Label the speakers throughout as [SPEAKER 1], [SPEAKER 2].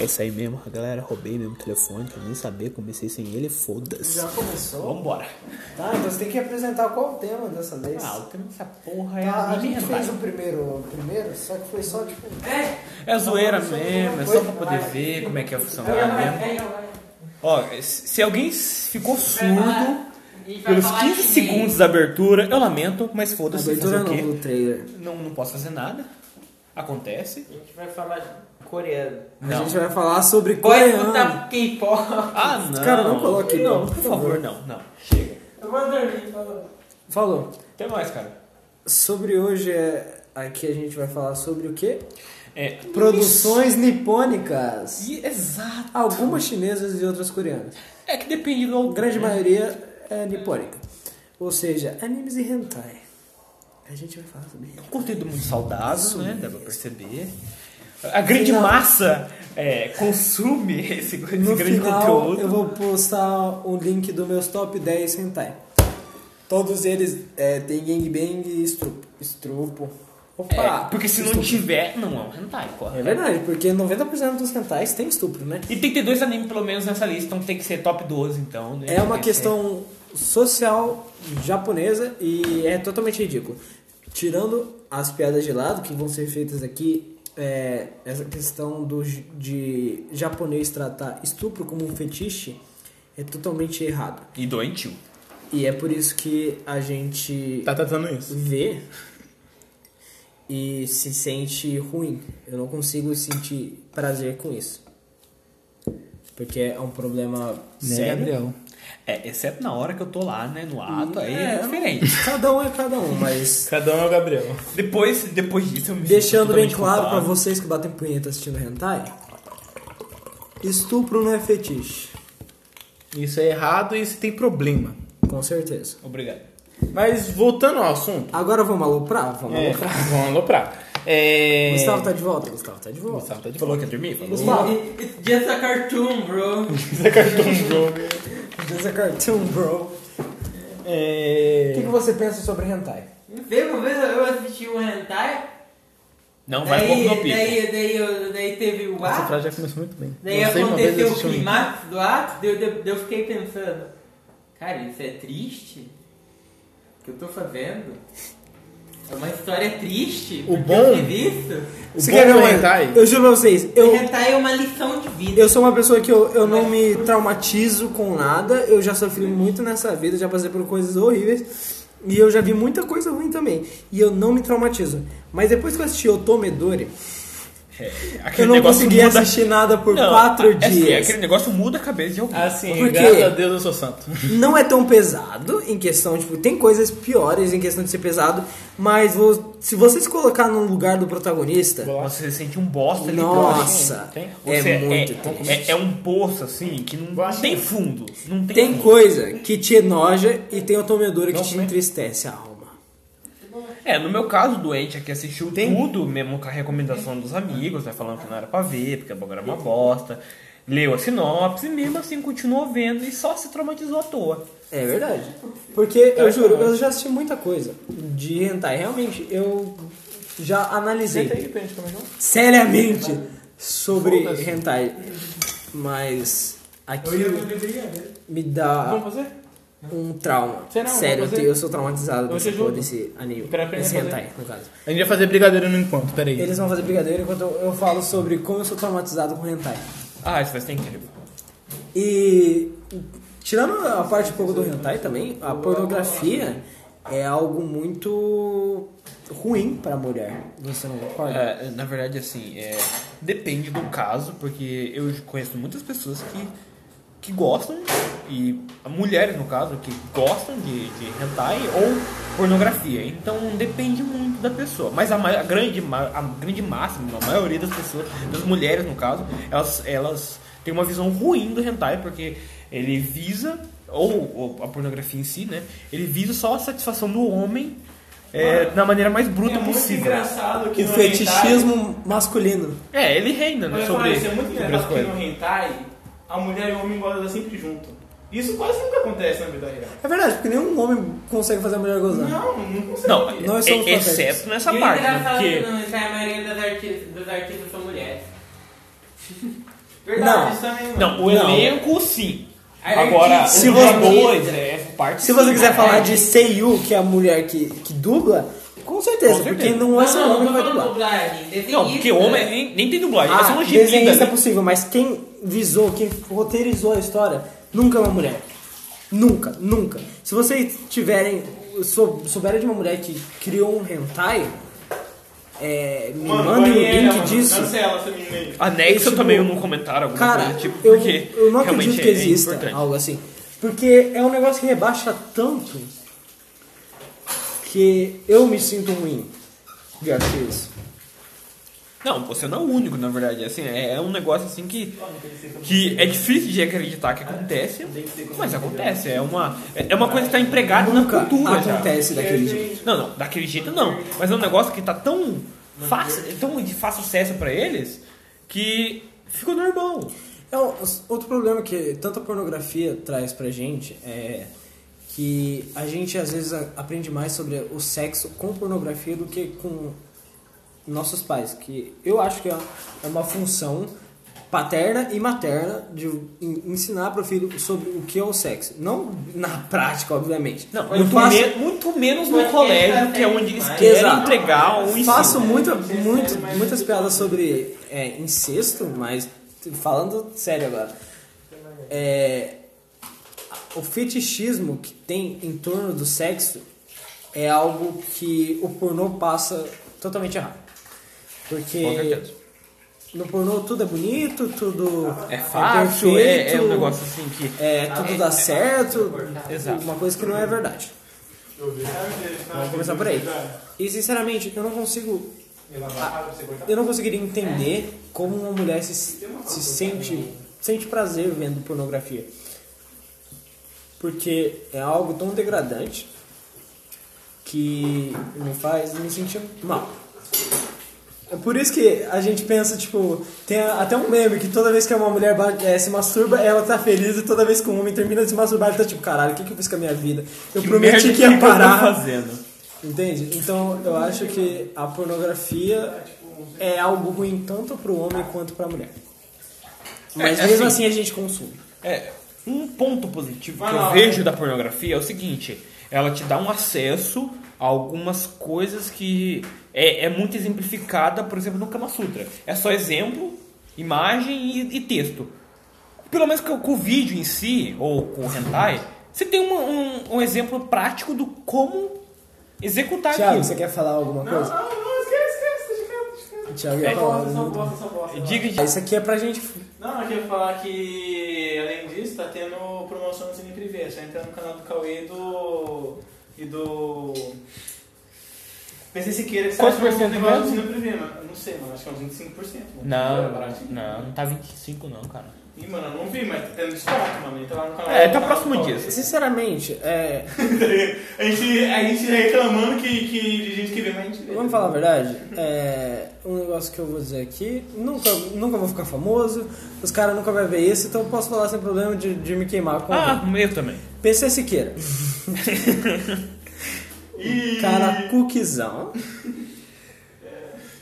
[SPEAKER 1] É isso aí mesmo, galera. Roubei mesmo o telefone, que eu nem sabia. Comecei sem ele, foda-se.
[SPEAKER 2] Já começou?
[SPEAKER 1] Vambora.
[SPEAKER 2] Tá, então você tem que apresentar qual o tema dessa vez.
[SPEAKER 1] Ah, o tema dessa porra é
[SPEAKER 2] Tá, a gente
[SPEAKER 1] alimentar.
[SPEAKER 2] fez o primeiro, o primeiro, só que foi só tipo.
[SPEAKER 1] É zoeira
[SPEAKER 2] Só
[SPEAKER 1] mesmo,
[SPEAKER 2] uma
[SPEAKER 1] é só
[SPEAKER 2] coisa,
[SPEAKER 1] pra poder
[SPEAKER 2] vai.
[SPEAKER 1] ver como é que ia funcionar mesmo. Ó, se se alguém ficou surdo pelos 15 segundos da abertura, eu lamento, mas foda-se, fazer o quê?
[SPEAKER 3] trailer.
[SPEAKER 1] Não, não posso fazer nada. Acontece.
[SPEAKER 4] A gente vai falar coreano.
[SPEAKER 3] A
[SPEAKER 1] Não. é
[SPEAKER 3] gente vai falar sobre
[SPEAKER 4] Vai
[SPEAKER 3] coreano.
[SPEAKER 4] escutar K-pop.
[SPEAKER 1] Ah, não.
[SPEAKER 3] Cara, não coloque,
[SPEAKER 1] Não,
[SPEAKER 3] não,
[SPEAKER 1] por
[SPEAKER 3] por
[SPEAKER 1] favor, não, não. Chega.
[SPEAKER 4] Eu vou dormir, falou.
[SPEAKER 3] Falou.
[SPEAKER 1] Até mais, cara.
[SPEAKER 3] Sobre hoje é... Aqui a gente vai falar sobre o quê?
[SPEAKER 1] É,
[SPEAKER 3] Produções nipônicas.
[SPEAKER 1] E- Exato.
[SPEAKER 3] Algumas chinesas e outras coreanas.
[SPEAKER 1] É que depende do
[SPEAKER 3] A grande maioria é nipônica. Ou seja, animes e hentai. A gente vai falar sobre hentai.
[SPEAKER 1] um conteúdo muito saudável, né? Dá pra perceber. A grande massa é, consome esse, esse
[SPEAKER 3] No
[SPEAKER 1] grande
[SPEAKER 3] final,
[SPEAKER 1] conteúdo.
[SPEAKER 3] eu vou postar um link dos meus top 10 hentai. Todos eles é, têm gangbang e estrupo. estrupo. Opa!
[SPEAKER 1] É, porque se não
[SPEAKER 3] estupro.
[SPEAKER 1] tiver, não é um hentai, correto?
[SPEAKER 3] É verdade, porque 90% dos hentais tem estupro, né?
[SPEAKER 1] E tem que ter dois animes pelo menos nessa lista, então tem que ser top 12, então. né?
[SPEAKER 3] É uma
[SPEAKER 1] Tem que
[SPEAKER 3] questão social japonesa e é totalmente ridículo. Tirando as piadas de lado, que vão ser feitas aqui, é, essa questão do, j- de japonês tratar estupro como um fetiche é totalmente errado.
[SPEAKER 1] ser- E doentio.
[SPEAKER 3] E é por isso que a gente
[SPEAKER 5] Tá tratando isso.
[SPEAKER 3] vê e se sente ruim. Eu não consigo sentir prazer com isso. Porque é um problema sério.
[SPEAKER 5] Né, Gabriel?
[SPEAKER 1] É, exceto na hora que eu tô lá, né, no ato, aí é,
[SPEAKER 3] É.
[SPEAKER 1] diferente.
[SPEAKER 3] Cada um é cada um, mas
[SPEAKER 5] Cada um é o Gabriel.
[SPEAKER 1] Depois, depois disso eu me sinto
[SPEAKER 3] deixando bem
[SPEAKER 1] totalmente
[SPEAKER 3] claro pra
[SPEAKER 1] culpado.
[SPEAKER 3] vocês que batem punheta assistindo hentai, estupro não é fetiche,
[SPEAKER 5] Isso é errado e isso tem problema.
[SPEAKER 3] com certeza.
[SPEAKER 1] Obrigado.
[SPEAKER 5] Mas voltando ao assunto.
[SPEAKER 3] Agora vamos aloprar? Vamos
[SPEAKER 5] É,
[SPEAKER 3] aloprar.
[SPEAKER 5] vamos aloprar. É...
[SPEAKER 3] Gustavo tá de volta? Gustavo tá de volta.
[SPEAKER 5] Gustavo tá de
[SPEAKER 1] Falou que ia dormir? Falou.
[SPEAKER 3] Gustavo,
[SPEAKER 4] It's just a cartoon, bro.
[SPEAKER 3] this is a cartoon, bro. O que, que
[SPEAKER 5] É...
[SPEAKER 3] você pensa sobre hentai?
[SPEAKER 4] Teve uma vez eu assisti um hentai.
[SPEAKER 1] Não, vai
[SPEAKER 4] daí,
[SPEAKER 1] pouco no pico.
[SPEAKER 4] daí, daí, eu- daí teve o
[SPEAKER 5] Essa
[SPEAKER 4] ato.
[SPEAKER 5] frase já começou muito bem.
[SPEAKER 4] Daí
[SPEAKER 5] Eu sei, uma vez eu
[SPEAKER 4] aconteceu o
[SPEAKER 5] assisti um-
[SPEAKER 4] clímax do ato. Daí eu, daí eu fiquei pensando: Cara, isso é triste? O que eu tô fazendo? É uma história triste?
[SPEAKER 5] O
[SPEAKER 4] porque
[SPEAKER 5] bom-
[SPEAKER 4] Eu fiz isso?
[SPEAKER 5] O bom do hentai...
[SPEAKER 3] Eu juro pra vocês, eu,
[SPEAKER 6] tá
[SPEAKER 4] Hentai é uma lição de vida.
[SPEAKER 6] É
[SPEAKER 3] Eu sou uma pessoa que eu, eu não me traumatizo com nada. Eu já sofri muito nessa vida, já passei por coisas horríveis. E eu já vi muita coisa ruim também. E eu não me traumatizo. Mas depois que eu assisti Otomedori, eu não consegui assistir nada por
[SPEAKER 1] Não,
[SPEAKER 3] quatro
[SPEAKER 1] é assim,
[SPEAKER 3] dias.
[SPEAKER 1] aquele negócio muda a cabeça de alguém.
[SPEAKER 5] Assim,
[SPEAKER 3] Por quê?
[SPEAKER 5] graças a Deus eu sou santo.
[SPEAKER 3] Não é tão pesado em questão, tipo, tem coisas piores em questão de ser pesado. Mas vou- se você se colocar no lugar do protagonista,
[SPEAKER 1] Você se sente um bosta ali.
[SPEAKER 3] nossa,
[SPEAKER 5] tem-
[SPEAKER 3] é
[SPEAKER 1] Você
[SPEAKER 3] muito
[SPEAKER 1] é,
[SPEAKER 3] triste.
[SPEAKER 1] é, é um poço assim que não
[SPEAKER 5] Gosto.
[SPEAKER 1] tem fundo. Não tem,
[SPEAKER 3] Tem
[SPEAKER 1] fundo.
[SPEAKER 3] coisa que te enoja e tem Otomedori que
[SPEAKER 5] Não,
[SPEAKER 3] te
[SPEAKER 1] né?
[SPEAKER 5] como é?
[SPEAKER 3] entristece a alma.
[SPEAKER 1] É, no meu caso, o doente aqui assistiu tudo, mesmo com a recomendação dos amigos, né? Falando que não era pra ver, porque o bagulho era uma bosta. Leu a sinopse e mesmo assim continuou vendo e só se traumatizou à toa.
[SPEAKER 3] É verdade. Porque, eu juro, eu já assisti muita coisa de hentai. Realmente, eu já analisei seriamente sobre hentai. Mas aquilo me dá
[SPEAKER 5] fazer?
[SPEAKER 3] um trauma.
[SPEAKER 5] né? Você não,
[SPEAKER 3] Sério,
[SPEAKER 5] vamos
[SPEAKER 3] eu,
[SPEAKER 5] fazer?
[SPEAKER 3] te- eu sou traumatizado
[SPEAKER 5] Eu te
[SPEAKER 3] desse,
[SPEAKER 5] ajudo.
[SPEAKER 3] desse anime.
[SPEAKER 5] Pera, pera,
[SPEAKER 3] Desse
[SPEAKER 5] vamos fazer.
[SPEAKER 3] hentai, no caso.
[SPEAKER 5] A gente vai fazer brigadeiro no encontro, peraí.
[SPEAKER 3] Eles vão fazer brigadeiro enquanto eu, eu falo sobre como eu sou traumatizado com hentai.
[SPEAKER 1] Ah, isso vai ser incrível.
[SPEAKER 3] E tirando a parte um pouco do hentai também, a pornografia é algo muito ruim pra mulher. Você não concorda?
[SPEAKER 1] É, na verdade, assim, é, depende do caso, porque eu conheço muitas pessoas que, que gostam, e mulheres no caso, que gostam de, de hentai ou pornografia. Então depende muito da pessoa. Mas a, ma- a grande, ma- a grande máxima, a maioria das pessoas, das mulheres no caso, elas, elas têm uma visão ruim do hentai, porque ele visa, ou, ou a pornografia em si, né? Ele visa só a satisfação do homem. é, da maneira mais bruta possível.
[SPEAKER 4] engraçado
[SPEAKER 3] O fetichismo masculino.
[SPEAKER 1] É, ele reina né,
[SPEAKER 6] Mas
[SPEAKER 1] sobre,
[SPEAKER 6] isso é muito
[SPEAKER 1] sobre as
[SPEAKER 6] engraçado que
[SPEAKER 1] coisas.
[SPEAKER 6] no hentai, a mulher e o homem gozam sempre junto. Isso quase nunca acontece na vida real.
[SPEAKER 3] É verdade, porque nenhum homem consegue fazer a mulher gozar.
[SPEAKER 6] Não, não consegue.
[SPEAKER 1] Não,
[SPEAKER 3] Nós somos
[SPEAKER 1] é-
[SPEAKER 3] protestos.
[SPEAKER 1] exceto nessa
[SPEAKER 4] e o
[SPEAKER 1] parte, né?
[SPEAKER 4] engraçado é que
[SPEAKER 1] Porque
[SPEAKER 4] não, a maioria das artistas, dos artistas são mulheres.
[SPEAKER 3] Não.
[SPEAKER 4] Verdade, isso também. mano.
[SPEAKER 1] Não, o
[SPEAKER 3] Não.
[SPEAKER 1] elenco sim.
[SPEAKER 4] Aí,
[SPEAKER 1] Agora,
[SPEAKER 4] artista,
[SPEAKER 3] se
[SPEAKER 1] os
[SPEAKER 3] você-
[SPEAKER 1] atores, é, essa parte
[SPEAKER 3] Se
[SPEAKER 1] sim,
[SPEAKER 3] você quiser
[SPEAKER 1] né?
[SPEAKER 3] falar de Seiyu, que é a mulher que, que dubla, com certeza,
[SPEAKER 1] Com certeza.
[SPEAKER 3] porque não é só
[SPEAKER 4] não,
[SPEAKER 3] homem que
[SPEAKER 4] não
[SPEAKER 3] vai
[SPEAKER 4] tô
[SPEAKER 3] dublar.
[SPEAKER 4] falando dublagem, desenhista.
[SPEAKER 1] Não, porque homem nem, nem tem dublagem, é só
[SPEAKER 3] Ah,
[SPEAKER 1] uma
[SPEAKER 3] desenhista é
[SPEAKER 1] gemida.
[SPEAKER 3] possível, mas quem visou, quem roteirizou a história, nunca é uma mulher. Nunca, nunca. Se vocês tiverem, sou, souberem de uma mulher que criou um hentai, é, me
[SPEAKER 6] Mano,
[SPEAKER 3] mandem
[SPEAKER 6] banha
[SPEAKER 3] o
[SPEAKER 6] ela,
[SPEAKER 3] link
[SPEAKER 6] mano.
[SPEAKER 3] disso.
[SPEAKER 6] Cancela essa menina aí.
[SPEAKER 1] Anexa
[SPEAKER 3] Tipo,
[SPEAKER 1] também no comentário alguma
[SPEAKER 3] Cara,
[SPEAKER 1] coisa, tipo,
[SPEAKER 3] eu,
[SPEAKER 1] porque
[SPEAKER 3] eu não
[SPEAKER 1] realmente
[SPEAKER 3] acredito que
[SPEAKER 1] é
[SPEAKER 3] exista
[SPEAKER 1] importante.
[SPEAKER 3] algo assim. Porque é um negócio que rebaixa tanto que eu me sinto um ruim. de achar isso.
[SPEAKER 1] Não, você não é o único, na verdade. Assim, é é um negócio assim que, que é difícil de acreditar que acontece, mas acontece. É uma, é uma coisa que está empregada na
[SPEAKER 3] Nunca
[SPEAKER 1] cultura já.
[SPEAKER 3] acontece
[SPEAKER 6] É,
[SPEAKER 3] daquele jeito.
[SPEAKER 1] Não, não, daquele jeito não. Mas é um negócio que tá tão fácil, tão de fácil sucesso pra eles que ficou normal.
[SPEAKER 3] É, o- outro problema que tanta pornografia traz pra gente é que a gente às vezes a- aprende mais sobre o sexo com pornografia do que com nossos pais, que eu acho que é é uma função paterna e materna de en- ensinar pro filho sobre o que é o sexo. Não na prática, obviamente.
[SPEAKER 1] Não,
[SPEAKER 3] eu
[SPEAKER 1] muito,
[SPEAKER 3] faço,
[SPEAKER 1] men- muito menos no
[SPEAKER 4] Porque
[SPEAKER 1] colégio,
[SPEAKER 4] tá
[SPEAKER 1] que é onde
[SPEAKER 4] tendo
[SPEAKER 1] eles
[SPEAKER 4] mais.
[SPEAKER 1] querem
[SPEAKER 3] Exato.
[SPEAKER 1] entregar o ensino.
[SPEAKER 3] faço muita, muito, muitas piadas sobre é, incesto, mas t- falando sério agora, é, o fetichismo que tem em torno do sexo é algo que o pornô passa totalmente errado.
[SPEAKER 1] Com
[SPEAKER 3] Porque
[SPEAKER 1] certeza.
[SPEAKER 3] no pornô tudo é bonito, tudo
[SPEAKER 1] É fácil, é, é um
[SPEAKER 3] um perfeito,
[SPEAKER 1] negócio assim que.
[SPEAKER 3] é, tudo dá certo,
[SPEAKER 1] Exato.
[SPEAKER 3] uma coisa que não é verdade. Vamos começar por aí. E sinceramente, eu não consigo eu não conseguiria entender como uma mulher se, se sente, sente prazer vendo pornografia. Porque é algo tão degradante que me faz me sentir mal. É por isso que a gente pensa, tipo, tem a- até um meme que toda vez que uma mulher ba- eh, se masturba, ela tá feliz e toda vez que um homem termina de se masturbar, ele tá tipo, caralho, o que, que eu fiz com a minha vida? Eu prometi
[SPEAKER 1] merda
[SPEAKER 3] que ia
[SPEAKER 1] eu tô
[SPEAKER 3] parar.
[SPEAKER 1] Fazendo.
[SPEAKER 3] Entende? Então eu acho que a pornografia é algo ruim tanto pro homem quanto pra mulher. Mas
[SPEAKER 1] É, é
[SPEAKER 3] mesmo
[SPEAKER 1] assim.
[SPEAKER 3] assim a gente consome.
[SPEAKER 1] É, um ponto positivo que
[SPEAKER 6] Vai
[SPEAKER 1] eu
[SPEAKER 6] lá,
[SPEAKER 1] vejo da pornografia é o seguinte: ela te dá um acesso a algumas coisas que é, é muito exemplificada, por exemplo, no Kama Sutra. É só exemplo, imagem e, e texto. Pelo menos com, com o vídeo em si, ou com o hentai, você tem uma- um, um exemplo prático do como executar
[SPEAKER 3] Tiago,
[SPEAKER 1] aquilo.
[SPEAKER 3] você quer falar alguma
[SPEAKER 6] Não,
[SPEAKER 3] coisa?
[SPEAKER 6] não, não, esquece, esquece, deixa quieto, deixa quieto.
[SPEAKER 3] Tiago
[SPEAKER 1] É.
[SPEAKER 3] ia falar.
[SPEAKER 6] Só
[SPEAKER 3] muito.
[SPEAKER 6] bosta, só bosta.
[SPEAKER 1] Diga de...
[SPEAKER 3] Ah, Isso aqui é pra gente.
[SPEAKER 6] Não, eu queria falar que, além disso, tá tendo promoção no Cine Privé. É só entrar no canal do Cauê e do... e do... PC Siqueira, que
[SPEAKER 1] Quantos
[SPEAKER 6] sabe
[SPEAKER 1] por
[SPEAKER 6] o
[SPEAKER 1] cento
[SPEAKER 6] negócio do
[SPEAKER 1] mesmo?
[SPEAKER 6] Cine Privé, mano. Eu Não sei, mano, acho que é uns 25%. Mano. É
[SPEAKER 1] Não,
[SPEAKER 6] baratinho.
[SPEAKER 1] não, não tá 25 não, cara.
[SPEAKER 6] Ih, mano, eu não vi, mas tá tendo desconto, mano. Ele tá lá no canal.
[SPEAKER 1] É, tá
[SPEAKER 6] do
[SPEAKER 1] próximo
[SPEAKER 6] Cauê.
[SPEAKER 1] disso.
[SPEAKER 3] Sinceramente, é,
[SPEAKER 6] a, gente, a gente reclamando que, que de gente que vê, mas a gente vê.
[SPEAKER 3] vamos falar a verdade. É, um negócio que eu vou dizer aqui, nunca, nunca vou ficar famoso, os caras nunca vão ver isso, então eu posso falar sem problema de, de me queimar com
[SPEAKER 1] Ah, eu também.
[SPEAKER 3] PC Siqueira. Um
[SPEAKER 6] Ih,
[SPEAKER 3] Cara, cuquizão.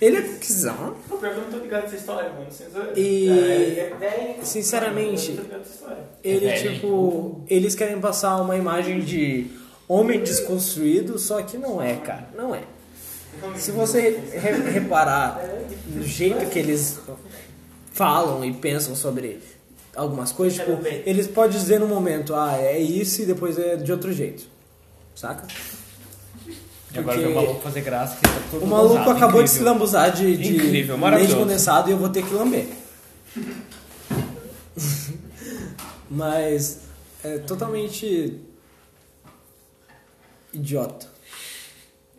[SPEAKER 3] Ele é cuquizão.
[SPEAKER 6] Pô, pior que eu não tô ligado nessa história, mano. Vocês-
[SPEAKER 3] E-
[SPEAKER 6] É, é-
[SPEAKER 3] sinceramente,
[SPEAKER 6] Eu não tô ligado nessa história.
[SPEAKER 3] Ele,
[SPEAKER 1] É velho, hein?
[SPEAKER 3] tipo, eles querem passar uma imagem de homem desconstruído, só que não é, cara, não é. Se você re- reparar do jeito que eles falam e pensam sobre algumas coisas, tipo, eles podem dizer num momento, ah, é isso e depois é de outro jeito, saca?
[SPEAKER 1] E agora
[SPEAKER 3] Porque
[SPEAKER 1] vem o maluco fazer graça que tá todo
[SPEAKER 3] O maluco
[SPEAKER 1] usado,
[SPEAKER 3] acabou de se
[SPEAKER 1] incrível.
[SPEAKER 3] lambuzar de, de
[SPEAKER 1] Incrível,
[SPEAKER 3] leite
[SPEAKER 1] maravilhoso.
[SPEAKER 3] condensado e eu vou ter que lamber. Mas é totalmente idiota.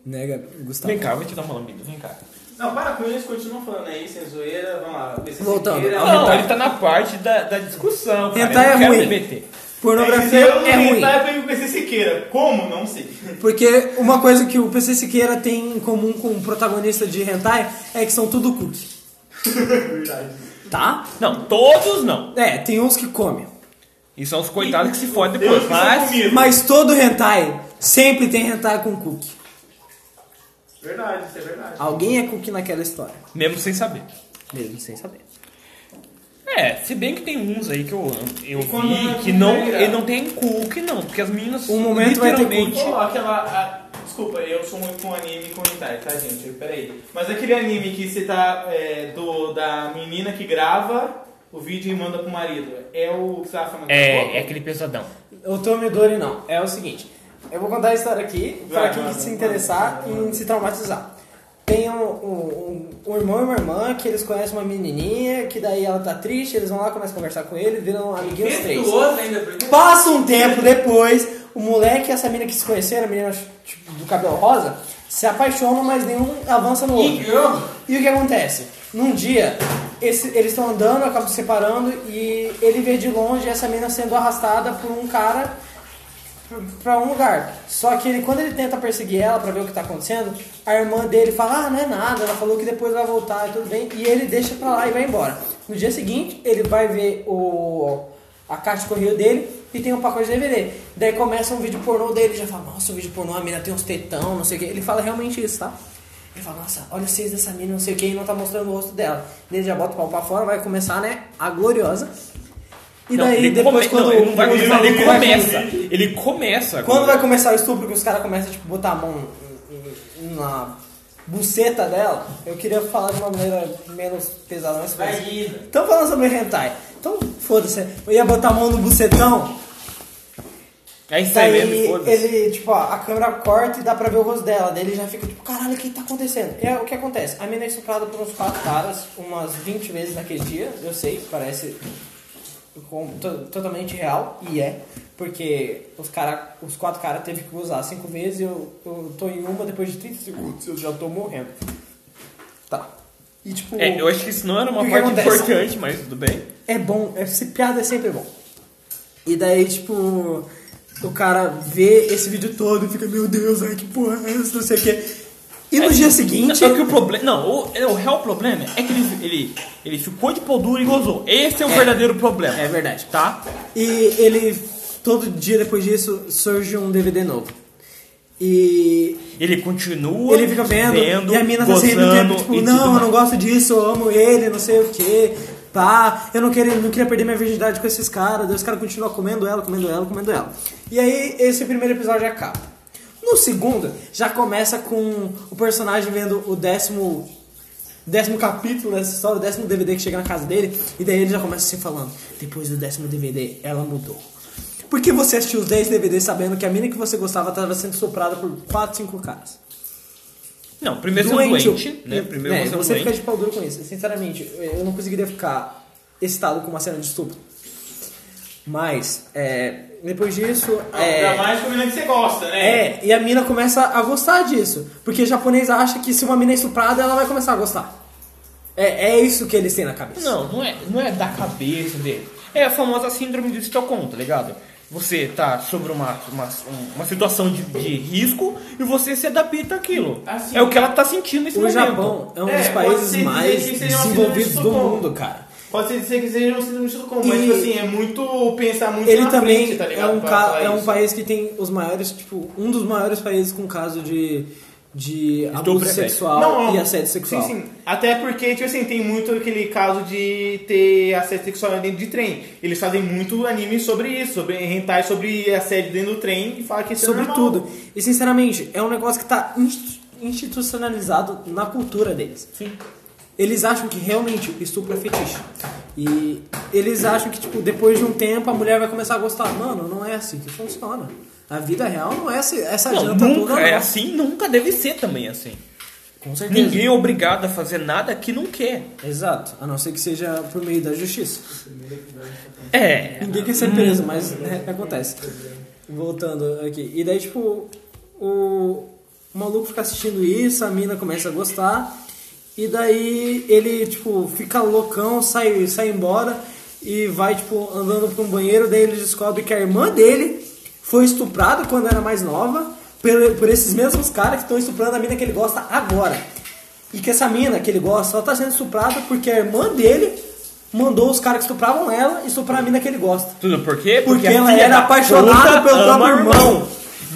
[SPEAKER 3] Né, Gabi- Gustavo?
[SPEAKER 1] Vem cá, eu vou te dar uma lambida, vem cá.
[SPEAKER 6] Não, para com isso, continua falando aí, sem zoeira. Vamos lá. PC
[SPEAKER 3] Voltando.
[SPEAKER 6] Siqueira.
[SPEAKER 3] Ah,
[SPEAKER 1] Não,
[SPEAKER 3] hentai-
[SPEAKER 1] ele tá na parte da, da discussão. Cara.
[SPEAKER 3] Hentai
[SPEAKER 1] eu não
[SPEAKER 3] é
[SPEAKER 1] quero
[SPEAKER 3] ruim.
[SPEAKER 1] me meter.
[SPEAKER 3] Pornografia
[SPEAKER 6] Eu não
[SPEAKER 3] é ruim.
[SPEAKER 6] entrar, Tá, eu pego o PC Siqueira. Como? Não sei.
[SPEAKER 3] Porque uma coisa que o PC Siqueira tem em comum com o protagonista de Hentai é que são tudo cookie.
[SPEAKER 6] Verdade.
[SPEAKER 3] Tá?
[SPEAKER 1] Não, todos não.
[SPEAKER 3] É, tem uns que comem.
[SPEAKER 1] E são os coitados que se fodem
[SPEAKER 6] Deus
[SPEAKER 1] depois.
[SPEAKER 6] que
[SPEAKER 3] tá
[SPEAKER 6] são
[SPEAKER 1] Mas.
[SPEAKER 6] comigo.
[SPEAKER 3] Mas todo Hentai sempre tem Hentai com cookie.
[SPEAKER 6] Verdade, isso é verdade.
[SPEAKER 3] Alguém é cookie naquela história.
[SPEAKER 1] Mesmo sem saber.
[SPEAKER 3] Mesmo sem saber.
[SPEAKER 1] É, É, se bem que tem uns aí que eu, eu
[SPEAKER 6] E quando
[SPEAKER 1] vi
[SPEAKER 6] é
[SPEAKER 1] que não,
[SPEAKER 6] primeira?
[SPEAKER 1] ele não tem cookie não, porque as meninas
[SPEAKER 3] Um momento vai ter
[SPEAKER 1] literalmente...
[SPEAKER 6] Pô, aquela. a- desculpa, eu sou muito com anime e com hentai, tá, gente? Peraí. Mas aquele anime que você tá. é, do, da menina que grava o vídeo e manda pro marido. É o que você tava falando?
[SPEAKER 1] É, é aquele pesadão.
[SPEAKER 3] O Tomidori não. É o seguinte. Eu vou contar a história aqui
[SPEAKER 6] Vai,
[SPEAKER 3] pra quem
[SPEAKER 6] vai,
[SPEAKER 3] se
[SPEAKER 6] vai,
[SPEAKER 3] interessar
[SPEAKER 6] vai, vai.
[SPEAKER 3] e se traumatizar. Tem um, um- um- um irmão e uma irmã que eles conhecem uma menininha, que daí ela tá triste, eles vão lá, começam a conversar com ele, viram amiguinhos três.
[SPEAKER 4] Virtuoso ainda, porque...
[SPEAKER 3] Passa um tempo depois, o moleque e essa menina que se conheceram, a menina tipo, do cabelo rosa, se apaixonam, mas nenhum avança no outro.
[SPEAKER 4] Girl.
[SPEAKER 3] E o que acontece? Num dia, esse- eles estão andando, acabam se separando e ele vê de longe essa menina sendo arrastada por um cara pr- pra um lugar. Só que ele, quando ele tenta perseguir ela pra ver o que tá acontecendo, a irmã dele fala: Ah, não é nada, ela falou que depois vai voltar e tudo bem. E ele deixa pra lá e vai embora. No dia seguinte, ele vai ver o, a caixa de correio dele e tem um pacote de DVD. Daí começa um vídeo pornô dele, já fala: Nossa, o vídeo pornô, a menina tem uns tetão, não sei o que. Ele fala realmente isso, tá? Ele fala, nossa, olha os seios dessa mina, não sei o que, e não tá mostrando o rosto dela. Ele já bota o pau pra fora, vai começar, né? A gloriosa. E
[SPEAKER 1] Não,
[SPEAKER 3] daí,
[SPEAKER 1] ele come-
[SPEAKER 3] depois, quando.
[SPEAKER 1] não, ele não vai
[SPEAKER 3] quando
[SPEAKER 1] começar, ele
[SPEAKER 3] vai-
[SPEAKER 1] começa. Ele começa.
[SPEAKER 3] Quando vai começar o estupro, que os caras começam, tipo, botar a mão na buceta dela, eu queria falar de uma maneira menos pesada, mas foda-se.
[SPEAKER 4] Imagina.
[SPEAKER 3] Então falando sobre hentai. Então, foda-se. Eu ia botar a mão no bucetão,
[SPEAKER 1] É isso aí
[SPEAKER 3] daí
[SPEAKER 1] mesmo, foda-se.
[SPEAKER 3] ele, tipo, ó, a câmera corta e dá pra ver o rosto dela. Daí ele já fica, tipo, caralho, o que tá acontecendo? É o que acontece. A menina é estuprada por uns quatro caras, umas 20 vezes naquele dia. Eu sei, parece com- to- totalmente real, e é. Porque os, cara, os quatro caras teve que usar cinco vezes, eu, eu tô em uma, depois de 30 segundos eu já tô morrendo. Tá. E tipo,
[SPEAKER 1] É, eu acho que isso não era
[SPEAKER 3] O
[SPEAKER 1] uma
[SPEAKER 3] que
[SPEAKER 1] parte
[SPEAKER 3] acontece?
[SPEAKER 1] importante, mas tudo bem.
[SPEAKER 3] é bom, é, se piada é sempre bom. E daí, tipo, o cara vê esse vídeo todo e fica, meu Deus, ai que porra é essa, não sei o quê. E no
[SPEAKER 1] É,
[SPEAKER 3] dia seguinte.
[SPEAKER 1] Só que o problema. Não, o, é, o real problema é que ele, ele, ele ficou de pau duro e gozou. Esse é o verdadeiro problema.
[SPEAKER 3] É verdade.
[SPEAKER 1] Tá?
[SPEAKER 3] E ele, todo dia depois disso, surge um DVD novo. E
[SPEAKER 1] Ele continua.
[SPEAKER 3] ele fica vendo, e a mina tá
[SPEAKER 1] gozando,
[SPEAKER 3] sempre tempo, tipo,
[SPEAKER 1] e tudo
[SPEAKER 3] não, eu
[SPEAKER 1] mais.
[SPEAKER 3] não gosto disso, eu amo ele, não sei o que, pá, eu não queria, não queria perder minha virgindade com esses caras, daí os caras continuam comendo ela, comendo ela, comendo ela. E aí, esse primeiro episódio acaba. No segundo, já começa com o personagem vendo o décimo décimo capítulo dessa história, o décimo DVD que chega na casa dele, e daí ele já começa se falando, depois do décimo DVD, ela mudou. Por que você assistiu os 10 DVDs sabendo que a mina que você gostava estava sendo soprada por 4, 5 caras?
[SPEAKER 1] Não, primeiro você é
[SPEAKER 3] Doente,
[SPEAKER 1] doente,
[SPEAKER 3] eu-
[SPEAKER 1] né?
[SPEAKER 3] eu-
[SPEAKER 1] Primeiro
[SPEAKER 3] né,
[SPEAKER 1] você é
[SPEAKER 3] você
[SPEAKER 1] doente.
[SPEAKER 3] fica de pau duro com isso. Sinceramente, eu- eu não conseguiria ficar excitado com uma cena de estupro. Mas, é, depois disso.
[SPEAKER 5] Ah,
[SPEAKER 6] Ainda
[SPEAKER 3] É,
[SPEAKER 6] mais com a menina que você gosta, né?
[SPEAKER 3] é, e a mina começa a gostar disso. Porque japonês acha que se uma mina é estuprada, ela vai começar a gostar. É, é isso que eles têm na cabeça.
[SPEAKER 1] Não, não é, não é da cabeça dele. É a famosa síndrome de Stockholm, tá ligado? Você tá sobre uma, uma, uma situação de, de risco e você se adapta àquilo.
[SPEAKER 6] Assim,
[SPEAKER 1] é o que ela tá sentindo nesse
[SPEAKER 3] O
[SPEAKER 1] momento.
[SPEAKER 3] Japão é um
[SPEAKER 6] É,
[SPEAKER 3] dos
[SPEAKER 6] pode se
[SPEAKER 3] países
[SPEAKER 6] dizer
[SPEAKER 3] mais
[SPEAKER 6] que seria uma síndrome de
[SPEAKER 3] desenvolvidos do
[SPEAKER 6] Estocolmo.
[SPEAKER 3] mundo, cara.
[SPEAKER 6] Pode ser dizer que seja um síndrome de Estocolmo, mas
[SPEAKER 3] E-
[SPEAKER 6] tipo assim, é muito pensar muito
[SPEAKER 3] Ele
[SPEAKER 6] na
[SPEAKER 3] também
[SPEAKER 6] frente, tá
[SPEAKER 3] é,
[SPEAKER 6] ligado?
[SPEAKER 3] um
[SPEAKER 6] Pra
[SPEAKER 3] ca-
[SPEAKER 6] falar
[SPEAKER 3] é um
[SPEAKER 6] isso.
[SPEAKER 3] país que tem os maiores, tipo, um dos maiores países com caso de, de abuso
[SPEAKER 1] Estupro e assédio.
[SPEAKER 3] sexual
[SPEAKER 6] Não, não.
[SPEAKER 3] e assédio sexual.
[SPEAKER 6] Sim, sim. Até porque, tipo assim, tem muito aquele caso de ter assédio sexual dentro de trem. Eles fazem muito anime sobre isso, sobre hentai, sobre assédio dentro do trem e falam que isso é
[SPEAKER 3] Sobre
[SPEAKER 6] normal.
[SPEAKER 3] tudo. E sinceramente, é um negócio que tá inst- institucionalizado na cultura deles.
[SPEAKER 1] Sim.
[SPEAKER 3] Eles acham que realmente estupro é fetiche. E eles acham que, tipo, depois de um tempo a mulher vai começar a gostar. Mano, não é assim que funciona. A vida real não é essa, essa
[SPEAKER 1] Não,
[SPEAKER 3] janta toda.
[SPEAKER 1] nunca é
[SPEAKER 3] não.
[SPEAKER 1] assim, nunca deve ser também assim.
[SPEAKER 3] Com certeza.
[SPEAKER 1] Ninguém é obrigado a fazer nada que não quer.
[SPEAKER 3] Exato. A não ser que seja por meio da justiça.
[SPEAKER 1] É.
[SPEAKER 3] Ninguém quer ser preso, mas né, acontece. Voltando aqui. E daí, tipo, o, o maluco fica assistindo isso, a mina começa a gostar. E daí ele, tipo, fica loucão, sai, sai embora e vai, tipo, andando pra um banheiro. Daí ele descobre que a irmã dele foi estuprada quando era mais nova por, por esses mesmos caras que estão estuprando a mina que ele gosta agora. E que essa mina que ele gosta só tá sendo estuprada porque a irmã dele mandou os caras que estupravam ela estuprar a mina que ele gosta.
[SPEAKER 1] Tudo por quê?
[SPEAKER 3] Porque
[SPEAKER 1] a
[SPEAKER 3] ela
[SPEAKER 1] filha
[SPEAKER 3] era
[SPEAKER 1] da puta
[SPEAKER 3] apaixonada pelo
[SPEAKER 1] ama
[SPEAKER 3] próprio
[SPEAKER 1] o
[SPEAKER 3] irmão.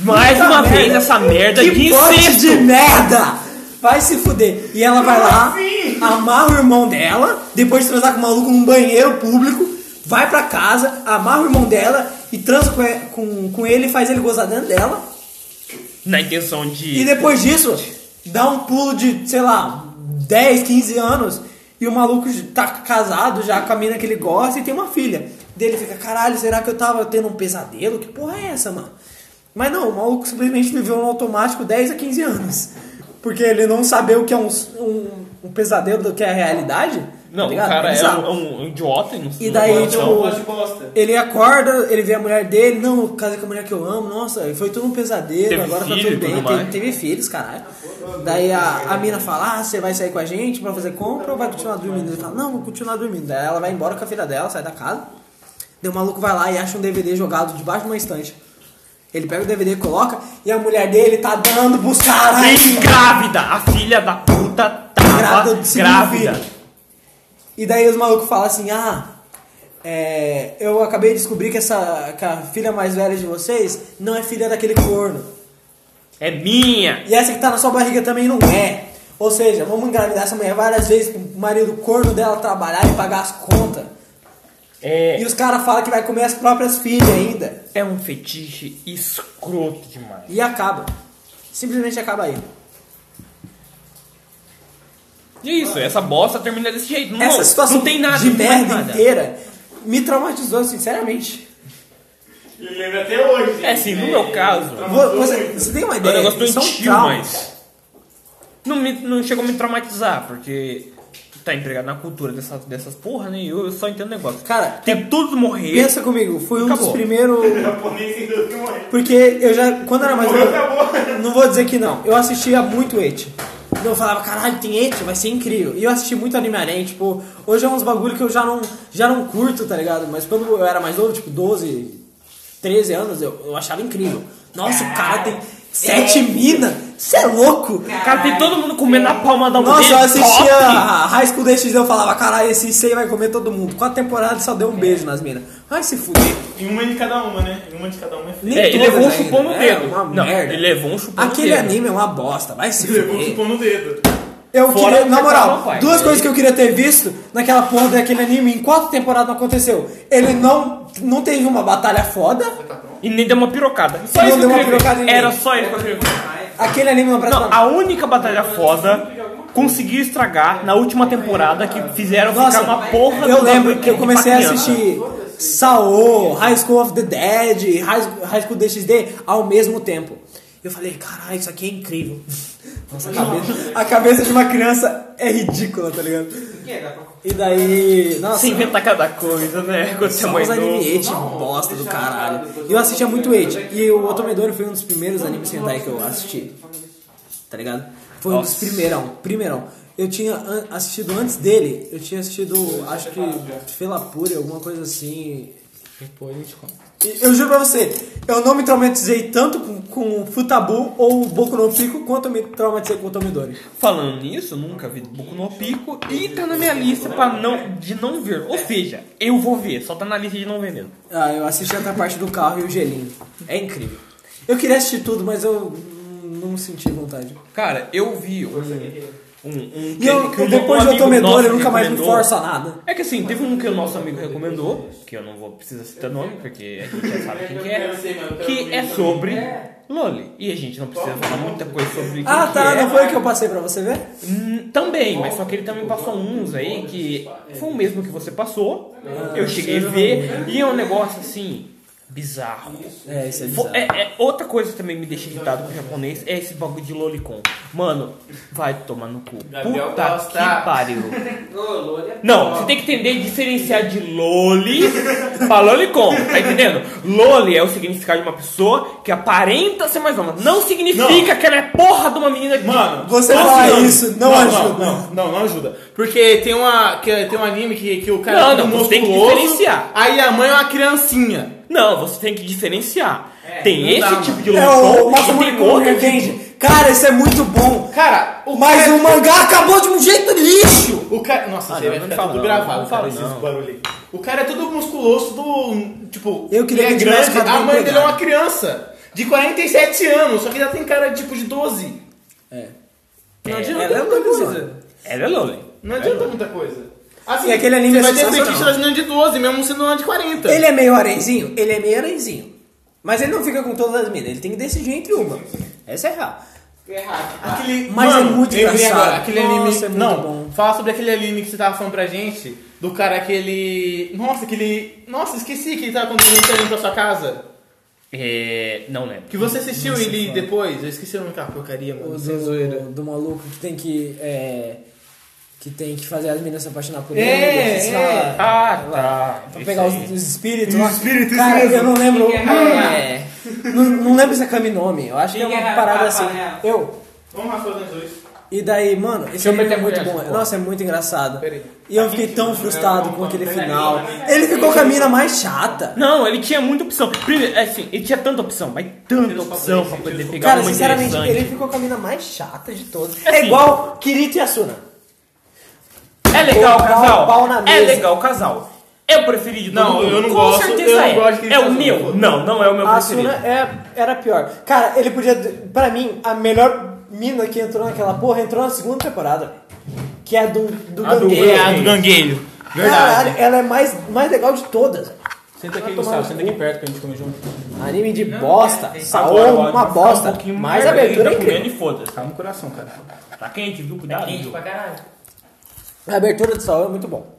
[SPEAKER 1] Mais
[SPEAKER 3] Puta
[SPEAKER 1] uma vez essa merda
[SPEAKER 3] que
[SPEAKER 1] de
[SPEAKER 3] pote
[SPEAKER 1] incesto.
[SPEAKER 3] de merda! Vai se fuder. E ela vai lá, amarra o irmão dela, depois de transar com o maluco num banheiro público, vai pra casa, amarra o irmão dela e transa com, e- com, com ele e faz ele gozar dentro dela.
[SPEAKER 1] Na intenção de.
[SPEAKER 3] E depois disso, dá um pulo de, sei lá, 10, 15 anos e o maluco tá casado já com a mina que ele gosta e tem uma filha. Dele fica, caralho, será que eu tava tendo um pesadelo? Que porra é essa, mano? Mas não, o maluco simplesmente viveu no automático 10 a 15 anos. Porque ele não sabia o que é um, um, um pesadelo do que é a realidade. tá
[SPEAKER 1] Não, o
[SPEAKER 3] ligado?
[SPEAKER 1] cara é
[SPEAKER 3] bizarro.
[SPEAKER 1] um, um- um idiota e não
[SPEAKER 3] E daí,
[SPEAKER 1] não-
[SPEAKER 6] Então,
[SPEAKER 3] tipo,
[SPEAKER 6] eu gosto de bosta.
[SPEAKER 3] Ele acorda, ele vê a mulher dele, não, eu casei com a mulher que eu amo, nossa, foi tudo um pesadelo,
[SPEAKER 1] Teve
[SPEAKER 3] agora
[SPEAKER 1] filho
[SPEAKER 3] tá
[SPEAKER 1] e
[SPEAKER 3] tudo
[SPEAKER 1] tudo
[SPEAKER 3] bem,
[SPEAKER 1] mais.
[SPEAKER 3] teve, teve filhos, caralho. Daí a, a mina fala, ah, você vai sair com a gente pra fazer compra ou vai continuar dormindo? Ele fala, não, vou continuar dormindo. Daí ela vai embora com a filha dela, sai da casa. Daí o maluco vai lá e acha um DVD jogado debaixo de uma estante. Ele pega o DVD, coloca, e a mulher dele tá dando pros caras.
[SPEAKER 1] Sim, grávida! A filha da puta tava
[SPEAKER 3] Grávida do
[SPEAKER 1] grávida.
[SPEAKER 3] segundo filho. E daí os malucos falam assim, ah, é, eu acabei de descobrir que, essa, que a filha mais velha de vocês não é filha daquele corno.
[SPEAKER 1] É minha!
[SPEAKER 3] E essa que tá na sua barriga também não é. Ou seja, vamos engravidar essa mulher várias vezes pro marido corno dela trabalhar e pagar as contas.
[SPEAKER 1] É,
[SPEAKER 3] E os caras falam que vai comer as próprias filhas ainda.
[SPEAKER 1] é um fetiche escroto demais.
[SPEAKER 3] E acaba. Simplesmente acaba aí.
[SPEAKER 1] E é isso, essa bosta termina desse jeito. Não,
[SPEAKER 3] Essa situação
[SPEAKER 1] não tem nada,
[SPEAKER 3] de
[SPEAKER 1] não tem mais
[SPEAKER 3] merda
[SPEAKER 1] nada.
[SPEAKER 3] inteira me traumatizou, sinceramente.
[SPEAKER 6] Eu lembro até hoje.
[SPEAKER 1] É assim, no meu caso,
[SPEAKER 3] Vo- Você, você tem uma
[SPEAKER 1] É um
[SPEAKER 3] ideia?
[SPEAKER 1] negócio
[SPEAKER 3] São
[SPEAKER 1] doentio,
[SPEAKER 3] traumas.
[SPEAKER 1] mas. Não, me, não chegou a me traumatizar, porque tá empregado na cultura dessa, dessas porra, né? E eu, eu só entendo o negócio.
[SPEAKER 3] Cara, é
[SPEAKER 1] tem tudo morrer.
[SPEAKER 3] Pensa comigo, fui um
[SPEAKER 1] Acabou.
[SPEAKER 3] dos primeiros.
[SPEAKER 6] Japonês em 2001.
[SPEAKER 3] Porque eu já, quando era mais
[SPEAKER 6] Acabou,
[SPEAKER 3] novo,
[SPEAKER 6] acabou.
[SPEAKER 3] não vou dizer que não, eu assistia muito Et. Então Eu falava, caralho, tem Et, vai ser incrível. E eu assisti muito anime arém, tipo, hoje é uns bagulho que eu já não, já não curto, tá ligado? Mas quando eu era mais novo, tipo, 12, 13 anos, eu, eu achava incrível. Nossa, o cara tem sete mina, cê é louco!
[SPEAKER 1] Cara, tem todo mundo comendo na palma da mão
[SPEAKER 3] Nossa,
[SPEAKER 1] dele,
[SPEAKER 3] eu assistia
[SPEAKER 1] é top.
[SPEAKER 3] a High School DxD, eu falava, caralho, esse Issei vai comer todo mundo. Quatro temporadas só deu um beijo nas minas. Ai, se fuder.
[SPEAKER 6] E uma de cada uma, né? E uma de cada uma é feia.
[SPEAKER 3] Nem
[SPEAKER 1] É, ele
[SPEAKER 3] todas
[SPEAKER 1] levou um
[SPEAKER 3] ainda.
[SPEAKER 1] chupão no
[SPEAKER 3] É,
[SPEAKER 1] dedo.
[SPEAKER 3] uma
[SPEAKER 1] não,
[SPEAKER 3] merda.
[SPEAKER 1] ele levou um chupão
[SPEAKER 3] Aquele
[SPEAKER 1] no dedo. um
[SPEAKER 3] anime é uma bosta, vai se
[SPEAKER 6] Levou
[SPEAKER 3] fuder.
[SPEAKER 6] chupão no dedo.
[SPEAKER 3] Eu
[SPEAKER 1] Fora
[SPEAKER 3] queria,
[SPEAKER 1] que
[SPEAKER 3] na
[SPEAKER 1] você
[SPEAKER 3] moral,
[SPEAKER 1] tava, pai.
[SPEAKER 3] duas coisas que eu queria ter visto naquela porra daquele anime em quatro temporadas não aconteceu. Ele não, não teve uma batalha foda,
[SPEAKER 1] E nem deu uma pirocada. Só
[SPEAKER 3] Não
[SPEAKER 1] isso
[SPEAKER 3] deu
[SPEAKER 1] que eu
[SPEAKER 3] uma
[SPEAKER 1] queria ver.
[SPEAKER 3] pirocada em
[SPEAKER 1] Era
[SPEAKER 3] ninguém.
[SPEAKER 1] só ele.
[SPEAKER 3] aquele anime é não presta
[SPEAKER 1] Não, a única batalha foda conseguiu estragar na última temporada que fizeram ficar
[SPEAKER 3] Nossa,
[SPEAKER 1] é uma porra
[SPEAKER 3] eu
[SPEAKER 1] do
[SPEAKER 3] lembro
[SPEAKER 1] bagulho é
[SPEAKER 3] que eu
[SPEAKER 1] pra
[SPEAKER 3] comecei a
[SPEAKER 1] criança.
[SPEAKER 3] assistir Saô, High School of the Dead, High School- High School DxD ao mesmo tempo. Eu falei, caralho, isso aqui é incrível. Nossa, a cabeça, a cabeça de uma criança é ridícula, tá ligado? E daí, nossa,
[SPEAKER 1] Você inventa cada coisa, né? Quando você é
[SPEAKER 3] Só
[SPEAKER 1] mais
[SPEAKER 3] os
[SPEAKER 1] novo.
[SPEAKER 3] anime eti, bosta do caralho. E eu assistia muito eti. E o Otomedori foi um dos primeiros animes hentai que eu assisti. Tá ligado? Foi um dos primeirão, primeirão. Eu tinha an- assistido antes dele, eu tinha assistido, acho que Felapuri, alguma coisa assim.
[SPEAKER 5] Depois a gente conta.
[SPEAKER 3] E eu juro pra você, eu não me traumatizei tanto com, com o Futabu ou o Boku no Pico quanto eu me traumatizei com o Otomedori.
[SPEAKER 1] Falando nisso, eu nunca vi Boku no Pico e tá na minha lista pra não, de não ver. Ou seja, eu vou ver, só tá na lista de não ver mesmo.
[SPEAKER 3] Ah, eu assisti até a parte do carro e o gelinho. É incrível. Eu queria assistir tudo, mas eu hum, não senti vontade.
[SPEAKER 1] Cara, eu vi um. um, um
[SPEAKER 3] E eu, depois de eu tomei dor, eu nunca mais me forço a nada.
[SPEAKER 1] É que assim, teve um que o nosso amigo recomendou, que eu não vou precisar citar nome, porque a gente já sabe quem que é, que é sobre Loli. E a gente não precisa falar muita coisa sobre quem
[SPEAKER 3] Ah, tá,
[SPEAKER 1] que é.
[SPEAKER 3] não foi o que eu passei pra você ver?
[SPEAKER 1] Hum, Também, mas só que ele também passou uns aí que foi o mesmo que você passou. Eu cheguei a ver e é um negócio assim bizarro.
[SPEAKER 3] É, isso é
[SPEAKER 1] Fo-
[SPEAKER 3] bizarro.
[SPEAKER 1] É, é- outra coisa que também me deixa irritado com o japonês é esse bagulho de lolicon. Mano, vai tomar no cu.
[SPEAKER 6] Gabriel
[SPEAKER 1] Puta
[SPEAKER 6] gosta.
[SPEAKER 1] que pariu.
[SPEAKER 4] Ô, Loli é
[SPEAKER 1] Não, você tem que entender diferenciar de loli pra lolicon, tá entendendo? Loli é o significado de uma pessoa que aparenta ser mais nova. Não significa que ela é porra de uma menina de
[SPEAKER 6] Mano,
[SPEAKER 3] Você
[SPEAKER 6] não
[SPEAKER 3] falar
[SPEAKER 6] ajuda.
[SPEAKER 3] isso não ajuda.
[SPEAKER 6] Não, não, não ajuda. Porque tem, uma, que, tem um anime que, que o cara
[SPEAKER 1] Não, não, você tem que
[SPEAKER 6] monstruoso,
[SPEAKER 1] diferenciar.
[SPEAKER 6] Aí a mãe é uma criancinha.
[SPEAKER 1] Não, você tem que diferenciar.
[SPEAKER 6] É, não
[SPEAKER 1] tem esse
[SPEAKER 6] dá,
[SPEAKER 1] tipo
[SPEAKER 6] mano.
[SPEAKER 1] de
[SPEAKER 3] É o
[SPEAKER 1] lolicon e tem outro
[SPEAKER 3] Masamune
[SPEAKER 1] tipo.
[SPEAKER 3] Revenge. Cara, isso é muito bom.
[SPEAKER 6] Cara, o
[SPEAKER 3] Mas
[SPEAKER 6] cara,
[SPEAKER 3] o mangá acabou de um jeito lixo.
[SPEAKER 6] O cara.
[SPEAKER 3] Ah,
[SPEAKER 6] Nossa, você
[SPEAKER 1] não,
[SPEAKER 6] vai
[SPEAKER 1] não
[SPEAKER 6] ficar
[SPEAKER 1] fala
[SPEAKER 6] tudo
[SPEAKER 1] não,
[SPEAKER 6] gravado, cara,
[SPEAKER 1] não fala
[SPEAKER 6] esses
[SPEAKER 1] não.
[SPEAKER 6] barulho aí. O cara é todo musculoso, todo. Tipo,
[SPEAKER 3] Eu queria
[SPEAKER 6] ele é
[SPEAKER 3] que tivesse
[SPEAKER 6] grande, a
[SPEAKER 3] cabelo
[SPEAKER 6] mãe dele é
[SPEAKER 3] pegado.
[SPEAKER 6] uma criança. De 47 anos, só que já tem cara tipo de 12.
[SPEAKER 3] É.
[SPEAKER 1] É,
[SPEAKER 3] Não adianta, é, é,
[SPEAKER 1] Ela é loli.
[SPEAKER 6] Não adianta muita coisa. Assim,
[SPEAKER 3] E aquele
[SPEAKER 6] você
[SPEAKER 3] anime é
[SPEAKER 6] vai ter
[SPEAKER 3] sensacional.
[SPEAKER 6] fetiche das meninas de 12, mesmo sendo uma de 40.
[SPEAKER 3] Ele é meio arenzinho? Ele é meio arenzinho. Mas ele não fica com todas as minas, ele tem que decidir entre uma. Essa é real.
[SPEAKER 4] Errado.
[SPEAKER 6] Aquele,
[SPEAKER 3] Mas
[SPEAKER 6] mano,
[SPEAKER 3] é muito
[SPEAKER 6] lembrei
[SPEAKER 3] engraçado.
[SPEAKER 6] agora, aquele anime,
[SPEAKER 3] Nossa, é muito
[SPEAKER 6] não,
[SPEAKER 3] bom.
[SPEAKER 6] fala sobre aquele anime que você tava falando pra gente, do cara que ele... Nossa, aquele... Nossa, esqueci que ele tava conduzindo o anime pra sua casa.
[SPEAKER 1] É, não lembro.
[SPEAKER 6] Que você assistiu ele depois. Eu esqueci o nome daquela porcaria,
[SPEAKER 3] O
[SPEAKER 6] mano. Sem zoeira.
[SPEAKER 3] do, do maluco que tem que. É, que tem que fazer as meninas se apaixonar por
[SPEAKER 6] É,
[SPEAKER 3] ele. né?
[SPEAKER 6] é.
[SPEAKER 3] sei lá,
[SPEAKER 1] Ah, tá.
[SPEAKER 3] Pra pegar os, os espíritos lá.
[SPEAKER 6] espíritos,
[SPEAKER 3] Cara,
[SPEAKER 6] isso mesmo.
[SPEAKER 3] eu não lembro.
[SPEAKER 4] Quem que é
[SPEAKER 3] É. não, não lembro se é Kaminome. Eu acho que é
[SPEAKER 4] Quem
[SPEAKER 3] uma
[SPEAKER 4] que é
[SPEAKER 3] parada assim.
[SPEAKER 4] Rafael?
[SPEAKER 3] Eu.
[SPEAKER 6] Vamos raspar os dois.
[SPEAKER 3] E daí, mano, esse
[SPEAKER 4] Deixa eu
[SPEAKER 3] filme é
[SPEAKER 4] meter
[SPEAKER 3] muito
[SPEAKER 4] essa,
[SPEAKER 3] bom.
[SPEAKER 4] pô.
[SPEAKER 3] Nossa, é muito engraçado.
[SPEAKER 6] Peraí.
[SPEAKER 3] E eu fiquei tão frustrado com aquele final. Ele ficou com a mina mais chata.
[SPEAKER 1] Não, ele tinha muita opção. Primeiro, assim, ele tinha tanta opção, mas tanta opção pra poder pegar
[SPEAKER 3] Cara,
[SPEAKER 1] uma
[SPEAKER 3] sinceramente,
[SPEAKER 1] interessante.
[SPEAKER 3] ele ficou com a mina mais chata de todas. É
[SPEAKER 1] Assim.
[SPEAKER 3] igual Kirito e Asuna.
[SPEAKER 1] É legal o
[SPEAKER 3] Pau-
[SPEAKER 1] casal?
[SPEAKER 3] um pau na
[SPEAKER 1] é
[SPEAKER 3] mesa.
[SPEAKER 1] legal o casal. É o preferido de todo
[SPEAKER 6] Não,
[SPEAKER 1] mundo?
[SPEAKER 6] eu não
[SPEAKER 1] Com
[SPEAKER 6] gosto,
[SPEAKER 1] certeza
[SPEAKER 6] eu não
[SPEAKER 1] é.
[SPEAKER 6] gosto que ele
[SPEAKER 1] É
[SPEAKER 6] faça
[SPEAKER 1] o meu?
[SPEAKER 6] isso.
[SPEAKER 1] Não, não é o meu
[SPEAKER 3] A
[SPEAKER 1] preferido.
[SPEAKER 3] Asuna é- era pior. Cara, ele podia. Pra mim, a melhor mina que entrou naquela porra entrou na segunda temporada. Que é a do, do
[SPEAKER 1] A do
[SPEAKER 3] gangueiro.
[SPEAKER 1] É, a do
[SPEAKER 6] gangueiro.
[SPEAKER 3] Caralho, ela é mais, mais legal de todas.
[SPEAKER 5] Senta
[SPEAKER 3] Vai
[SPEAKER 5] aqui,
[SPEAKER 3] tomar
[SPEAKER 5] Gustavo,
[SPEAKER 3] no
[SPEAKER 5] senta
[SPEAKER 3] cu.
[SPEAKER 5] aqui perto pra gente comer junto.
[SPEAKER 3] Anime de
[SPEAKER 4] Não,
[SPEAKER 3] bosta.
[SPEAKER 4] é, é.
[SPEAKER 1] Agora,
[SPEAKER 3] Saô,
[SPEAKER 1] agora,
[SPEAKER 3] uma
[SPEAKER 1] vai ficar
[SPEAKER 3] bosta.
[SPEAKER 1] um pouquinho
[SPEAKER 3] mas a
[SPEAKER 1] mais
[SPEAKER 3] abertura é
[SPEAKER 1] tá
[SPEAKER 3] incrível.
[SPEAKER 1] comendo e foda-se.
[SPEAKER 5] Calma o coração, cara.
[SPEAKER 1] Tá quente, viu?
[SPEAKER 4] Tá
[SPEAKER 1] Cuidado.
[SPEAKER 4] quente pra caralho.
[SPEAKER 3] A abertura de Saô é muito bom.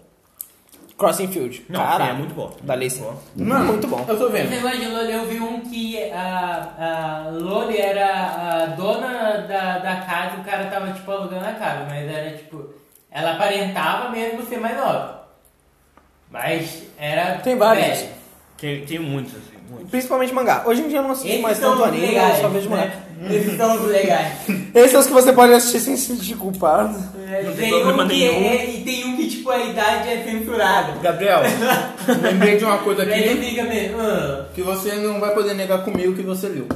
[SPEAKER 3] Crossing Field.
[SPEAKER 1] Não,
[SPEAKER 3] Caralho.
[SPEAKER 1] é muito bom.
[SPEAKER 3] Da Alice.
[SPEAKER 5] Mano,
[SPEAKER 3] muito bom.
[SPEAKER 5] Eu tô
[SPEAKER 4] Esse
[SPEAKER 5] vendo.
[SPEAKER 4] negócio de Loli, eu vi um que a, a Loli era a dona da, da casa e o cara tava tipo alugando a casa, mas era tipo. Ela aparentava mesmo ser mais nova. Mas era.
[SPEAKER 3] Tem vários.
[SPEAKER 4] velha.
[SPEAKER 1] Tem, tem muitos, assim, muitos.
[SPEAKER 3] Principalmente mangá. Hoje em dia eu não assisto
[SPEAKER 4] Esses
[SPEAKER 3] mais
[SPEAKER 4] são
[SPEAKER 3] tanto
[SPEAKER 4] os
[SPEAKER 3] anime,
[SPEAKER 4] legais.
[SPEAKER 3] eu só vejo mangá.
[SPEAKER 4] né? Esses são os legais.
[SPEAKER 3] Esses são os que você pode assistir sem se sentir culpado.
[SPEAKER 4] E
[SPEAKER 1] tem
[SPEAKER 4] tem, um
[SPEAKER 1] problema
[SPEAKER 4] que
[SPEAKER 1] nenhum.
[SPEAKER 4] é, e tem um que tipo a idade é censurada.
[SPEAKER 5] Gabriel, lembrei de uma coisa
[SPEAKER 4] Aí ele
[SPEAKER 5] aqui
[SPEAKER 4] fica meio. "Ah,
[SPEAKER 5] que você não vai poder negar comigo que você liu.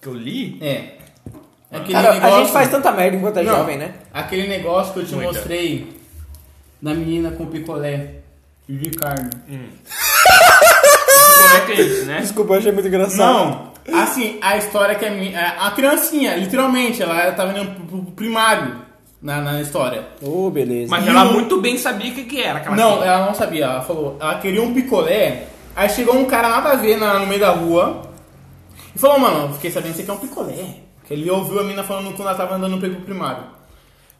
[SPEAKER 1] Que eu li?
[SPEAKER 5] É. Aquele
[SPEAKER 3] Cara, a gente faz tanta merda enquanto é
[SPEAKER 5] Não,
[SPEAKER 3] jovem, né?
[SPEAKER 5] Aquele negócio que eu te
[SPEAKER 1] Muita.
[SPEAKER 5] mostrei da menina com picolé de carne.
[SPEAKER 1] Como é que é isso, né?
[SPEAKER 3] Desculpa, eu achei muito engraçado.
[SPEAKER 5] Não, assim, a história que a menina. A a criancinha, literalmente, ela tava indo pro- pro primário na, na história.
[SPEAKER 3] Ô, beleza.
[SPEAKER 1] Mas
[SPEAKER 5] E
[SPEAKER 1] ela
[SPEAKER 5] o-
[SPEAKER 1] muito bem sabia o que, que era aquela
[SPEAKER 5] Não,
[SPEAKER 1] coisa.
[SPEAKER 5] ela não sabia. Ela falou, ela queria um picolé. Aí chegou um cara nada a ver na- no meio da rua e falou, mano, eu fiquei sabendo que você quer um picolé. Que ele ouviu a menina falando quando ela tava andando pelo primário.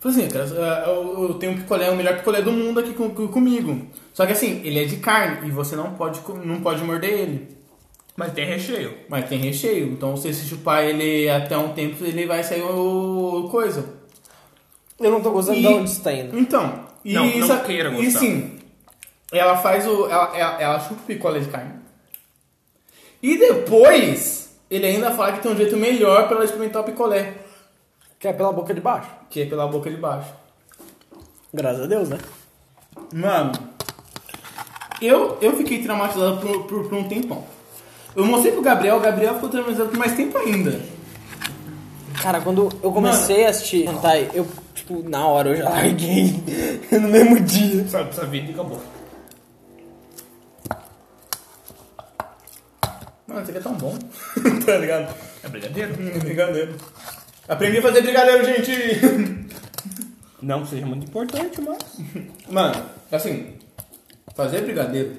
[SPEAKER 5] Falou assim, cara, eh, eu, eu tenho um picolé, o melhor picolé do mundo aqui com- com- comigo. Só que assim, ele é de carne e você não pode, co- não pode morder ele.
[SPEAKER 1] Mas tem recheio.
[SPEAKER 5] Mas tem recheio, então se você chupar ele até um tempo, ele vai sair o coisa.
[SPEAKER 3] Eu não tô gostando
[SPEAKER 5] E-
[SPEAKER 3] de onde isso tá indo.
[SPEAKER 5] Então, e
[SPEAKER 1] Não, não
[SPEAKER 5] isso-
[SPEAKER 1] queira
[SPEAKER 5] E
[SPEAKER 1] gostar.
[SPEAKER 5] sim, ela faz o. Ela, ela, ela chupa o picolé de carne. E depois, ele ainda fala que tem um jeito melhor pra ela experimentar o picolé,
[SPEAKER 3] Que é pela boca de baixo.
[SPEAKER 5] que é pela boca de baixo.
[SPEAKER 3] Graças a Deus, né?
[SPEAKER 5] Mano, eu, eu fiquei traumatizado por, por, por um tempão. Eu mostrei pro Gabriel, o Gabriel ficou traumatizado por mais tempo ainda.
[SPEAKER 3] Cara, quando eu comecei a assistir Hentai, eu, tipo, na hora eu já larguei. no mesmo dia.
[SPEAKER 1] Sabe, essa vida e acabou.
[SPEAKER 5] Mano, isso aqui é tão bom. tá ligado?
[SPEAKER 1] É brigadeiro?
[SPEAKER 5] Hum, brigadeiro. Aprendi a fazer brigadeiro, gente!
[SPEAKER 1] Não que seja muito importante, mas...
[SPEAKER 5] Mano, assim, fazer brigadeiro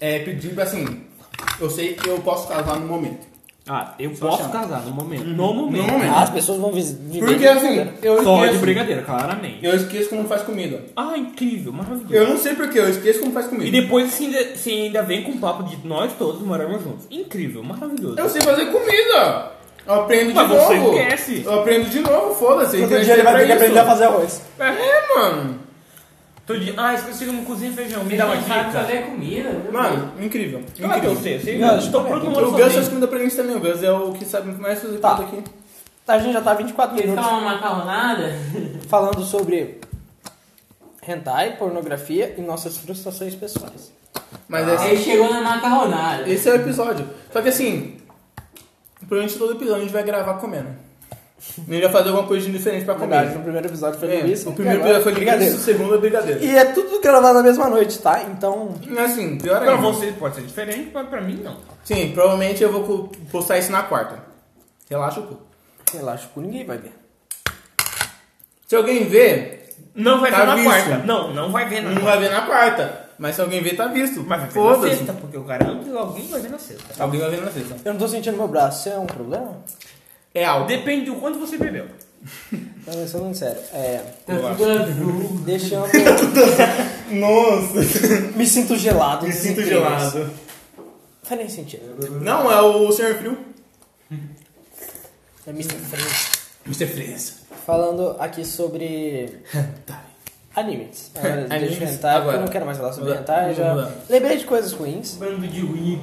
[SPEAKER 5] é pedir pra assim. Eu sei que eu posso casar no momento.
[SPEAKER 1] Ah, eu
[SPEAKER 5] Só
[SPEAKER 1] posso
[SPEAKER 5] chama.
[SPEAKER 1] casar no momento. No
[SPEAKER 5] No
[SPEAKER 1] momento. Ah,
[SPEAKER 5] momento.
[SPEAKER 3] As pessoas vão vis- viver.
[SPEAKER 5] Porque
[SPEAKER 3] de
[SPEAKER 5] assim,
[SPEAKER 3] brincadeira.
[SPEAKER 5] eu
[SPEAKER 1] Só de
[SPEAKER 5] esqueço.
[SPEAKER 1] brigadeiro, claramente.
[SPEAKER 5] Eu esqueço como faz comida.
[SPEAKER 1] Ah, incrível, maravilhoso.
[SPEAKER 5] Eu não sei porque, eu esqueço como faz comida.
[SPEAKER 1] E depois você ainda, você ainda vem com o papo de nós todos moramos juntos. Incrível, maravilhoso.
[SPEAKER 5] Eu sei fazer comida! Eu aprendo
[SPEAKER 1] Mas
[SPEAKER 5] de
[SPEAKER 1] você
[SPEAKER 5] novo!
[SPEAKER 1] esquece.
[SPEAKER 5] Eu aprendo de novo, foda-se.
[SPEAKER 3] Todo
[SPEAKER 5] internet
[SPEAKER 3] dia ele vai
[SPEAKER 5] pra
[SPEAKER 3] ter que
[SPEAKER 5] isso.
[SPEAKER 3] aprender a fazer arroz.
[SPEAKER 5] É, mano.
[SPEAKER 1] Todo dia. Ah, esqueci que eu não cozinho feijão. Me dá uma
[SPEAKER 4] não sabe
[SPEAKER 1] dica.
[SPEAKER 4] fazer comida.
[SPEAKER 5] Mano, incrível.
[SPEAKER 1] Claro que eu
[SPEAKER 5] incrível.
[SPEAKER 1] sei, eu sei.
[SPEAKER 3] Não,
[SPEAKER 1] Eu estou
[SPEAKER 3] eu
[SPEAKER 1] pronto
[SPEAKER 5] O
[SPEAKER 1] morando
[SPEAKER 5] Gus faz
[SPEAKER 1] sozinho.
[SPEAKER 5] comida pra gente também. O Gus é o que sabe mais fazer
[SPEAKER 3] Tá.
[SPEAKER 5] tudo aqui.
[SPEAKER 3] A gente já tá 24
[SPEAKER 4] Eles
[SPEAKER 3] minutos
[SPEAKER 4] tomam uma macarronada.
[SPEAKER 3] falando sobre hentai, pornografia e nossas frustrações pessoais.
[SPEAKER 5] Mas
[SPEAKER 1] Ah,
[SPEAKER 5] é
[SPEAKER 4] Aí chegou na macarronada.
[SPEAKER 5] Esse é o episódio. Só que assim, provavelmente todo episódio a gente vai gravar comendo. A gente vai fazer alguma coisa diferente pra comer.
[SPEAKER 3] Verdade, no primeiro episódio foi
[SPEAKER 5] É,
[SPEAKER 3] linguiça.
[SPEAKER 5] o
[SPEAKER 3] e
[SPEAKER 5] primeiro
[SPEAKER 3] agora
[SPEAKER 5] episódio foi
[SPEAKER 3] brigadeiro.
[SPEAKER 5] brigadeiro, o segundo é brigadeiro.
[SPEAKER 3] E é tudo gravado na mesma noite, tá? Então,
[SPEAKER 5] E assim, pior
[SPEAKER 1] Pra
[SPEAKER 5] ainda.
[SPEAKER 1] você pode ser diferente, mas pra mim não.
[SPEAKER 5] Sim, provavelmente eu vou co- postar isso na quarta. Relaxa o cu.
[SPEAKER 3] tipo, relaxa, o cu, ninguém vai ver.
[SPEAKER 5] Se alguém vê,
[SPEAKER 1] Não vai
[SPEAKER 5] Tá
[SPEAKER 1] ver na
[SPEAKER 5] visto.
[SPEAKER 1] quarta. Não, não vai ver na
[SPEAKER 5] não
[SPEAKER 1] quarta.
[SPEAKER 5] vai ver na quarta. Mas se alguém vê, tá visto.
[SPEAKER 1] Mas vai ver na
[SPEAKER 5] Foda-se.
[SPEAKER 1] sexta, porque eu garanto que alguém vai ver na sexta.
[SPEAKER 5] Alguém vai ver na sexta.
[SPEAKER 3] Eu não tô sentindo meu braço, isso é um problema?
[SPEAKER 5] É algo.
[SPEAKER 1] Depende do quanto você bebeu.
[SPEAKER 3] Não, mas falando sério, é.
[SPEAKER 4] Tá tudo azul.
[SPEAKER 3] Deixando.
[SPEAKER 5] Nossa.
[SPEAKER 3] Me sinto gelado.
[SPEAKER 5] Me sinto
[SPEAKER 3] incríveis.
[SPEAKER 5] gelado.
[SPEAKER 3] Não faz nem sentido.
[SPEAKER 5] Não, é o Sr. Frio.
[SPEAKER 3] É Mr. Freeze.
[SPEAKER 5] Mr. Friends.
[SPEAKER 3] Falando aqui sobre. Animes. Agora,
[SPEAKER 5] Animes,
[SPEAKER 3] deixa eu entrar, porque
[SPEAKER 5] agora.
[SPEAKER 3] eu não quero mais falar sobre
[SPEAKER 5] Vamos lá,
[SPEAKER 3] hentai. Já...
[SPEAKER 5] vamos lá.
[SPEAKER 3] Lembrei de coisas ruins.
[SPEAKER 4] Bando de whip.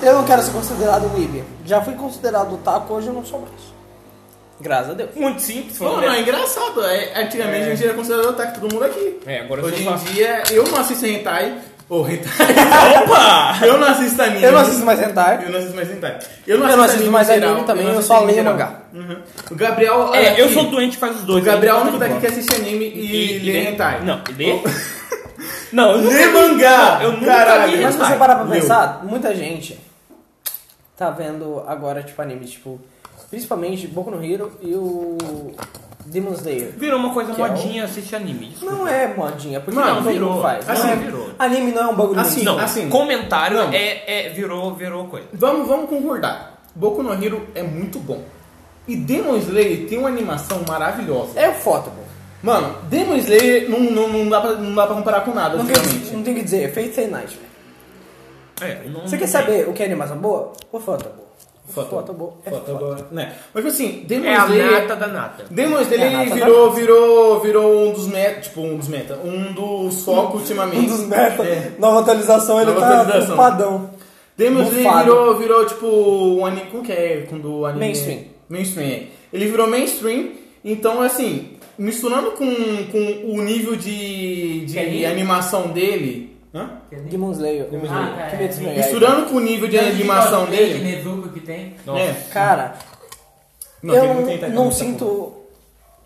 [SPEAKER 3] Eu não quero ser considerado weeb. Já fui considerado otaku, hoje eu não sou mais. Graças a Deus.
[SPEAKER 1] Muito simples.
[SPEAKER 5] Pô, não, é engraçado. É, antigamente
[SPEAKER 1] É.
[SPEAKER 5] a gente era considerado ataque todo mundo aqui.
[SPEAKER 1] É, agora eu
[SPEAKER 5] Hoje
[SPEAKER 1] sou
[SPEAKER 5] em
[SPEAKER 1] fácil.
[SPEAKER 5] dia, eu não assisto hentai. Ou hentai.
[SPEAKER 1] Opa!
[SPEAKER 5] Eu não assisto anime.
[SPEAKER 3] Eu não assisto mais hentai.
[SPEAKER 5] Eu não assisto mais hentai.
[SPEAKER 3] Eu não assisto
[SPEAKER 5] anime
[SPEAKER 3] mais
[SPEAKER 5] em geral.
[SPEAKER 3] anime também,
[SPEAKER 5] não
[SPEAKER 3] eu
[SPEAKER 5] assisto
[SPEAKER 3] só
[SPEAKER 5] anime em
[SPEAKER 3] leio
[SPEAKER 5] geral.
[SPEAKER 3] mangá.
[SPEAKER 5] Uhum. O Gabriel.
[SPEAKER 1] É, eu
[SPEAKER 5] aqui.
[SPEAKER 1] sou doente faz os
[SPEAKER 5] O
[SPEAKER 1] dois. né?
[SPEAKER 5] Gabriel é o
[SPEAKER 1] não
[SPEAKER 5] único daqui que assiste anime e, lê hentai.
[SPEAKER 1] é- Não, e lê. Não, eu
[SPEAKER 5] Lê
[SPEAKER 1] nunca li-
[SPEAKER 5] tá mangá!
[SPEAKER 1] Eu nunca
[SPEAKER 5] Caralho.
[SPEAKER 1] li
[SPEAKER 3] Mas se
[SPEAKER 1] hentai.
[SPEAKER 3] você parar pra
[SPEAKER 5] Meu.
[SPEAKER 3] pensar, muita gente tá vendo agora, tipo, anime, tipo, principalmente Boku no Hero e o Demon Slayer.
[SPEAKER 1] Virou uma coisa
[SPEAKER 3] Que é o-
[SPEAKER 1] modinha assistir anime. desculpa.
[SPEAKER 3] Não é modinha, porque
[SPEAKER 5] Não,
[SPEAKER 3] não, todo
[SPEAKER 1] virou.
[SPEAKER 3] mundo faz.
[SPEAKER 1] Assim,
[SPEAKER 3] Não é-
[SPEAKER 1] virou.
[SPEAKER 3] Anime não é um bagulho
[SPEAKER 5] Assim,
[SPEAKER 3] muito-
[SPEAKER 1] Não,
[SPEAKER 5] assim.
[SPEAKER 1] comentário
[SPEAKER 5] Não.
[SPEAKER 1] É, é- virou, virou coisa.
[SPEAKER 5] Vamos, vamos concordar. Boku no Hero é muito bom. E Demon Slayer tem uma animação maravilhosa.
[SPEAKER 3] É o foto, pô.
[SPEAKER 5] Mano, Demon Slayer não, não, não, dá, pra, não dá pra comparar com nada,
[SPEAKER 3] Não tem,
[SPEAKER 5] realmente.
[SPEAKER 3] não tem o que dizer, é feito sem night. velho.
[SPEAKER 1] É, não-
[SPEAKER 3] Você
[SPEAKER 1] não
[SPEAKER 3] quer
[SPEAKER 1] tem.
[SPEAKER 3] saber o que é animação boa? O foto, pô.
[SPEAKER 5] Uhum. Foto.
[SPEAKER 3] Foto boa. É
[SPEAKER 5] Foto
[SPEAKER 3] foto.
[SPEAKER 5] boa, né? Mas tipo assim, Demon
[SPEAKER 1] É a
[SPEAKER 5] Slayer.
[SPEAKER 1] nata da nata.
[SPEAKER 5] Demon
[SPEAKER 3] É a
[SPEAKER 5] Slayer
[SPEAKER 3] nata
[SPEAKER 5] virou, virou, virou um dos meta. Tipo, um dos meta. Um dos focos ultimamente.
[SPEAKER 3] Um dos meta.
[SPEAKER 5] É.
[SPEAKER 3] Nova atualização, ele
[SPEAKER 5] Nova
[SPEAKER 3] tá
[SPEAKER 5] atualização.
[SPEAKER 3] padão.
[SPEAKER 5] Demon
[SPEAKER 3] Bufado.
[SPEAKER 5] Slayer virou, virou tipo um anime. Como que é quando o anime.
[SPEAKER 3] Mainstream.
[SPEAKER 5] Mainstream, é. Ele virou mainstream, então assim, misturando com, com o nível de, de
[SPEAKER 4] Que anime?
[SPEAKER 5] animação dele. Hã?
[SPEAKER 3] Demon Slayer.
[SPEAKER 5] Demon
[SPEAKER 4] Slayer.
[SPEAKER 3] Ah, cara, Kimetsu no
[SPEAKER 5] É,
[SPEAKER 3] Yaiba.
[SPEAKER 5] Misturando com o nível de
[SPEAKER 4] Bando de
[SPEAKER 5] animação
[SPEAKER 4] cosplay
[SPEAKER 5] é dele. né?
[SPEAKER 4] de Nezuko que tem.
[SPEAKER 1] Nossa.
[SPEAKER 5] É.
[SPEAKER 3] Cara,
[SPEAKER 5] Não, tem muito
[SPEAKER 3] eu
[SPEAKER 5] hentai
[SPEAKER 3] não,
[SPEAKER 5] pra
[SPEAKER 3] não
[SPEAKER 5] muita porra.
[SPEAKER 3] sinto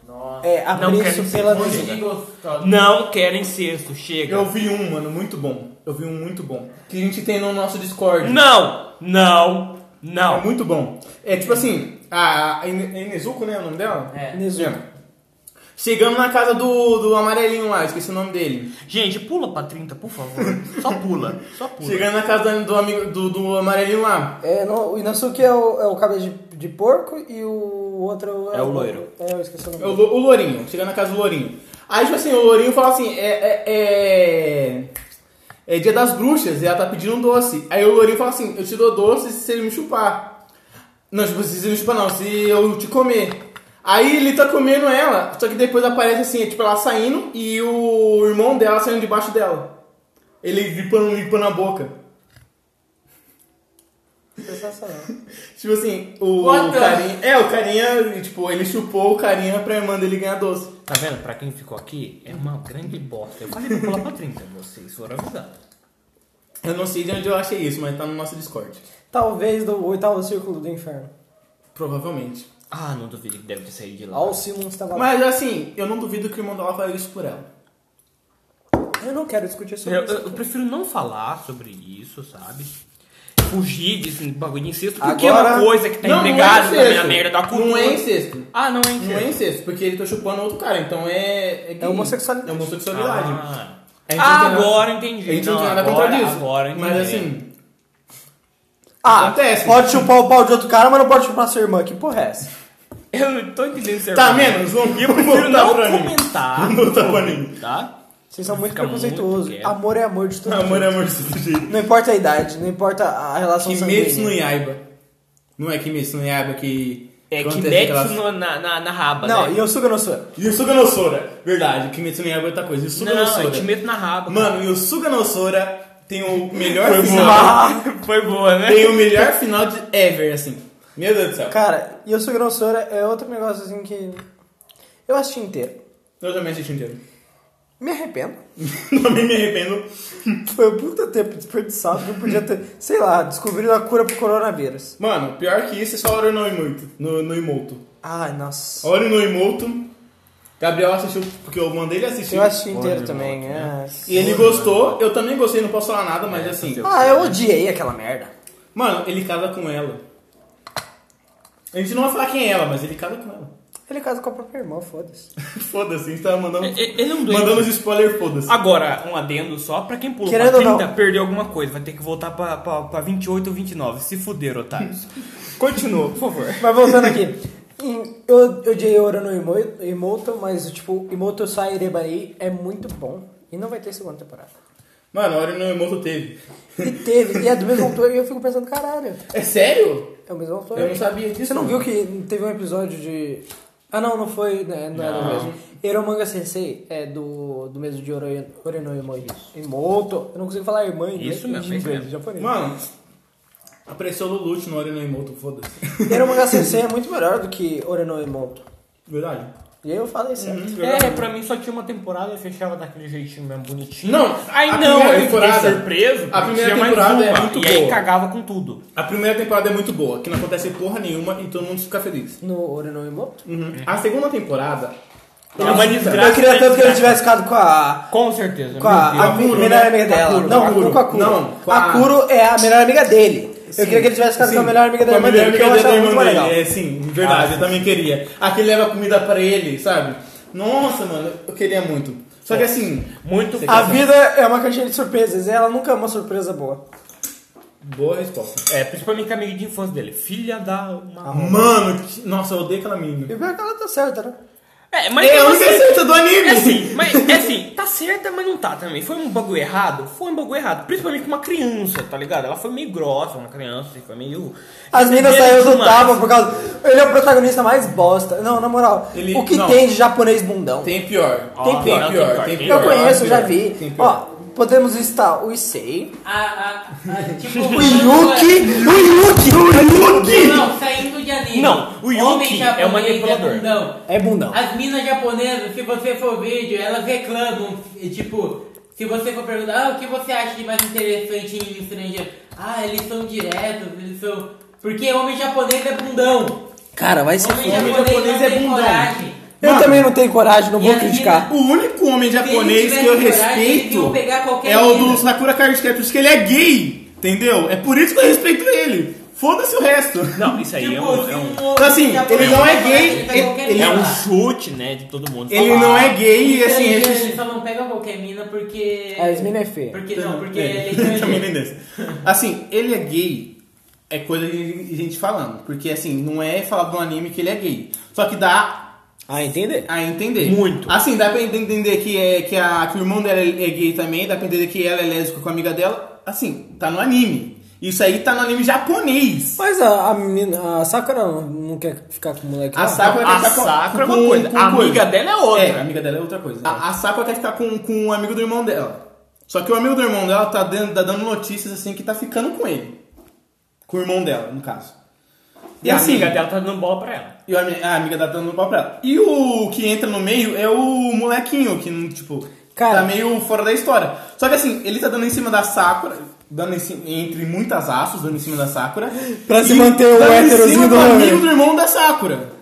[SPEAKER 4] Nossa.
[SPEAKER 3] é,
[SPEAKER 1] Não
[SPEAKER 3] apreço
[SPEAKER 1] quero ser
[SPEAKER 3] pela
[SPEAKER 1] bonito.
[SPEAKER 3] visita.
[SPEAKER 4] Que
[SPEAKER 1] Tá.
[SPEAKER 4] gostoso.
[SPEAKER 1] Não querem sexto, chega.
[SPEAKER 5] Eu vi um, mano, muito bom. Eu vi um muito bom. Que a gente tem no nosso Discord.
[SPEAKER 1] Não, não,
[SPEAKER 5] É
[SPEAKER 1] não.
[SPEAKER 5] muito bom. É tipo assim, a, a Ine- é Inezuko, né? O nome dela?
[SPEAKER 4] É.
[SPEAKER 3] Nezuko.
[SPEAKER 5] Chegamos na casa do, do amarelinho lá, esqueci o nome dele.
[SPEAKER 1] Gente, pula pra 30, por favor. Só pula, só pula.
[SPEAKER 5] Chegando na casa do, do amigo do, do amarelinho lá.
[SPEAKER 3] É, no, o Inosuke é o, é o cabeça de, de porco e o outro
[SPEAKER 1] É o loiro.
[SPEAKER 3] É, eu esqueci o nome.
[SPEAKER 5] É O, lo- o Lourinho. Chegando na casa do Lourinho. Aí, tipo assim, o Lourinho fala assim: é. é, é... é dia das bruxas, e ela tá pedindo um doce. Aí o Lourinho fala assim: Eu te dou doce se ele me chupar. Não, tipo, se ele me chupar, não, se eu te comer. Aí ele tá comendo ela, só que depois aparece assim: é, tipo, ela saindo e o irmão dela saindo debaixo dela. Ele limpando, limpando a boca.
[SPEAKER 3] Sensacional.
[SPEAKER 5] Tipo assim, o
[SPEAKER 4] What the-
[SPEAKER 5] carinha. É, o carinha, tipo, ele chupou o carinha pra irmã dele ganhar doce.
[SPEAKER 1] Tá vendo? Pra quem ficou aqui, é uma grande bosta. Eu falei pra pular pra 30, vocês foram avisados.
[SPEAKER 5] Eu não sei de onde eu achei isso, mas tá no nosso Discord.
[SPEAKER 3] Talvez do oitavo círculo do inferno.
[SPEAKER 5] Provavelmente.
[SPEAKER 1] Ah, não duvido que deve ter saído de lá.
[SPEAKER 3] Alcimon estava lá.
[SPEAKER 5] Mas assim, eu não duvido que o irmão dela faria isso por ela.
[SPEAKER 3] Eu não quero discutir
[SPEAKER 1] Eu,
[SPEAKER 3] sobre
[SPEAKER 1] eu-
[SPEAKER 3] isso.
[SPEAKER 1] eu prefiro não falar sobre isso, sabe? Fugir desse bagulho de incesto, porque é
[SPEAKER 3] Agora-
[SPEAKER 1] uma coisa que tá
[SPEAKER 5] não, é
[SPEAKER 1] empregada na minha
[SPEAKER 5] incesto.
[SPEAKER 1] merda da cultura.
[SPEAKER 5] Não é incesto.
[SPEAKER 1] Ah, não é
[SPEAKER 5] Não é
[SPEAKER 1] incesto.
[SPEAKER 5] incesto, porque ele tá chupando outro cara, então é. É, gay.
[SPEAKER 3] É homossexualidade.
[SPEAKER 5] É homossexualidade.
[SPEAKER 1] Ah,
[SPEAKER 5] A gente não tem nada-
[SPEAKER 1] agora
[SPEAKER 5] A
[SPEAKER 1] entendi.
[SPEAKER 5] gente não,
[SPEAKER 1] Não,
[SPEAKER 5] tem nada
[SPEAKER 1] agora,
[SPEAKER 5] contra isso.
[SPEAKER 1] Agora entendi.
[SPEAKER 5] mas assim,
[SPEAKER 3] Ah,
[SPEAKER 5] acontece.
[SPEAKER 3] pode chupar o pau de outro cara, mas não pode chupar sua irmã. Que porra é essa?
[SPEAKER 1] Eu tô entendendo seu
[SPEAKER 5] tá
[SPEAKER 1] argumento.
[SPEAKER 5] menos, vamos,
[SPEAKER 1] Eu
[SPEAKER 5] vamos
[SPEAKER 1] prefiro
[SPEAKER 5] voltar
[SPEAKER 1] não
[SPEAKER 5] pra mim.
[SPEAKER 1] comentar,
[SPEAKER 5] Vamos voltar pra mim.
[SPEAKER 1] tá?
[SPEAKER 3] Vocês são muito
[SPEAKER 1] Fica muito
[SPEAKER 3] preconceituosos.
[SPEAKER 1] quieto.
[SPEAKER 3] amor é amor de tudo.
[SPEAKER 5] Amor é amor de todo jeito.
[SPEAKER 3] Não importa a idade, não importa a relação
[SPEAKER 5] Kimetsu no
[SPEAKER 3] sanguínea.
[SPEAKER 5] Yaiba. Não é Kimetsu no Yaiba que...
[SPEAKER 1] É que
[SPEAKER 5] acontece
[SPEAKER 1] mete
[SPEAKER 5] aquelas-
[SPEAKER 1] no- na, na, na raba,
[SPEAKER 3] Não,
[SPEAKER 1] né?
[SPEAKER 3] Yosuke no Sora.
[SPEAKER 5] Yusuga no Sora. Verdade, Kimetsu no Yaiba é outra coisa. Yusuga no
[SPEAKER 1] Não, é eu
[SPEAKER 5] Sora.
[SPEAKER 1] te meto na raba.
[SPEAKER 5] né? Mano, Yusuga no Sora tem o melhor
[SPEAKER 1] Foi
[SPEAKER 5] final...
[SPEAKER 1] boa. Foi boa, né?
[SPEAKER 5] Tem um o melhor final de ever, assim. Meu Deus do céu.
[SPEAKER 3] Cara, Yosuke no Sora é outro negócio assim que... Eu assisti inteiro.
[SPEAKER 5] Eu também assisti inteiro.
[SPEAKER 3] Me arrependo.
[SPEAKER 5] também me arrependo.
[SPEAKER 3] Foi um puta tempo desperdiçado que eu podia ter, sei lá, descobrido a cura pro coronavírus.
[SPEAKER 5] Mano, pior que isso é só Oro no Imoto. No, no Imoto.
[SPEAKER 3] Ai, nossa.
[SPEAKER 5] Oro no Imoto. Gabriel assistiu, porque eu mandei ele assistir.
[SPEAKER 3] Eu assisti inteiro
[SPEAKER 1] Olha,
[SPEAKER 3] também.
[SPEAKER 1] né?
[SPEAKER 5] E ele gostou. Eu também gostei, não posso falar nada, mas assim...
[SPEAKER 3] é. Ah, eu odiei aquela merda.
[SPEAKER 5] Mano, ele casa com ela. A gente não vai falar quem é ela, mas ele casa com ela.
[SPEAKER 3] Ele casa com a própria irmã, foda-se.
[SPEAKER 5] Foda-se, a gente tava mandando.
[SPEAKER 1] E- e- Ele é um doente.
[SPEAKER 5] Mandando os spoiler, foda-se.
[SPEAKER 1] Agora, um adendo só, pra quem pulou
[SPEAKER 3] Querendo
[SPEAKER 1] pra
[SPEAKER 3] ou não.
[SPEAKER 1] 30, perdeu alguma coisa, vai ter que voltar pra, pra, pra 28 ou 29. Se fuder, otários. Continua, por favor.
[SPEAKER 3] Mas voltando aqui. Em- Eu eu odiei Ora no Imo- Imoto, mas tipo, Imoto Sai Rebarei é muito bom. E não vai ter segunda temporada.
[SPEAKER 5] Mano, a hora no Emoto teve.
[SPEAKER 3] E teve, e é do mesmo autor, e eu fico pensando, caralho,
[SPEAKER 5] É sério?
[SPEAKER 3] é o mesmo autor.
[SPEAKER 5] Eu não sabia disso.
[SPEAKER 3] Você não viu que teve um episódio de. Ah não, não foi. Né, não, era o mesmo. Eromanga Sensei é do, do mesmo de Oro- Oreno Imoto. Imoto. Eu não consigo falar irmã em inglês.
[SPEAKER 1] Isso mesmo,
[SPEAKER 3] em
[SPEAKER 1] isso
[SPEAKER 3] inglês,
[SPEAKER 1] mesmo.
[SPEAKER 3] japonês.
[SPEAKER 5] Mano, apareceu o Lulute no Orino Emoto, foda-se.
[SPEAKER 3] Eromanga Sensei é muito melhor do que Oreno Imoto.
[SPEAKER 5] Verdade.
[SPEAKER 3] E aí eu né? falei
[SPEAKER 5] Uhum.
[SPEAKER 3] certo.
[SPEAKER 1] É, pra mim só tinha uma temporada e fechava daquele jeitinho mesmo bonitinho.
[SPEAKER 5] Não,
[SPEAKER 1] aí
[SPEAKER 5] a
[SPEAKER 1] não,
[SPEAKER 5] primeira
[SPEAKER 1] eu fiquei
[SPEAKER 5] temporada-
[SPEAKER 1] surpreso.
[SPEAKER 5] a
[SPEAKER 1] porque
[SPEAKER 5] primeira
[SPEAKER 1] tinha mais
[SPEAKER 5] temporada
[SPEAKER 1] uma,
[SPEAKER 5] é muito
[SPEAKER 1] E aí
[SPEAKER 5] boa.
[SPEAKER 1] cagava com tudo.
[SPEAKER 5] A primeira temporada é muito boa, que não acontece porra nenhuma e todo mundo fica feliz.
[SPEAKER 3] No Oreno Imoto?
[SPEAKER 5] A segunda temporada.
[SPEAKER 1] Uhum. É uma desgraça. É
[SPEAKER 3] Eu queria tanto que ele tivesse ficado com a.
[SPEAKER 1] Com certeza.
[SPEAKER 3] Com a,
[SPEAKER 1] meu
[SPEAKER 3] a
[SPEAKER 1] Deus.
[SPEAKER 5] Akuro,
[SPEAKER 3] melhor
[SPEAKER 5] né?
[SPEAKER 3] amiga dela.
[SPEAKER 5] Akuro,
[SPEAKER 3] não,
[SPEAKER 5] Akuro.
[SPEAKER 3] não com a Kuro.
[SPEAKER 5] Não, com a-
[SPEAKER 3] a Kuro é a melhor amiga dele. Eu queria que ele tivesse ficado com a melhor amiga da
[SPEAKER 5] Com a
[SPEAKER 3] irmã
[SPEAKER 5] melhor
[SPEAKER 3] dele, que
[SPEAKER 5] amiga
[SPEAKER 3] eu
[SPEAKER 5] dele, da
[SPEAKER 3] achava muito
[SPEAKER 5] irmã
[SPEAKER 3] mais
[SPEAKER 5] dele.
[SPEAKER 3] legal.
[SPEAKER 5] É, sim, verdade, eu também queria. Aquele leva comida pra ele, sabe? Nossa, mano, eu queria muito. Só
[SPEAKER 3] É.
[SPEAKER 5] que assim,
[SPEAKER 1] Muito
[SPEAKER 3] A vida é uma caixinha de surpresas e ela nunca é uma surpresa boa.
[SPEAKER 5] boa resposta.
[SPEAKER 1] É, principalmente a amiga de infância dele. Filha da
[SPEAKER 5] Ah.
[SPEAKER 1] uma.
[SPEAKER 5] Mano, que- nossa, eu odeio aquela
[SPEAKER 3] E
[SPEAKER 5] menina.
[SPEAKER 3] o pior é que ela tá certa, né?
[SPEAKER 1] É, mas
[SPEAKER 5] É a
[SPEAKER 1] eu
[SPEAKER 5] única
[SPEAKER 1] sei-
[SPEAKER 5] certa do anime!
[SPEAKER 1] É assim, mas é assim, tá certa, mas não tá também. Foi um bagulho errado? Foi um bagulho errado. Principalmente com uma criança, tá ligado? Ela foi meio grossa, uma criança, foi meio.
[SPEAKER 3] As
[SPEAKER 5] é
[SPEAKER 3] meninas
[SPEAKER 1] Meio
[SPEAKER 3] saíram do
[SPEAKER 1] demais.
[SPEAKER 3] tapa por causa. Ele é o protagonista mais bosta. Não, na moral,
[SPEAKER 5] Ele-
[SPEAKER 3] o que
[SPEAKER 5] não.
[SPEAKER 3] tem de japonês bundão?
[SPEAKER 5] Tem pior.
[SPEAKER 1] Ó,
[SPEAKER 5] Tem pior,
[SPEAKER 1] tem
[SPEAKER 5] pior,
[SPEAKER 1] pior,
[SPEAKER 5] tem
[SPEAKER 1] tem
[SPEAKER 5] pior.
[SPEAKER 3] eu conheço, eu já
[SPEAKER 5] Tem
[SPEAKER 3] vi.
[SPEAKER 5] pior.
[SPEAKER 3] Ó, podemos estar o Issei,
[SPEAKER 4] A, a, a, tipo,
[SPEAKER 5] é.
[SPEAKER 3] o Yuki, o Yuki, o Yuki!
[SPEAKER 4] Não, saindo de anime.
[SPEAKER 1] Não, o Yuki
[SPEAKER 4] Homem japonês
[SPEAKER 1] é um manipulador.
[SPEAKER 4] bundão.
[SPEAKER 3] É bundão.
[SPEAKER 4] As minas japonesas, se você for vídeo, elas reclamam, e, tipo, se você for perguntar, ah, o que você acha de mais interessante em estrangeiro? Ah, eles são diretos, eles são... Porque homem japonês é bundão.
[SPEAKER 3] Cara, vai ser
[SPEAKER 4] Homem
[SPEAKER 3] foda.
[SPEAKER 4] japonês,
[SPEAKER 5] japonês
[SPEAKER 4] não
[SPEAKER 5] é
[SPEAKER 4] tem
[SPEAKER 5] bundão.
[SPEAKER 4] coragem.
[SPEAKER 3] Eu
[SPEAKER 5] Mano,
[SPEAKER 3] também não tenho coragem, não
[SPEAKER 4] e
[SPEAKER 3] vou
[SPEAKER 4] a
[SPEAKER 3] criticar.
[SPEAKER 5] O único homem japonês que eu
[SPEAKER 4] tivesse coragem, eles
[SPEAKER 5] respeito
[SPEAKER 4] iam pegar qualquer
[SPEAKER 5] é o do
[SPEAKER 4] mina.
[SPEAKER 5] Sakura Card Captors, que ele é gay, entendeu? É por isso que eu respeito ele. Foda-se o resto.
[SPEAKER 1] Não, isso aí é
[SPEAKER 4] Tipo,
[SPEAKER 1] um.
[SPEAKER 4] se
[SPEAKER 1] É um,
[SPEAKER 4] homem
[SPEAKER 5] Assim,
[SPEAKER 4] japonês
[SPEAKER 5] ele não é gay,
[SPEAKER 4] ele pega
[SPEAKER 5] ele-
[SPEAKER 4] qualquer
[SPEAKER 5] ele
[SPEAKER 1] é
[SPEAKER 4] mina.
[SPEAKER 1] um chute, né, de todo mundo.
[SPEAKER 5] Ele não é gay e assim.
[SPEAKER 4] Estrangeiro,
[SPEAKER 5] ele-
[SPEAKER 4] ele só não pega qualquer mina porque...
[SPEAKER 3] É, as mina é feia.
[SPEAKER 4] Porque
[SPEAKER 1] Então,
[SPEAKER 4] não, porque ele
[SPEAKER 5] É,
[SPEAKER 4] é
[SPEAKER 5] também
[SPEAKER 4] estrangeiro.
[SPEAKER 5] nem desse. Assim, ele é gay, é coisa de gente falando. Porque assim, não é falado no anime que ele é gay. Só que dá
[SPEAKER 3] Ah, entender.
[SPEAKER 5] a entender.
[SPEAKER 1] Muito.
[SPEAKER 5] Assim, dá pra entender que, é, que, a, que o irmão dela é gay também, dá pra entender que ela é lésbica com a amiga dela. Assim, tá no anime. Isso aí tá no anime japonês.
[SPEAKER 3] Mas a, a menina, a Sakura não- não quer ficar com o moleque.
[SPEAKER 5] A
[SPEAKER 3] lá?
[SPEAKER 5] Sakura quer
[SPEAKER 1] A
[SPEAKER 5] Então, ficar com-
[SPEAKER 1] Sakura é uma
[SPEAKER 5] com-
[SPEAKER 1] coisa,
[SPEAKER 5] com
[SPEAKER 1] a amiga dela é outra.
[SPEAKER 5] É, a amiga dela é outra coisa. A, a Sakura quer ficar com, com o amigo do irmão dela. Só que o amigo do irmão dela tá, dando- tá dando notícias assim que tá ficando com ele. Com o irmão dela, no caso.
[SPEAKER 1] E a
[SPEAKER 5] assim.
[SPEAKER 1] amiga dela tá dando bola pra ela.
[SPEAKER 5] E a, ami- a amiga tá dando pau pra ela. E o que entra no meio é o molequinho, que, não, tipo,
[SPEAKER 3] Cara.
[SPEAKER 5] tá meio fora da história. Só que assim, ele tá dando em cima da Sakura, dando em cima, entre muitas aspas, dando em cima da Sakura.
[SPEAKER 3] Pra se
[SPEAKER 5] e
[SPEAKER 3] manter o
[SPEAKER 5] dando em
[SPEAKER 3] héterozinho
[SPEAKER 5] cima
[SPEAKER 3] do
[SPEAKER 5] do
[SPEAKER 3] rolê.
[SPEAKER 5] amigo do irmão da Sakura.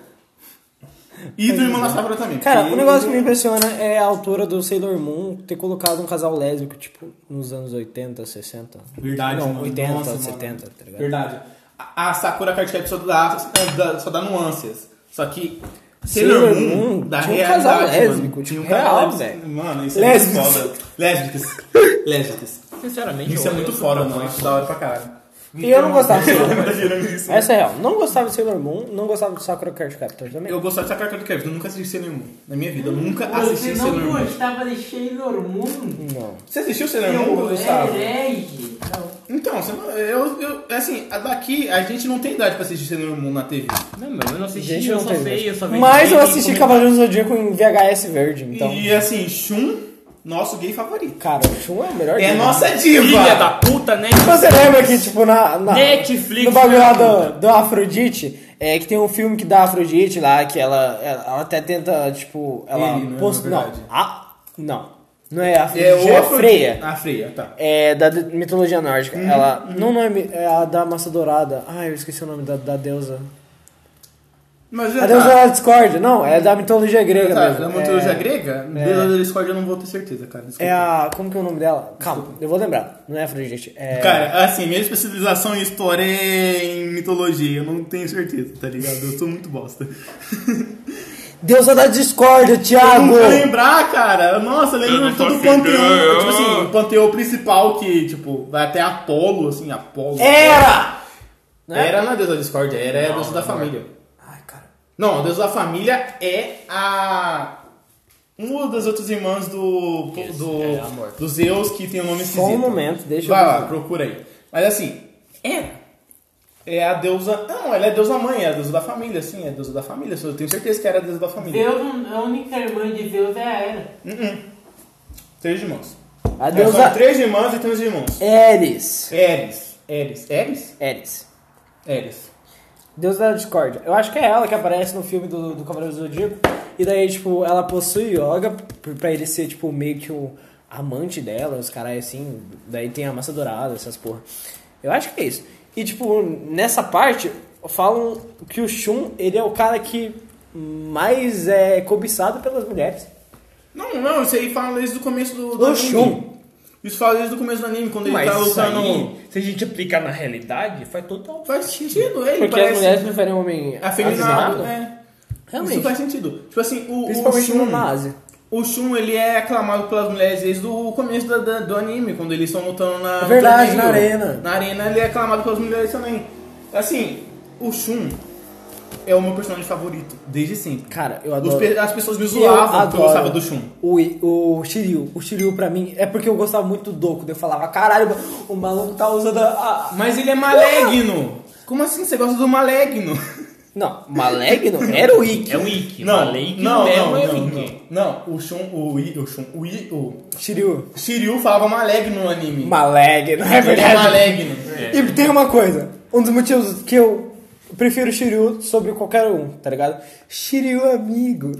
[SPEAKER 5] E do irmão da Sakura também.
[SPEAKER 3] Cara,
[SPEAKER 5] porque
[SPEAKER 3] o negócio que me impressiona é a altura do Sailor Moon ter colocado um casal lésbico, tipo, nos anos 80, 60.
[SPEAKER 5] Verdade,
[SPEAKER 3] Não,
[SPEAKER 5] mano.
[SPEAKER 3] 80,
[SPEAKER 5] Nossa, mano.
[SPEAKER 3] 70, tá ligado?
[SPEAKER 5] Verdade. A, a Sakura Card Captor só dá, dá- só dá nuances. Só que
[SPEAKER 3] Sailor
[SPEAKER 5] Sailor
[SPEAKER 3] Moon
[SPEAKER 5] Moon da
[SPEAKER 3] tinha um
[SPEAKER 5] realidade,
[SPEAKER 3] casal
[SPEAKER 5] mano.
[SPEAKER 3] lésbico,
[SPEAKER 5] Tinha um
[SPEAKER 3] tipo,
[SPEAKER 5] casal
[SPEAKER 3] real,
[SPEAKER 5] lésbico.
[SPEAKER 3] velho.
[SPEAKER 5] Mano, isso é
[SPEAKER 3] Lésbicos.
[SPEAKER 5] muito foda. Lésbicas. Lésbicas.
[SPEAKER 1] Sinceramente,
[SPEAKER 5] Isso é
[SPEAKER 1] eu-
[SPEAKER 5] muito
[SPEAKER 1] eu-
[SPEAKER 5] foda, mano. Isso é da hora pra caralho.
[SPEAKER 3] E eu não gostava de Sailor Moon.
[SPEAKER 5] Tá girando isso.
[SPEAKER 3] Essa é real. Não gostava de Sailor Moon, não gostava de Sakura Card Captor também.
[SPEAKER 5] Eu gostava de Sakura Card Captor, eu nunca assisti Sailor Moon. Na minha vida, eu nunca
[SPEAKER 4] Você
[SPEAKER 5] assisti
[SPEAKER 1] é
[SPEAKER 5] Sailor
[SPEAKER 4] não
[SPEAKER 5] Moon.
[SPEAKER 4] gostava de Sailor Moon? É,
[SPEAKER 3] Não.
[SPEAKER 5] Você assistiu Sailor Moon, Gustavo?
[SPEAKER 4] herege. Não.
[SPEAKER 5] Então, você não- eu, eu, é assim, a daqui a gente não tem idade pra assistir Sailor Moon na TV.
[SPEAKER 1] Não, meu, eu não assisti,
[SPEAKER 3] Gente,
[SPEAKER 1] eu
[SPEAKER 3] não
[SPEAKER 1] só
[SPEAKER 3] tem
[SPEAKER 1] sei, eu só vi.
[SPEAKER 3] Mas
[SPEAKER 1] vídeo
[SPEAKER 3] eu
[SPEAKER 1] e
[SPEAKER 3] assisti
[SPEAKER 1] comentava.
[SPEAKER 3] Cavaleiros do Zodíaco em VHS verde, então.
[SPEAKER 5] E assim, Shun, nosso gay favorito.
[SPEAKER 3] Cara, o Shun é o melhor
[SPEAKER 5] É
[SPEAKER 3] dele.
[SPEAKER 5] nossa diva!
[SPEAKER 1] Filha da puta, né?
[SPEAKER 3] Você lembra que, tipo, na. na
[SPEAKER 1] Netflix, né?
[SPEAKER 3] No bagulho lá
[SPEAKER 1] filha da
[SPEAKER 3] do, do Afrodite, é que tem um filme que dá a Afrodite lá, que ela, ela, ela até tenta, tipo. Ela
[SPEAKER 5] Ele, né,
[SPEAKER 3] post-
[SPEAKER 5] na
[SPEAKER 3] não,
[SPEAKER 5] verdade.
[SPEAKER 3] a, não. Não é a Afrodite,
[SPEAKER 5] É o
[SPEAKER 3] é, a
[SPEAKER 5] Afro-
[SPEAKER 3] Freia.
[SPEAKER 5] A Freia, tá.
[SPEAKER 3] É da de- mitologia nórdica.
[SPEAKER 5] Uhum,
[SPEAKER 3] ela. Não, não é, mi- é a da massa dourada. Ai, eu esqueci o nome da, da deusa.
[SPEAKER 5] Mas é
[SPEAKER 3] A deusa da discórdia. Não, é da mitologia grega
[SPEAKER 5] Ah. tá,
[SPEAKER 3] mesmo.
[SPEAKER 5] da mitologia
[SPEAKER 3] é,
[SPEAKER 5] grega?
[SPEAKER 3] é.
[SPEAKER 5] Deus da Discord eu não vou ter certeza, cara. desculpa.
[SPEAKER 3] É a. Como que é o nome dela? Calma, eu vou lembrar. Não é Afrodite. É.
[SPEAKER 5] Cara, assim, minha especialização em história é em mitologia. Eu não tenho certeza, tá ligado? Eu sou muito bosta.
[SPEAKER 2] Deusa da discórdia,
[SPEAKER 5] Eu
[SPEAKER 2] Thiago!
[SPEAKER 5] não vou lembrar, cara. Nossa, eu
[SPEAKER 7] Eu
[SPEAKER 5] lembro
[SPEAKER 7] não
[SPEAKER 5] de todo o
[SPEAKER 7] consigo.
[SPEAKER 5] panteão. Tipo assim, o panteão principal que, tipo, vai até Apolo, assim, Apolo.
[SPEAKER 2] Era!
[SPEAKER 3] né?
[SPEAKER 5] Era na deusa da discórdia, era a deusa da família.
[SPEAKER 2] Ai, cara.
[SPEAKER 5] Não, a deusa da família é a. um Uma das outras irmãs do. do,
[SPEAKER 7] é a morte.
[SPEAKER 5] do Zeus que tem o nome
[SPEAKER 3] Só
[SPEAKER 5] esquisito.
[SPEAKER 3] um momento, deixa
[SPEAKER 5] Vai
[SPEAKER 3] eu
[SPEAKER 5] lá, procura aí. Mas assim, é. É a deusa. Não, ela é deusa mãe, é a deusa da família, sim, é a deusa da família. Eu tenho certeza que era a deusa da família. Hum,
[SPEAKER 4] Deus, a única irmã de Zeus é a Hera.
[SPEAKER 5] Três irmãos.
[SPEAKER 3] A
[SPEAKER 5] Deus
[SPEAKER 3] deusa
[SPEAKER 5] três irmãs e três irmãos.
[SPEAKER 3] Eris.
[SPEAKER 5] Eris. Eris. Eris?
[SPEAKER 3] Eris.
[SPEAKER 5] Eris.
[SPEAKER 3] Deusa da discórdia. Eu acho que é ela que aparece no filme do, do Cavaleiro do Zodíaco. E daí, tipo, ela possui Yoga p- pra ele ser, tipo, meio que o amante dela, os caras assim. Daí tem a massa dourada, essas porra. Eu acho que é isso. E, tipo, nessa parte, falam que o Shun, ele é o cara que mais é cobiçado pelas mulheres.
[SPEAKER 5] Não, não, isso aí fala desde o começo do, do
[SPEAKER 3] Oxum.
[SPEAKER 5] anime. Isso fala desde o começo do anime, quando
[SPEAKER 1] Mas
[SPEAKER 5] ele tá
[SPEAKER 1] isso
[SPEAKER 5] lutando.
[SPEAKER 1] aí, se a gente aplicar na realidade, faz total
[SPEAKER 5] Faz sentido, ele
[SPEAKER 2] Porque as
[SPEAKER 5] parece
[SPEAKER 2] mulheres preferem homem
[SPEAKER 5] afeminado.
[SPEAKER 2] afeminado.
[SPEAKER 5] É. Isso
[SPEAKER 2] Realmente.
[SPEAKER 5] faz sentido. Tipo assim, o, o
[SPEAKER 2] Principalmente
[SPEAKER 5] Shun,
[SPEAKER 2] na Ásia.
[SPEAKER 5] o Shun, ele é aclamado pelas mulheres desde o começo da- da- do anime, quando eles estão lutando na. no
[SPEAKER 2] Verdade,
[SPEAKER 5] torneio.
[SPEAKER 2] na arena.
[SPEAKER 5] Na arena ele é aclamado pelas mulheres também. Assim, o Shun é o meu personagem favorito, desde sempre.
[SPEAKER 3] Cara, eu
[SPEAKER 5] Os
[SPEAKER 3] adoro.
[SPEAKER 5] pe- as pessoas me
[SPEAKER 3] Eu
[SPEAKER 5] zoavam porque eu
[SPEAKER 3] adoro
[SPEAKER 5] gostava do Shun.
[SPEAKER 3] O, I- o Shiryu. O Shiryu pra mim é porque eu gostava muito do Doku. daí Eu falava, caralho, o maluco tá usando a. a-"
[SPEAKER 5] Mas ele é maligno! Como assim você gosta do maligno?
[SPEAKER 3] Não, maligno era o Ikki.
[SPEAKER 7] É o Ikki.
[SPEAKER 5] Não,
[SPEAKER 7] Maligno
[SPEAKER 5] não,
[SPEAKER 7] é
[SPEAKER 5] não,
[SPEAKER 7] o
[SPEAKER 5] não,
[SPEAKER 7] Ikki.
[SPEAKER 5] não, não. O Shun, o I, o Shun, o I, o
[SPEAKER 3] Shiryu.
[SPEAKER 5] Shiryu falava maligno no anime.
[SPEAKER 3] Maligno, é
[SPEAKER 5] Ele
[SPEAKER 3] verdade.
[SPEAKER 5] é maligno.
[SPEAKER 3] E tem uma coisa. Um dos motivos que eu prefiro o Shiryu sobre qualquer um, tá ligado? Shiryu é amigo.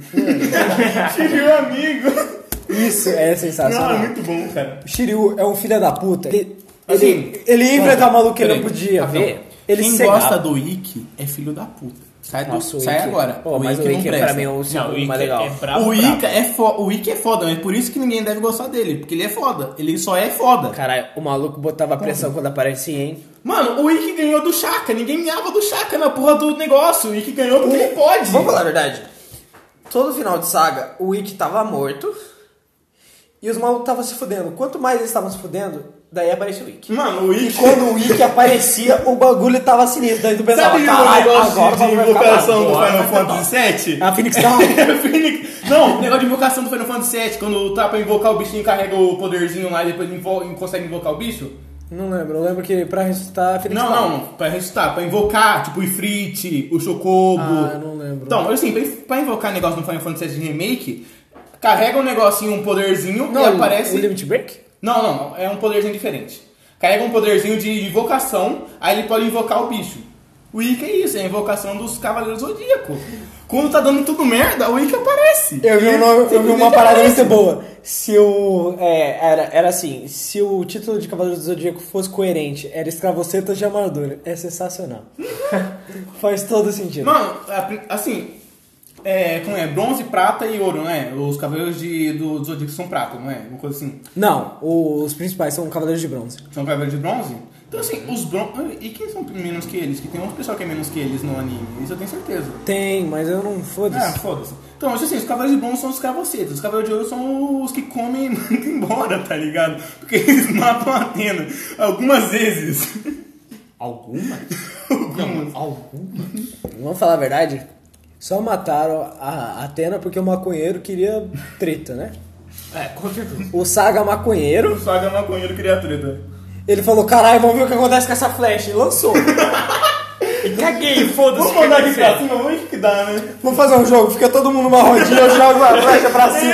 [SPEAKER 5] Shiryu um amigo.
[SPEAKER 3] Isso é sensacional.
[SPEAKER 5] Não, é muito bom, cara.
[SPEAKER 3] O Shiryu é um filho da puta. Ele,
[SPEAKER 5] Assim,
[SPEAKER 3] ele, ele ia enfrentar o maluco que ele não podia
[SPEAKER 5] Rapidão.
[SPEAKER 3] ver. Ele
[SPEAKER 5] Ah, Quem
[SPEAKER 3] cegava.
[SPEAKER 5] gosta do Ikki é filho da puta. Sai, do-
[SPEAKER 3] Nossa, o
[SPEAKER 5] sai
[SPEAKER 3] Ikki-
[SPEAKER 5] agora.
[SPEAKER 3] Pô, mas o
[SPEAKER 5] não
[SPEAKER 3] Ikki é pra
[SPEAKER 5] presta.
[SPEAKER 3] mim é o segundo
[SPEAKER 7] Ikki
[SPEAKER 3] mais legal.
[SPEAKER 7] é brabo,
[SPEAKER 5] o,
[SPEAKER 7] brabo.
[SPEAKER 5] Ikki é fo... o Ikki é foda, mas por isso que ninguém deve gostar dele. Porque ele é foda. Ele só é foda.
[SPEAKER 3] Caralho, o maluco botava
[SPEAKER 2] assim?
[SPEAKER 3] pressão quando aparecia, hein?
[SPEAKER 5] Mano, o Ikki ganhou do Chaka. Ninguém miava do Chaka na porra do negócio. O Ikki ganhou porque ele pode.
[SPEAKER 2] Vamos falar a verdade. Todo final de saga, o Ikki tava morto. E os malucos estavam se fudendo. Quanto mais eles estavam se fudendo, daí apareceu o Ikki.
[SPEAKER 5] Mano, o
[SPEAKER 2] E
[SPEAKER 5] Ikki...
[SPEAKER 2] quando o Ikki aparecia, o bagulho tava sinistro. Daí tu pensava,
[SPEAKER 5] Sabe o
[SPEAKER 2] caralho, agora
[SPEAKER 5] negócio
[SPEAKER 2] o bagulho
[SPEAKER 5] de
[SPEAKER 2] vai ficar
[SPEAKER 5] invocação
[SPEAKER 2] bravo,
[SPEAKER 5] do
[SPEAKER 2] agora tá
[SPEAKER 5] Final
[SPEAKER 2] vai ficar
[SPEAKER 5] Fantasy VII?
[SPEAKER 3] A Phoenix Down.
[SPEAKER 5] Phoenix- Não, o negócio de invocação do Final Fantasy VII, quando tá pra invocar o bichinho, carrega o poderzinho lá e depois invo- consegue invocar o bicho.
[SPEAKER 3] Não lembro, eu lembro que pra ressuscitar a Phoenix tá
[SPEAKER 5] Não,
[SPEAKER 3] Down.
[SPEAKER 5] não, não, pra ressuscitar, pra invocar, tipo, o Ifrit, o Chocobo.
[SPEAKER 3] Ah, eu não lembro.
[SPEAKER 5] Então, assim, pra, pra invocar negócio no Final Fantasy VII Remake, carrega um negocinho, um poderzinho e aparece...
[SPEAKER 3] O Limit Break?
[SPEAKER 5] Não, não, é um poderzinho diferente. Carrega um poderzinho de invocação, aí ele pode invocar o bicho. O Ikki é isso, é a invocação dos Cavaleiros Zodíaco. Quando tá dando tudo merda, o Ikki aparece.
[SPEAKER 3] Eu vi, um nome- eu vi uma
[SPEAKER 5] Simplesmente
[SPEAKER 3] parada
[SPEAKER 5] aparece.
[SPEAKER 3] muito boa. Se o. É, era, era assim: se o título de Cavaleiro do Zodíaco fosse coerente, era Escravoceta de Amargura. É sensacional. Faz todo sentido.
[SPEAKER 5] Mano, a pri- assim, é, como é? Bronze, prata e ouro, né? Os Cavaleiros de, do Zodíaco são prata, não é? Uma coisa assim.
[SPEAKER 3] Não, os principais são Cavaleiros de Bronze.
[SPEAKER 5] São Cavaleiros de Bronze? Então, assim, os bronze. E quem são menos que eles? Que tem um pessoal que é menos que eles no anime, isso eu tenho certeza.
[SPEAKER 3] Tem, mas eu não.
[SPEAKER 5] Ah,
[SPEAKER 3] Foda-se.
[SPEAKER 5] foda-se. Então, acho assim, os cavaleiros de bronze são os cavacetas, os cavaleiros de ouro são os que comem e mandam embora, tá ligado? Porque eles matam a Atena algumas vezes.
[SPEAKER 1] Alguma?
[SPEAKER 5] Algumas.
[SPEAKER 1] Alguma?
[SPEAKER 3] Vamos falar a verdade? Só mataram a Atena porque o maconheiro queria treta, né?
[SPEAKER 1] É, com certeza.
[SPEAKER 3] O Saga Maconheiro
[SPEAKER 5] O Saga Maconheiro queria treta.
[SPEAKER 3] Ele falou, caralho, vamos ver o que acontece com essa flecha. E lançou.
[SPEAKER 1] Caguei, foda-se.
[SPEAKER 5] Vamos mandar aqui pra
[SPEAKER 1] pra
[SPEAKER 5] cima, vamos ver o que dá, né?
[SPEAKER 3] vamos fazer um jogo, fica todo mundo numa rodinha, eu jogo a flecha pra cima.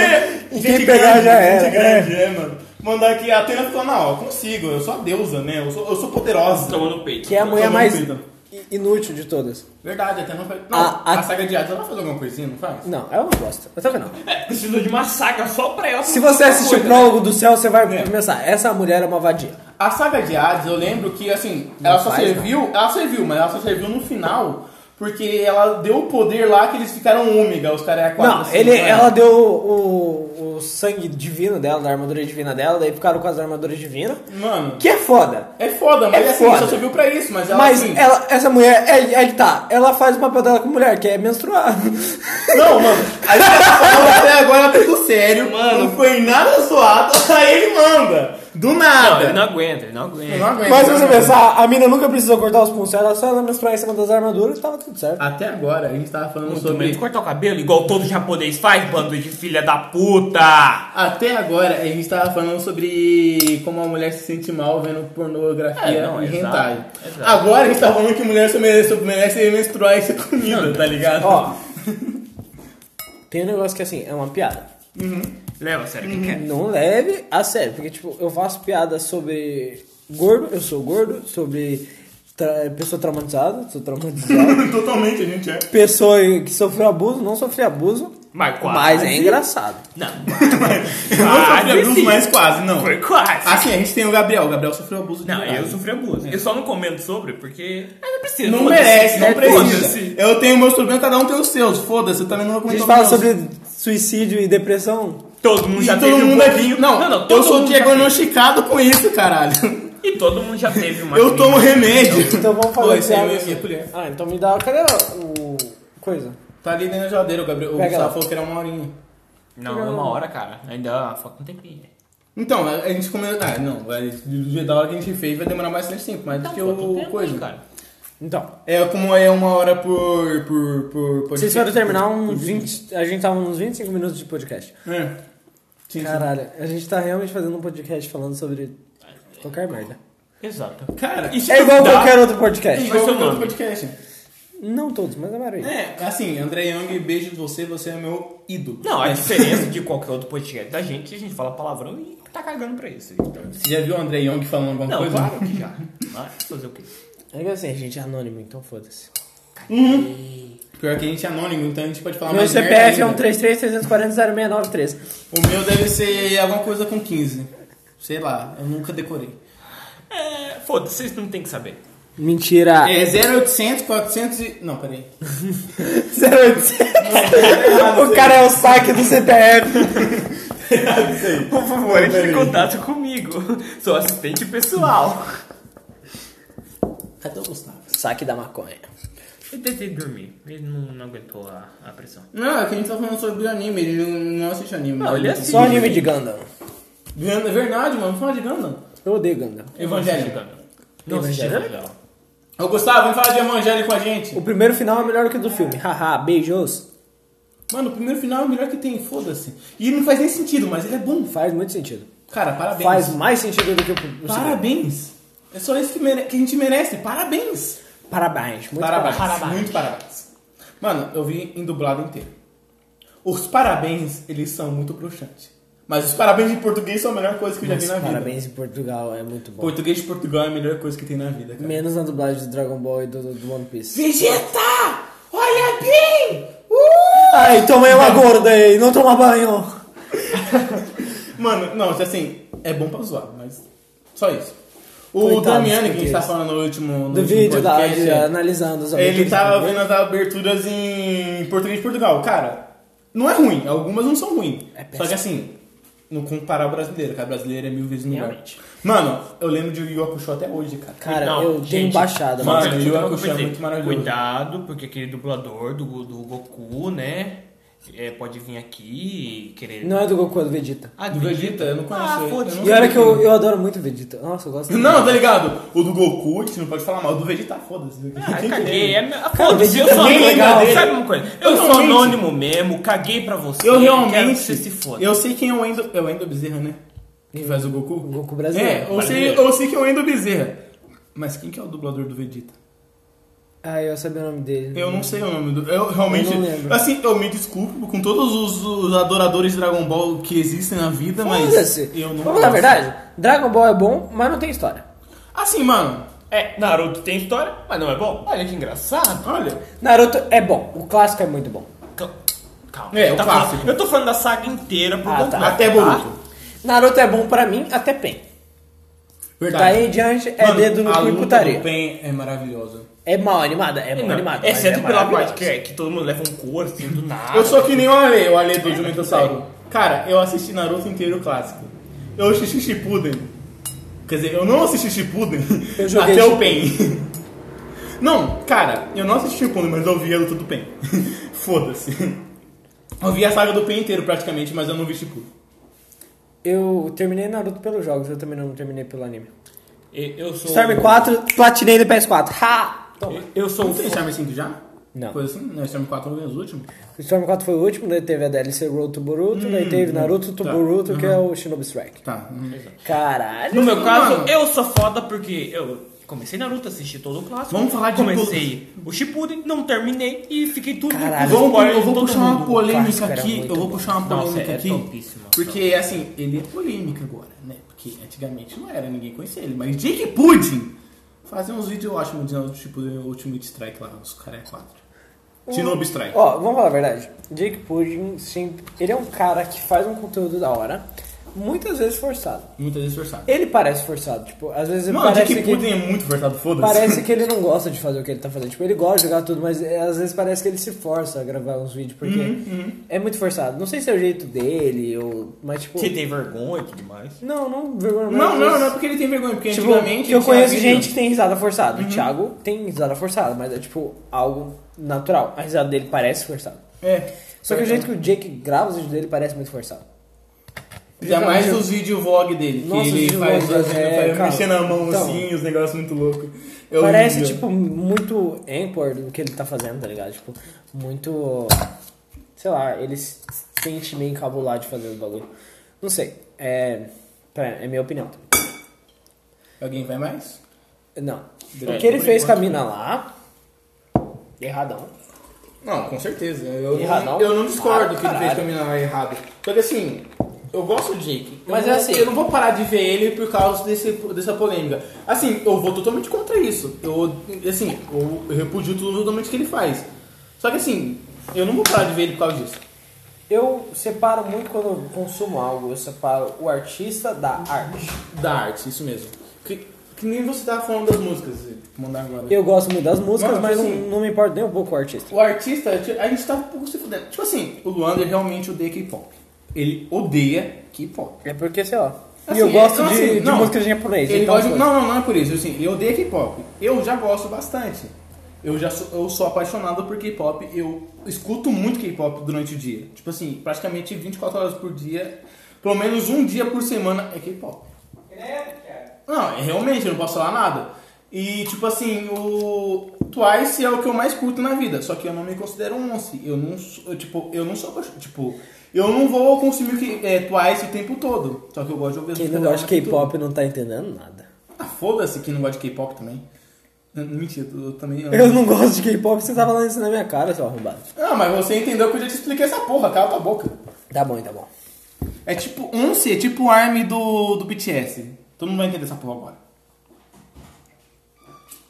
[SPEAKER 3] E quem
[SPEAKER 5] Gente
[SPEAKER 3] pegar
[SPEAKER 5] grande,
[SPEAKER 3] já
[SPEAKER 5] Gente
[SPEAKER 3] era. É.
[SPEAKER 5] grande, é, mano. Mandar aqui, a Atena ficou, não, eu consigo, eu sou a deusa, né? Eu sou, eu sou poderosa.
[SPEAKER 7] Tomou no peito.
[SPEAKER 3] Que é a mulher
[SPEAKER 5] Tomando
[SPEAKER 3] mais
[SPEAKER 5] vida.
[SPEAKER 3] i- inútil de todas.
[SPEAKER 5] Verdade, a Atena faz. Não,
[SPEAKER 3] A-
[SPEAKER 5] a,
[SPEAKER 3] a-
[SPEAKER 5] saga de Hades, ela faz alguma coisinha, não faz?
[SPEAKER 3] Não, é ela não gosta. Até o final.
[SPEAKER 1] Precisou É, de uma saga só pra ela. né?
[SPEAKER 3] Se você assistir o Prólogo do Céu, você vai
[SPEAKER 5] Tá É.
[SPEAKER 3] pensar, essa mulher é uma vadia.
[SPEAKER 5] A saga de Hades, eu lembro que, assim, ela só
[SPEAKER 3] faz,
[SPEAKER 5] serviu, ela serviu, mas ela só serviu no final Porque ela deu o poder lá que eles ficaram ômega, os caras é a quatro,
[SPEAKER 3] Não,
[SPEAKER 5] cinco,
[SPEAKER 3] ele,
[SPEAKER 5] né?
[SPEAKER 3] ela deu o, o sangue divino dela, da armadura divina dela, daí ficaram com as armaduras divinas.
[SPEAKER 5] Mano,
[SPEAKER 3] Que é foda.
[SPEAKER 5] é foda, mas
[SPEAKER 3] É
[SPEAKER 5] assim,
[SPEAKER 3] foda.
[SPEAKER 5] só serviu pra isso, mas ela
[SPEAKER 3] Mas
[SPEAKER 5] assim...
[SPEAKER 3] ela- essa mulher, é, é que tá, ela faz o papel dela como mulher, que é menstruar. é-
[SPEAKER 5] Não, mano, a gente tá falando até agora tudo sério, mano, não foi nada zoado, aí ele manda, do
[SPEAKER 1] Não, ele
[SPEAKER 5] nada.
[SPEAKER 1] não aguenta, ele não aguenta.
[SPEAKER 5] Eu não aguento,
[SPEAKER 3] Mas se
[SPEAKER 5] não
[SPEAKER 3] você
[SPEAKER 5] aguento.
[SPEAKER 3] pensar, a mina nunca precisou cortar os pulsos, ela só ela menstruar em cima das armaduras e tava tudo certo.
[SPEAKER 5] Até agora, a gente tava falando
[SPEAKER 1] Muito
[SPEAKER 5] sobre...
[SPEAKER 1] menos cortar o cabelo igual todo japonês faz, bando de filha da puta!
[SPEAKER 5] Até agora, a gente tava falando sobre como a mulher se sente mal vendo pornografia
[SPEAKER 1] É, não,
[SPEAKER 5] e
[SPEAKER 1] exato,
[SPEAKER 5] hentai.
[SPEAKER 1] exato.
[SPEAKER 5] Agora a gente tá falando que mulher só merece, merece menstruar e ser punida, tá ligado?
[SPEAKER 3] Ó, tem um negócio que assim, é uma piada.
[SPEAKER 1] Leva a sério quem quer.
[SPEAKER 3] Não leve a sério, porque tipo, eu faço piada sobre gordo, eu sou gordo, sobre tra- pessoa traumatizada, sou traumatizado.
[SPEAKER 5] Totalmente, a gente é.
[SPEAKER 3] pessoa que sofreu abuso, não sofreu abuso,
[SPEAKER 1] Mas quase.
[SPEAKER 3] mas é engraçado.
[SPEAKER 1] Não,
[SPEAKER 5] Eu não
[SPEAKER 1] Ah,
[SPEAKER 5] sofri
[SPEAKER 1] não,
[SPEAKER 5] abuso,
[SPEAKER 1] sim.
[SPEAKER 5] mas quase, não.
[SPEAKER 1] foi quase.
[SPEAKER 5] Assim, a gente tem o Gabriel. O Gabriel sofreu abuso.
[SPEAKER 1] Não, eu
[SPEAKER 5] sofri.
[SPEAKER 1] sofri abuso. Eu só não comento sobre porque. Ah, não precisa.
[SPEAKER 5] Não
[SPEAKER 1] foda-se.
[SPEAKER 5] merece, não
[SPEAKER 1] É,
[SPEAKER 5] precisa.
[SPEAKER 1] foda-se.
[SPEAKER 5] Eu tenho meus problemas, cada um tem os seus. Foda-se, eu também não vou
[SPEAKER 3] A
[SPEAKER 5] comentar
[SPEAKER 3] gente
[SPEAKER 5] os
[SPEAKER 3] fala
[SPEAKER 5] meus.
[SPEAKER 3] sobre suicídio e depressão.
[SPEAKER 1] Todo mundo
[SPEAKER 5] E
[SPEAKER 1] já
[SPEAKER 5] todo
[SPEAKER 1] teve
[SPEAKER 5] mundo
[SPEAKER 1] um
[SPEAKER 5] aqui.
[SPEAKER 1] pouquinho.
[SPEAKER 5] Não,
[SPEAKER 1] não, não
[SPEAKER 5] eu
[SPEAKER 1] todo
[SPEAKER 5] sou
[SPEAKER 1] mundo já teve.
[SPEAKER 5] diagnosticado com isso, caralho.
[SPEAKER 1] E todo mundo já teve uma.
[SPEAKER 5] Eu tomo
[SPEAKER 1] crise.
[SPEAKER 5] remédio.
[SPEAKER 3] Então vamos falar
[SPEAKER 5] Pô,
[SPEAKER 3] de
[SPEAKER 5] esse aí é
[SPEAKER 3] piada.
[SPEAKER 5] minha- minha colher.
[SPEAKER 3] Ah, então me dá. Cadê o. o- coisa?
[SPEAKER 5] Tá ali dentro da geladeira, o Gabriel. O
[SPEAKER 3] Pega
[SPEAKER 5] Gustavo
[SPEAKER 3] lá.
[SPEAKER 5] falou que era uma horinha.
[SPEAKER 1] Não, é uma hora, cara. Ainda falta um tempinho.
[SPEAKER 5] Então, a a gente comeu. Ah, não, vai- do jeito da hora que a gente fez vai demorar bastante tempo, mais do que
[SPEAKER 1] Falta um
[SPEAKER 5] o
[SPEAKER 1] tempo,
[SPEAKER 5] coisa.
[SPEAKER 1] cara.
[SPEAKER 3] Então.
[SPEAKER 5] É como é uma hora por. por. por. por
[SPEAKER 3] Vocês foram terminar um- uns 20. A gente tava uns 25 minutos de podcast.
[SPEAKER 5] É. Sim, sim.
[SPEAKER 3] Caralho, a gente tá realmente fazendo um podcast falando sobre qualquer merda.
[SPEAKER 1] Exato.
[SPEAKER 5] Cara,
[SPEAKER 1] Isso
[SPEAKER 3] É igual
[SPEAKER 1] dá-
[SPEAKER 3] qualquer outro podcast.
[SPEAKER 5] igual
[SPEAKER 1] é seu
[SPEAKER 5] qualquer outro
[SPEAKER 1] nome?
[SPEAKER 5] podcast.
[SPEAKER 3] Não todos, mas a maioria.
[SPEAKER 5] É, assim, André Young, beijo de você, você é meu ídolo.
[SPEAKER 1] Não, a diferença de qualquer outro podcast da gente, é que a gente fala palavrão e tá cagando pra isso. Então,
[SPEAKER 5] Você já viu o André Young falando alguma
[SPEAKER 1] não,
[SPEAKER 5] coisa?
[SPEAKER 1] claro que já. Mas fazer o quê?
[SPEAKER 3] É que assim, a gente é anônimo, então foda-se.
[SPEAKER 5] Pior que a gente é anônimo, então a gente pode falar
[SPEAKER 3] Meu
[SPEAKER 5] mais merda
[SPEAKER 3] CPF é um
[SPEAKER 5] ainda.
[SPEAKER 3] 33340693.
[SPEAKER 5] O meu deve ser alguma coisa com 15. Sei lá, eu nunca decorei.
[SPEAKER 1] É, foda-se, vocês não tem que saber.
[SPEAKER 3] Mentira.
[SPEAKER 5] É 0800, 400 e... Não, peraí.
[SPEAKER 3] 0800.
[SPEAKER 5] errado,
[SPEAKER 3] o cara é o saque do CPF.
[SPEAKER 1] Por favor, entre em contato comigo. Sou assistente pessoal.
[SPEAKER 5] Cadê o Gustavo?
[SPEAKER 3] Saque da maconha.
[SPEAKER 1] Eu tentei dormir, ele não, não aguentou a, a pressão.
[SPEAKER 5] Não, é que a gente tá falando sobre anime, ele não, não assiste anime.
[SPEAKER 1] Não, ele assiste.
[SPEAKER 3] Só anime de Gundam.
[SPEAKER 5] Gundam, é verdade, mano, fala de Gundam.
[SPEAKER 3] Eu odeio Gundam.
[SPEAKER 5] Evangelho.
[SPEAKER 1] Não,
[SPEAKER 3] Evangelho.
[SPEAKER 1] legal.
[SPEAKER 5] Ô Gustavo, vem falar de Evangelho com a gente.
[SPEAKER 3] O primeiro final é melhor que o do filme. Haha, beijos.
[SPEAKER 5] Mano, o primeiro final é o melhor que tem, foda-se. E não faz nem sentido, mas ele é bom.
[SPEAKER 3] Faz muito sentido.
[SPEAKER 5] Cara, parabéns.
[SPEAKER 3] Faz mais sentido do que o, o segundo.
[SPEAKER 5] Parabéns. É só isso que, mere- que a gente merece. Parabéns.
[SPEAKER 3] Parabéns. Muito
[SPEAKER 5] Parabéns.
[SPEAKER 3] parabéns.
[SPEAKER 5] Muito parabéns. Mano, eu vi em dublado inteiro. Os parabéns, eles são muito bruxantes. Mas os parabéns em português são a melhor coisa que eu já vi
[SPEAKER 3] Nossa,
[SPEAKER 5] na vida.
[SPEAKER 3] parabéns em Portugal, é muito bom.
[SPEAKER 5] Português de Portugal é a melhor coisa que tem na vida, cara.
[SPEAKER 3] Menos na dublagem do Dragon Ball e do, do One Piece.
[SPEAKER 5] Vegeta! Olha bem! Uh!
[SPEAKER 3] Ai, tomei uma gorda aí, não toma banho.
[SPEAKER 5] Mano, não, assim, é bom pra zoar, mas só isso. O
[SPEAKER 3] Coitado
[SPEAKER 5] Damiani, que a gente
[SPEAKER 3] português.
[SPEAKER 5] tá falando no último, no
[SPEAKER 3] Do
[SPEAKER 5] último
[SPEAKER 3] vídeo da,
[SPEAKER 5] podcast,
[SPEAKER 3] de,
[SPEAKER 5] é-
[SPEAKER 3] analisando os
[SPEAKER 5] Ele
[SPEAKER 3] aberturas.
[SPEAKER 5] tava vendo as aberturas em português de Portugal. Cara, não é ruim. Algumas não são ruins.
[SPEAKER 3] É
[SPEAKER 5] Só que assim, não comparar o brasileiro, cara. O brasileiro é mil vezes melhor.
[SPEAKER 1] Realmente.
[SPEAKER 5] Mano, eu lembro de Yu Hakusho até hoje, cara.
[SPEAKER 3] Cara,
[SPEAKER 1] Não,
[SPEAKER 3] eu um tenho
[SPEAKER 1] gente,
[SPEAKER 3] baixada.
[SPEAKER 1] só
[SPEAKER 5] Mano,
[SPEAKER 1] quero
[SPEAKER 5] Yu
[SPEAKER 1] dizer uma
[SPEAKER 5] Hakusho
[SPEAKER 1] coisa,
[SPEAKER 5] é muito maravilhoso.
[SPEAKER 1] Cuidado, porque aquele dublador do, do Goku, né? é, pode vir aqui e querer.
[SPEAKER 3] Não é do Goku, é do Vegeta.
[SPEAKER 1] Ah,
[SPEAKER 5] Do Vegeta, eu não é. conheço
[SPEAKER 1] Ah,
[SPEAKER 5] ele.
[SPEAKER 1] foda-se.
[SPEAKER 5] Eu
[SPEAKER 3] E olha que eu, eu adoro muito o Vegeta. Nossa, eu gosto.
[SPEAKER 5] Não, tá ligado? O do Goku, a gente não pode falar mal. O do Vegeta, foda-se.
[SPEAKER 1] Ah,
[SPEAKER 5] Quem que
[SPEAKER 1] caguei.
[SPEAKER 5] é?
[SPEAKER 1] É, foda-se, eu
[SPEAKER 3] Vegeta
[SPEAKER 1] sou
[SPEAKER 5] é bem
[SPEAKER 1] anônimo.
[SPEAKER 5] legal.
[SPEAKER 1] Sabe uma coisa? Eu sou
[SPEAKER 5] Totalmente.
[SPEAKER 1] anônimo mesmo, caguei pra você. Quero
[SPEAKER 5] Eu
[SPEAKER 1] que
[SPEAKER 5] realmente.
[SPEAKER 1] você se foda.
[SPEAKER 5] Eu sei quem é o Endo. É o Endo Bezerra, né? Que faz o Goku?
[SPEAKER 3] O Goku
[SPEAKER 5] É,
[SPEAKER 3] brasileiro.
[SPEAKER 5] eu sei, eu sei que é o Endo Bezerra. Mas quem que é o dublador do Vegeta?
[SPEAKER 3] Ah, eu sabia o nome dele.
[SPEAKER 5] Eu não sei o nome do. Eu realmente.
[SPEAKER 3] Eu não lembro.
[SPEAKER 5] assim, eu me desculpo com todos os, os adoradores de Dragon Ball que existem na vida, mas.
[SPEAKER 3] Foda-se.
[SPEAKER 5] Eu
[SPEAKER 3] Vamos
[SPEAKER 5] não
[SPEAKER 3] falar a
[SPEAKER 5] gosto.
[SPEAKER 3] verdade? Dragon Ball é bom, mas não tem história.
[SPEAKER 5] Assim, mano.
[SPEAKER 1] É, Naruto tem história, mas não é bom. Olha que engraçado.
[SPEAKER 5] Olha.
[SPEAKER 3] Naruto é bom, o clássico é muito bom.
[SPEAKER 1] Cal- Calma.
[SPEAKER 5] É,
[SPEAKER 1] eu,
[SPEAKER 5] o
[SPEAKER 1] tô
[SPEAKER 5] clássico.
[SPEAKER 1] falando, eu tô falando da saga inteira por
[SPEAKER 3] Ah,
[SPEAKER 1] completo.
[SPEAKER 3] tá.
[SPEAKER 5] Então Até Boruto.
[SPEAKER 3] Naruto é bom pra mim até Pen.
[SPEAKER 5] Verdade.
[SPEAKER 3] Daí em diante é
[SPEAKER 5] Mano,
[SPEAKER 3] dedo
[SPEAKER 5] a
[SPEAKER 3] no cu e
[SPEAKER 5] luta do
[SPEAKER 3] putaria.
[SPEAKER 5] Pen é maravilhosa.
[SPEAKER 3] É mal animada? É mal animada. mas
[SPEAKER 1] Exceto
[SPEAKER 3] é
[SPEAKER 1] pela
[SPEAKER 3] maravilhosa.
[SPEAKER 1] parte que, é, que todo mundo leva um cor assim do nada.
[SPEAKER 5] Eu sou que nem o Ale, o Ale do Jumentossauro. Cara, eu assisti Naruto inteiro clássico. Eu assisti Shippuden. Quer dizer, eu não assisti Shippuden
[SPEAKER 3] Eu joguei
[SPEAKER 5] até o Pen. Não, cara, eu não assisti Shippuden, mas eu vi a luta do Pen. Foda-se. Eu vi a saga do Pen inteiro praticamente, mas eu não vi Shippuden.
[SPEAKER 3] Eu terminei Naruto pelos jogos, eu também não terminei pelo anime.
[SPEAKER 8] E- Eu sou.
[SPEAKER 3] Storm 4, platinei no PS4. Ha!
[SPEAKER 5] Eu sou um... Tem Charme 5 já?
[SPEAKER 3] Não.
[SPEAKER 5] Coisa assim? Não, Charme 4 não é os últimos.
[SPEAKER 3] Storm 4 foi o último, daí teve a DLC Road to Boruto, daí teve Naruto to
[SPEAKER 5] tá.
[SPEAKER 3] Boruto, que é o Shinobi Strike.
[SPEAKER 5] Tá. hum.
[SPEAKER 3] Caralho!
[SPEAKER 1] No meu caso,
[SPEAKER 5] Mano.
[SPEAKER 1] eu sou foda porque eu comecei Naruto, assisti todo o clássico.
[SPEAKER 5] Vamos falar de
[SPEAKER 1] Comecei o Shippuden, não terminei e fiquei tudo
[SPEAKER 3] Caralho.
[SPEAKER 1] com
[SPEAKER 5] Vamos-
[SPEAKER 1] spoiler
[SPEAKER 5] eu
[SPEAKER 1] de
[SPEAKER 5] vou
[SPEAKER 1] todo
[SPEAKER 5] puxar uma
[SPEAKER 1] mundo.
[SPEAKER 5] polêmica
[SPEAKER 3] Clássico era
[SPEAKER 5] aqui.
[SPEAKER 3] muito
[SPEAKER 5] Eu vou
[SPEAKER 3] bom.
[SPEAKER 5] puxar uma
[SPEAKER 1] Nossa,
[SPEAKER 5] polêmica
[SPEAKER 1] é
[SPEAKER 5] aqui.
[SPEAKER 1] topíssimo.
[SPEAKER 5] Porque, assim, ele é polêmico agora, né? Porque antigamente não era, ninguém conhecia ele. Mas Jake Pudding fazia uns vídeos ótimos de tipo do Ultimate Strike lá, os caras é 4.
[SPEAKER 3] Hum.
[SPEAKER 5] Shinobi Strike.
[SPEAKER 3] Ó, vamos falar a verdade. Jake Pudding, sim, ele é um cara que faz um conteúdo da hora, muitas vezes forçado.
[SPEAKER 5] Muitas vezes forçado.
[SPEAKER 3] Ele parece forçado, tipo, às vezes ele
[SPEAKER 5] Mano,
[SPEAKER 3] parece
[SPEAKER 5] Jake
[SPEAKER 3] que...
[SPEAKER 5] Pudding é muito forçado, foda-se.
[SPEAKER 3] Parece que ele não gosta de fazer o que ele tá fazendo. Tipo, ele gosta de jogar tudo, mas é, às vezes parece que ele se força a gravar uns vídeos, porque
[SPEAKER 5] Uhum,
[SPEAKER 3] é muito forçado. Não sei se é o jeito dele, ou. Mas tipo.
[SPEAKER 1] Você tem vergonha e tudo mais.
[SPEAKER 3] Não, não, vergonha mas
[SPEAKER 5] Não,
[SPEAKER 3] às
[SPEAKER 5] não,
[SPEAKER 3] vezes-
[SPEAKER 5] não é porque ele tem vergonha, porque
[SPEAKER 3] Tipo,
[SPEAKER 5] antigamente.
[SPEAKER 3] eu
[SPEAKER 5] ele tinha
[SPEAKER 3] conheço
[SPEAKER 5] vídeo. Uhum.
[SPEAKER 3] gente que tem risada forçada. O Thiago tem risada forçada, mas é tipo algo natural. A risada dele parece forçada.
[SPEAKER 5] É.
[SPEAKER 3] Só que o jeito que o Jake grava os vídeos dele parece muito forçado.
[SPEAKER 5] Ainda mais os vídeos vlog dele, que
[SPEAKER 3] Então, Nossa, os
[SPEAKER 5] ele
[SPEAKER 3] vídeo
[SPEAKER 5] faz,
[SPEAKER 3] vlog,
[SPEAKER 5] as-
[SPEAKER 3] é,
[SPEAKER 5] faz
[SPEAKER 3] cara.
[SPEAKER 5] mexendo a mão
[SPEAKER 3] Então.
[SPEAKER 5] assim, os negócios muito loucos. É
[SPEAKER 3] Parece,
[SPEAKER 5] horrível.
[SPEAKER 3] tipo, muito ampor do que ele tá fazendo, tá ligado? Tipo, muito. Sei lá, ele se sente meio encabulado de fazer os bagulho. Não sei. É. pra- É minha opinião.
[SPEAKER 5] Alguém vai mais?
[SPEAKER 3] Não.
[SPEAKER 5] É,
[SPEAKER 3] o que ele
[SPEAKER 5] por
[SPEAKER 3] fez com a
[SPEAKER 5] enquanto,
[SPEAKER 3] mina lá. Erradão.
[SPEAKER 5] Não, com certeza. Eu,
[SPEAKER 3] Errado,
[SPEAKER 5] não,
[SPEAKER 3] não?
[SPEAKER 5] eu não discordo
[SPEAKER 3] Ah,
[SPEAKER 5] que ele fez
[SPEAKER 3] caralho.
[SPEAKER 5] caminhar errado. Só que assim, eu gosto do Jake. Eu
[SPEAKER 3] Mas
[SPEAKER 5] não
[SPEAKER 3] é
[SPEAKER 5] vou-
[SPEAKER 3] assim.
[SPEAKER 5] Eu não vou parar de ver ele por causa desse, dessa polêmica. Assim, eu vou totalmente contra isso. Eu, assim, eu repudio tudo totalmente que ele faz. Só que assim, eu não vou parar de ver ele por causa disso.
[SPEAKER 3] Eu separo muito quando eu consumo algo. Eu separo o artista da arte.
[SPEAKER 5] Da arte, isso mesmo. Que, que nem você tava falando das músicas. Vou Mandar agora.
[SPEAKER 3] Eu gosto muito das músicas,
[SPEAKER 5] Não,
[SPEAKER 3] mas
[SPEAKER 5] assim-
[SPEAKER 3] não, não me importa nem um pouco o artista.
[SPEAKER 5] O artista, a gente tá um pouco se fudendo. Tipo assim, o Luander realmente odeia K-pop. Ele odeia K-pop.
[SPEAKER 3] É porque, sei lá.
[SPEAKER 5] Assim,
[SPEAKER 3] e eu gosto
[SPEAKER 5] então,
[SPEAKER 3] de,
[SPEAKER 5] assim,
[SPEAKER 3] de
[SPEAKER 5] não.
[SPEAKER 3] música japonesa.
[SPEAKER 5] Ele
[SPEAKER 3] então,
[SPEAKER 5] gosta-
[SPEAKER 3] pô,
[SPEAKER 5] não, não, não é por isso. Assim, ele odeia K-pop. Eu já gosto bastante. Eu já sou, eu sou apaixonado por K-pop. Eu escuto muito K-pop durante o dia. Tipo assim, praticamente 24 horas por dia. Pelo menos um dia por semana é K-pop. Não, é realmente, eu não posso falar nada. E, tipo assim, o Twice é o que eu mais curto na vida, só que eu não me considero um once. Eu não sou, eu, tipo, eu não sou, apaixon- tipo, eu não vou consumir que- é, Twice o tempo todo, só que eu gosto de ouvir as
[SPEAKER 3] Quem não
[SPEAKER 5] músicas
[SPEAKER 3] gosta
[SPEAKER 5] dela
[SPEAKER 3] de
[SPEAKER 5] o tempo
[SPEAKER 3] K-pop não tá entendendo nada.
[SPEAKER 5] todo. Ah, foda-se quem não gosta de K-pop também. N- Mentira, eu também...
[SPEAKER 3] Eu não gosto de K-pop, você tá falando isso na minha cara, seu arrombado.
[SPEAKER 5] Ah, mas você entendeu que eu já te expliquei essa porra, cala tua boca.
[SPEAKER 3] Tá bom, tá bom.
[SPEAKER 5] É tipo once, é tipo o ARMY do, do BTS. Todo mundo vai entender essa porra agora.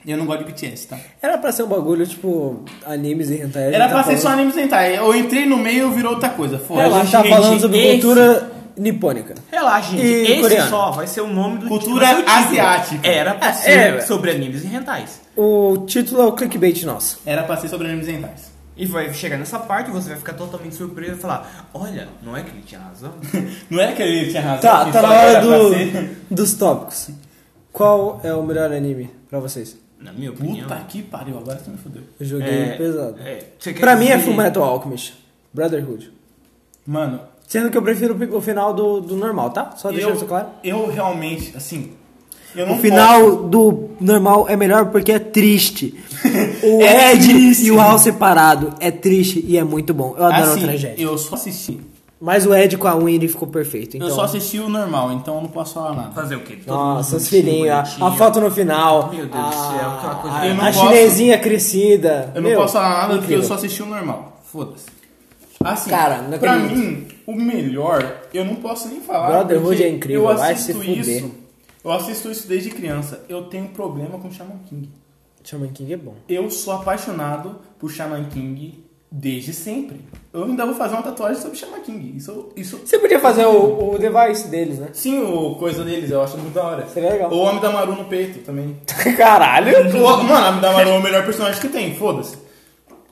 [SPEAKER 5] Eu não gosto de BTS, tá?
[SPEAKER 3] Era pra ser um bagulho, tipo, animes e hentai. a gente
[SPEAKER 5] Era
[SPEAKER 3] tá
[SPEAKER 5] pra ser
[SPEAKER 3] falando-
[SPEAKER 5] só animes hentai. Eu entrei no meio e virou outra coisa. Foda-se.
[SPEAKER 3] A gente tá
[SPEAKER 1] Gente,
[SPEAKER 3] falando sobre
[SPEAKER 1] esse-
[SPEAKER 3] cultura nipônica.
[SPEAKER 1] Relaxa, gente.
[SPEAKER 3] E
[SPEAKER 1] Esse
[SPEAKER 3] coreano?
[SPEAKER 1] só vai ser o nome do
[SPEAKER 5] Cultura
[SPEAKER 1] vai ser o título.
[SPEAKER 5] asiática.
[SPEAKER 1] Era pra ser
[SPEAKER 3] é.
[SPEAKER 1] sobre animes e rentais.
[SPEAKER 3] O título é o clickbait nosso.
[SPEAKER 5] Era pra ser sobre animes hentais.
[SPEAKER 1] E vai chegar nessa parte e você vai ficar totalmente surpreso e falar: Olha, não é que ele tinha razão.
[SPEAKER 5] Não era que ele tinha razão.
[SPEAKER 3] Tá,
[SPEAKER 5] que
[SPEAKER 3] tá
[SPEAKER 5] só
[SPEAKER 3] na hora
[SPEAKER 5] era pra
[SPEAKER 3] do-
[SPEAKER 5] ser-
[SPEAKER 3] dos tópicos. Qual é o melhor anime pra vocês?
[SPEAKER 1] Na minha opinião.
[SPEAKER 5] Puta que pariu, agora você me fodeu.
[SPEAKER 3] Eu joguei
[SPEAKER 1] é,
[SPEAKER 3] pesado.
[SPEAKER 1] é, você quer
[SPEAKER 3] pra mim é
[SPEAKER 1] dizer-
[SPEAKER 3] Fullmetal Alchemist. Brotherhood.
[SPEAKER 5] Mano,
[SPEAKER 3] Sendo que eu prefiro o final do, do normal, tá? Só deixando isso
[SPEAKER 5] eu,
[SPEAKER 3] claro.
[SPEAKER 5] eu realmente, assim... Eu não
[SPEAKER 3] O final
[SPEAKER 5] posso.
[SPEAKER 3] do normal é melhor porque é triste. O
[SPEAKER 5] É
[SPEAKER 3] Ed
[SPEAKER 5] triste.
[SPEAKER 3] e o Hal separado é triste e é muito bom. Eu adoro
[SPEAKER 5] assim,
[SPEAKER 3] a tragédia.
[SPEAKER 5] eu só assisti.
[SPEAKER 3] Mas o Ed com a Winnie ficou perfeito. Então...
[SPEAKER 5] Eu só assisti o normal, então eu não posso falar nada.
[SPEAKER 1] Fazer o quê? Todo
[SPEAKER 3] Nossa,
[SPEAKER 1] mundo
[SPEAKER 3] os filhinhos, a,
[SPEAKER 1] bonitinho.
[SPEAKER 3] a foto no final.
[SPEAKER 1] Meu Deus do
[SPEAKER 3] a,
[SPEAKER 1] céu, aquela coisa
[SPEAKER 3] a-
[SPEAKER 5] Ah, Eu não
[SPEAKER 3] a
[SPEAKER 5] posso-
[SPEAKER 3] chinesinha crescida.
[SPEAKER 5] Eu não
[SPEAKER 3] Meu,
[SPEAKER 5] posso falar nada porque eu
[SPEAKER 3] incrível.
[SPEAKER 5] só assisti o normal. Foda-se. Assim,
[SPEAKER 3] Cara, não
[SPEAKER 5] pra
[SPEAKER 3] acredito.
[SPEAKER 5] mim, o melhor, eu não posso nem falar.
[SPEAKER 3] Brotherhood
[SPEAKER 5] porque
[SPEAKER 3] é incrível,
[SPEAKER 5] eu
[SPEAKER 3] vai
[SPEAKER 5] assisto
[SPEAKER 3] se fuder.
[SPEAKER 5] isso. Eu assisto isso desde criança. Eu tenho problema com Shaman King.
[SPEAKER 3] Shaman King é bom.
[SPEAKER 5] Eu sou apaixonado por Shaman King Desde sempre. Eu ainda vou fazer uma tatuagem sobre Shaman King. Isso, isso.
[SPEAKER 3] Você podia fazer o, o device deles, né?
[SPEAKER 5] Sim, o coisa deles, eu acho muito da hora.
[SPEAKER 3] Seria legal.
[SPEAKER 5] Ou o Homem da Maru no peito também.
[SPEAKER 3] Caralho!
[SPEAKER 5] Ou- Mano, o Homem da Maru é o melhor personagem que tem, foda-se.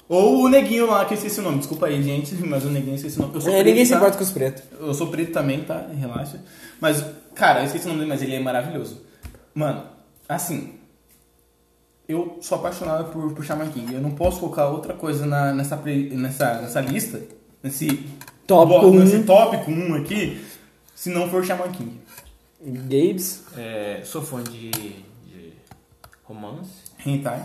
[SPEAKER 5] Ou o neguinho lá, que eu esqueci o nome. Desculpa aí, gente, mas o neguinho eu esqueci o nome. Eu sou
[SPEAKER 3] É,
[SPEAKER 5] preto,
[SPEAKER 3] ninguém se
[SPEAKER 5] tá?
[SPEAKER 3] importa com os pretos.
[SPEAKER 5] Eu sou preto também, tá? Relaxa. Mas, cara, eu esqueci o nome dele, mas ele é maravilhoso. Mano, assim. Eu sou apaixonado por, por Shaman King. Eu não posso colocar outra coisa na- nessa, pre- nessa, nessa lista, nesse
[SPEAKER 3] Tópico
[SPEAKER 5] bo- nesse
[SPEAKER 3] um.
[SPEAKER 5] tópico 1 aqui, se não for Shaman King.
[SPEAKER 3] Gabes.
[SPEAKER 1] É, sou fã de, de romance.
[SPEAKER 5] Hentai.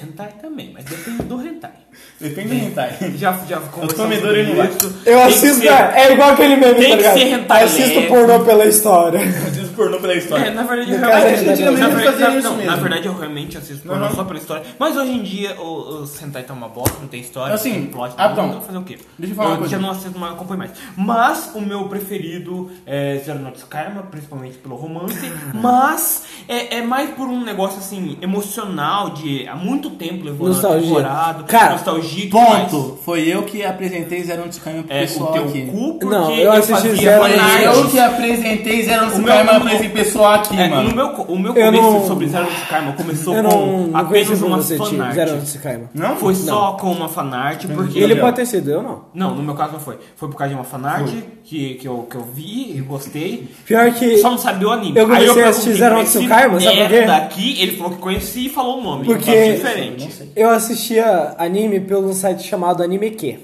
[SPEAKER 1] Hentai também, mas depende do hentai.
[SPEAKER 5] Depende do hentai.
[SPEAKER 1] Já, já conversamos
[SPEAKER 5] tomei
[SPEAKER 1] sobre
[SPEAKER 5] dor no
[SPEAKER 1] isso.
[SPEAKER 3] Eu
[SPEAKER 1] Tem que
[SPEAKER 3] assisto,
[SPEAKER 1] ser-
[SPEAKER 3] é, é igual aquele meme,
[SPEAKER 1] Tem que
[SPEAKER 3] tá ligado?
[SPEAKER 1] ser hentai
[SPEAKER 3] assisto
[SPEAKER 1] leve.
[SPEAKER 3] pornô pela história.
[SPEAKER 5] Diz pornô pela
[SPEAKER 1] É,
[SPEAKER 5] história.
[SPEAKER 1] na verdade, eu
[SPEAKER 3] No caso,
[SPEAKER 1] realmente,
[SPEAKER 3] a gente
[SPEAKER 1] na,
[SPEAKER 5] também
[SPEAKER 1] verdade-
[SPEAKER 5] fazia
[SPEAKER 1] não,
[SPEAKER 5] isso
[SPEAKER 1] na
[SPEAKER 5] mesmo.
[SPEAKER 1] verdade, eu realmente assisto pornô
[SPEAKER 5] Aham.
[SPEAKER 1] só pela história. Mas hoje em dia, o, o Sentai tá uma bosta, não tem história,
[SPEAKER 5] Assim,
[SPEAKER 1] não tem plot,
[SPEAKER 5] ah,
[SPEAKER 1] não
[SPEAKER 5] então,
[SPEAKER 1] então, fazer o quê?
[SPEAKER 5] deixa eu falar uma coisa.
[SPEAKER 1] já não assisto mais, acompanho mais. Mas o meu preferido é Zero Notes Karma, principalmente pelo romance. Mas é, é mais por um negócio, assim, emocional, de há muito tempo levou
[SPEAKER 3] Nostalgia.
[SPEAKER 1] temporado,
[SPEAKER 3] Cara,
[SPEAKER 1] nostalgia e tudo
[SPEAKER 5] Ponto! Foi eu que apresentei Zero Notsukami pro
[SPEAKER 1] mais. É, o
[SPEAKER 5] pessoal
[SPEAKER 1] teu
[SPEAKER 5] aqui.
[SPEAKER 1] cu, porque
[SPEAKER 3] Não, eu
[SPEAKER 1] eu,
[SPEAKER 3] assisti
[SPEAKER 1] fazia
[SPEAKER 3] Zero
[SPEAKER 5] Foi eu
[SPEAKER 1] fanart.
[SPEAKER 5] que apresentei Zero
[SPEAKER 1] meu-
[SPEAKER 5] Notsukami pra esse pessoal aqui,
[SPEAKER 1] É,
[SPEAKER 5] mano.
[SPEAKER 1] no meu, co- o meu
[SPEAKER 3] Eu
[SPEAKER 1] começo
[SPEAKER 3] não-
[SPEAKER 1] sobre Zero Notes Karma começou
[SPEAKER 3] Eu não,
[SPEAKER 1] com
[SPEAKER 3] não conheço
[SPEAKER 1] apenas uma
[SPEAKER 3] você, tio.
[SPEAKER 1] fanart.
[SPEAKER 3] Zero anos de Kaima.
[SPEAKER 5] Não?
[SPEAKER 1] Foi só com uma fanart, porque...
[SPEAKER 3] Ele pode ter sido, eu não.
[SPEAKER 1] Não, no meu caso não foi. Foi por causa de uma fanart que, que, eu, que eu vi e gostei.
[SPEAKER 3] Pior que.
[SPEAKER 1] Só não sabia o anime.
[SPEAKER 3] Eu comecei
[SPEAKER 1] Aí
[SPEAKER 3] a
[SPEAKER 1] perguntei
[SPEAKER 3] assistir Zero
[SPEAKER 1] pra
[SPEAKER 3] Notes no
[SPEAKER 1] esse
[SPEAKER 3] Karma, sabe por quê?
[SPEAKER 1] merda aqui, ele falou que conhecia e falou o nome.
[SPEAKER 3] Porque-
[SPEAKER 1] Eu achei diferente.
[SPEAKER 3] Eu assistia anime pelo site chamado AnimeQ.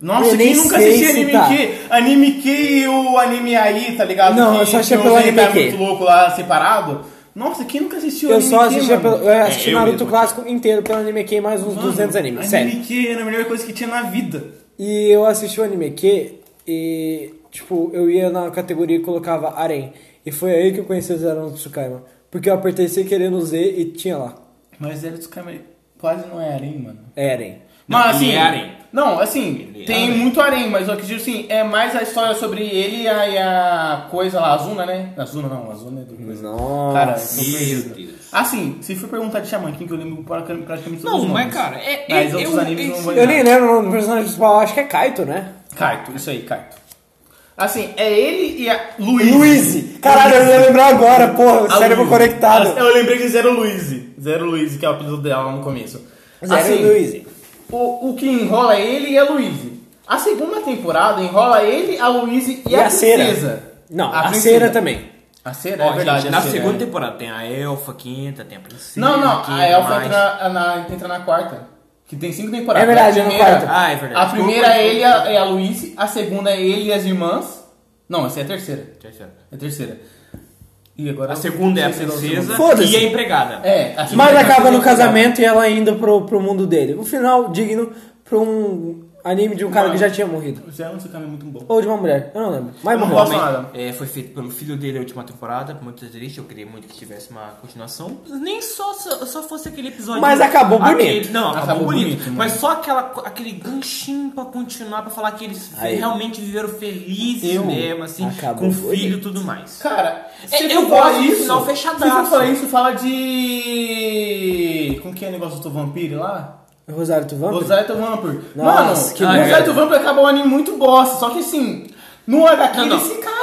[SPEAKER 5] Nossa,
[SPEAKER 3] Eu
[SPEAKER 5] quem
[SPEAKER 3] nem
[SPEAKER 5] nunca
[SPEAKER 3] sei tá.
[SPEAKER 5] assistiu anime
[SPEAKER 3] citar.
[SPEAKER 5] que? Anime que e o anime aí, tá ligado?
[SPEAKER 3] Não,
[SPEAKER 5] que,
[SPEAKER 3] eu só achei
[SPEAKER 5] que
[SPEAKER 3] pelo
[SPEAKER 5] os
[SPEAKER 3] anime
[SPEAKER 5] hentai
[SPEAKER 3] que.
[SPEAKER 5] muito louco lá separado. Nossa, quem nunca assistiu
[SPEAKER 3] Eu
[SPEAKER 5] anime
[SPEAKER 3] só
[SPEAKER 5] que,
[SPEAKER 3] assistia
[SPEAKER 5] mano?
[SPEAKER 3] pelo. Eu assisti
[SPEAKER 1] É, eu
[SPEAKER 3] Naruto
[SPEAKER 1] mesmo.
[SPEAKER 3] clássico inteiro pelo AnimeQ mais uns
[SPEAKER 5] Mano,
[SPEAKER 3] 200 animes, sério.
[SPEAKER 5] Anime que era a melhor coisa que tinha na vida.
[SPEAKER 3] E eu assisti o AnimeQ e. Tipo, eu ia na categoria e colocava Arém. E foi aí que eu conheci o Zero Notes de Kaima. Porque eu apertei sem querer no Z e tinha lá.
[SPEAKER 5] Mas Zero Notsukami quase não é harem, mano.
[SPEAKER 3] É Arém.
[SPEAKER 5] Não,
[SPEAKER 1] Não,
[SPEAKER 5] assim,
[SPEAKER 1] ele é harem.
[SPEAKER 5] Não, assim,
[SPEAKER 1] é
[SPEAKER 5] tem
[SPEAKER 1] harem.
[SPEAKER 5] muito harem, mas eu acredito assim, é mais a história sobre ele e a, e a coisa lá, a Zuna, né? A Zuna não, a Zuna é do coisa.
[SPEAKER 3] Nossa.
[SPEAKER 5] Cara, eu tô
[SPEAKER 1] Meu
[SPEAKER 5] perdido.
[SPEAKER 1] Deus.
[SPEAKER 5] Assim, se for perguntar de Shaman King, eu lembro praticamente praticamente todos
[SPEAKER 1] Não,
[SPEAKER 5] os
[SPEAKER 1] mas
[SPEAKER 5] nomes.
[SPEAKER 1] cara, é... é-
[SPEAKER 5] Mas outros
[SPEAKER 1] eu-
[SPEAKER 5] animes não
[SPEAKER 1] esse-
[SPEAKER 5] vou
[SPEAKER 3] Eu nem lembro o nome do personagem principal, acho que é Kaito, né?
[SPEAKER 5] Kaito, isso aí, Kaito. Assim, é ele e a Luiz.
[SPEAKER 3] Luiz! Caralho, eu ia lembrar agora, porra, o
[SPEAKER 5] A
[SPEAKER 3] cérebro
[SPEAKER 5] Luizy.
[SPEAKER 3] conectado.
[SPEAKER 5] Ah, Eu lembrei de Zero Luiz. Zero Luiz, que é o apelido dela lá no começo.
[SPEAKER 3] Zero
[SPEAKER 5] assim,
[SPEAKER 3] Luizy.
[SPEAKER 5] O, o que enrola é ele e a Luiz. A segunda temporada enrola ele, a Luiz e, a, princesa.
[SPEAKER 3] cera. Não,
[SPEAKER 5] A
[SPEAKER 3] a,
[SPEAKER 5] princesa.
[SPEAKER 3] cera também.
[SPEAKER 5] A cera,
[SPEAKER 1] Ó,
[SPEAKER 5] é verdade.
[SPEAKER 1] gente,
[SPEAKER 5] a
[SPEAKER 1] na
[SPEAKER 5] cera,
[SPEAKER 1] segunda
[SPEAKER 5] é.
[SPEAKER 1] temporada tem a Elfa, quinta, tem a Princesa,
[SPEAKER 5] Não, não,
[SPEAKER 1] quinta,
[SPEAKER 5] a Elfa é
[SPEAKER 1] mais.
[SPEAKER 5] entra na, entra na quarta. Que tem cinco temporadas.
[SPEAKER 3] É verdade,
[SPEAKER 5] a
[SPEAKER 3] é no quarto.
[SPEAKER 1] Ah, é verdade.
[SPEAKER 5] A primeira é ele e a, é a Luiz, a segunda é ele e as irmãs. Não, essa é a terceira.
[SPEAKER 1] Terceira.
[SPEAKER 5] É a terceira. E agora
[SPEAKER 1] A segunda é a
[SPEAKER 5] terceira,
[SPEAKER 1] princesa
[SPEAKER 3] Foda-se.
[SPEAKER 1] e a empregada.
[SPEAKER 5] É, a segunda
[SPEAKER 3] Mas
[SPEAKER 5] é a
[SPEAKER 3] acaba no
[SPEAKER 5] terceira.
[SPEAKER 3] casamento e ela indo pro, pro mundo dele. Um final digno pra um anime de um cara que já tinha morrido.
[SPEAKER 5] O Zé Nosso Caminho é muito bom.
[SPEAKER 3] Ou de uma mulher, eu não lembro. Mas
[SPEAKER 5] Eu não
[SPEAKER 3] morreu.
[SPEAKER 5] gosto
[SPEAKER 1] Homem,
[SPEAKER 5] nada.
[SPEAKER 1] é, foi feito pelo filho dele na última temporada, muito triste, eu queria muito que tivesse uma continuação. Nem só, só, só fosse aquele episódio.
[SPEAKER 3] Mas acabou
[SPEAKER 1] aquele-
[SPEAKER 3] bonito.
[SPEAKER 1] não, acabou,
[SPEAKER 5] Acabou
[SPEAKER 1] bonito.
[SPEAKER 5] bonito, mano.
[SPEAKER 1] mas só aquela, aquele ganchinho pra continuar, pra falar que eles
[SPEAKER 3] Aí.
[SPEAKER 1] realmente viveram felizes
[SPEAKER 5] Eu-
[SPEAKER 1] mesmo, assim,
[SPEAKER 3] Acabou
[SPEAKER 1] com filho
[SPEAKER 3] bonito.
[SPEAKER 1] e tudo mais.
[SPEAKER 5] Cara,
[SPEAKER 1] É,
[SPEAKER 5] se
[SPEAKER 1] eu
[SPEAKER 5] for falar
[SPEAKER 1] gosto do final fechadaço.
[SPEAKER 5] Se for falar isso, fala de. Com que é o negócio do vampiro lá?
[SPEAKER 3] Rosário Tuvan?
[SPEAKER 5] Rosaito Vampire.
[SPEAKER 3] Nossa,
[SPEAKER 5] Mano,
[SPEAKER 3] que
[SPEAKER 5] o
[SPEAKER 1] merda.
[SPEAKER 5] Rosaito Vampire acaba um anime muito bosta, só que assim, no HQ
[SPEAKER 1] Não, Ah, não.
[SPEAKER 5] eles se casam.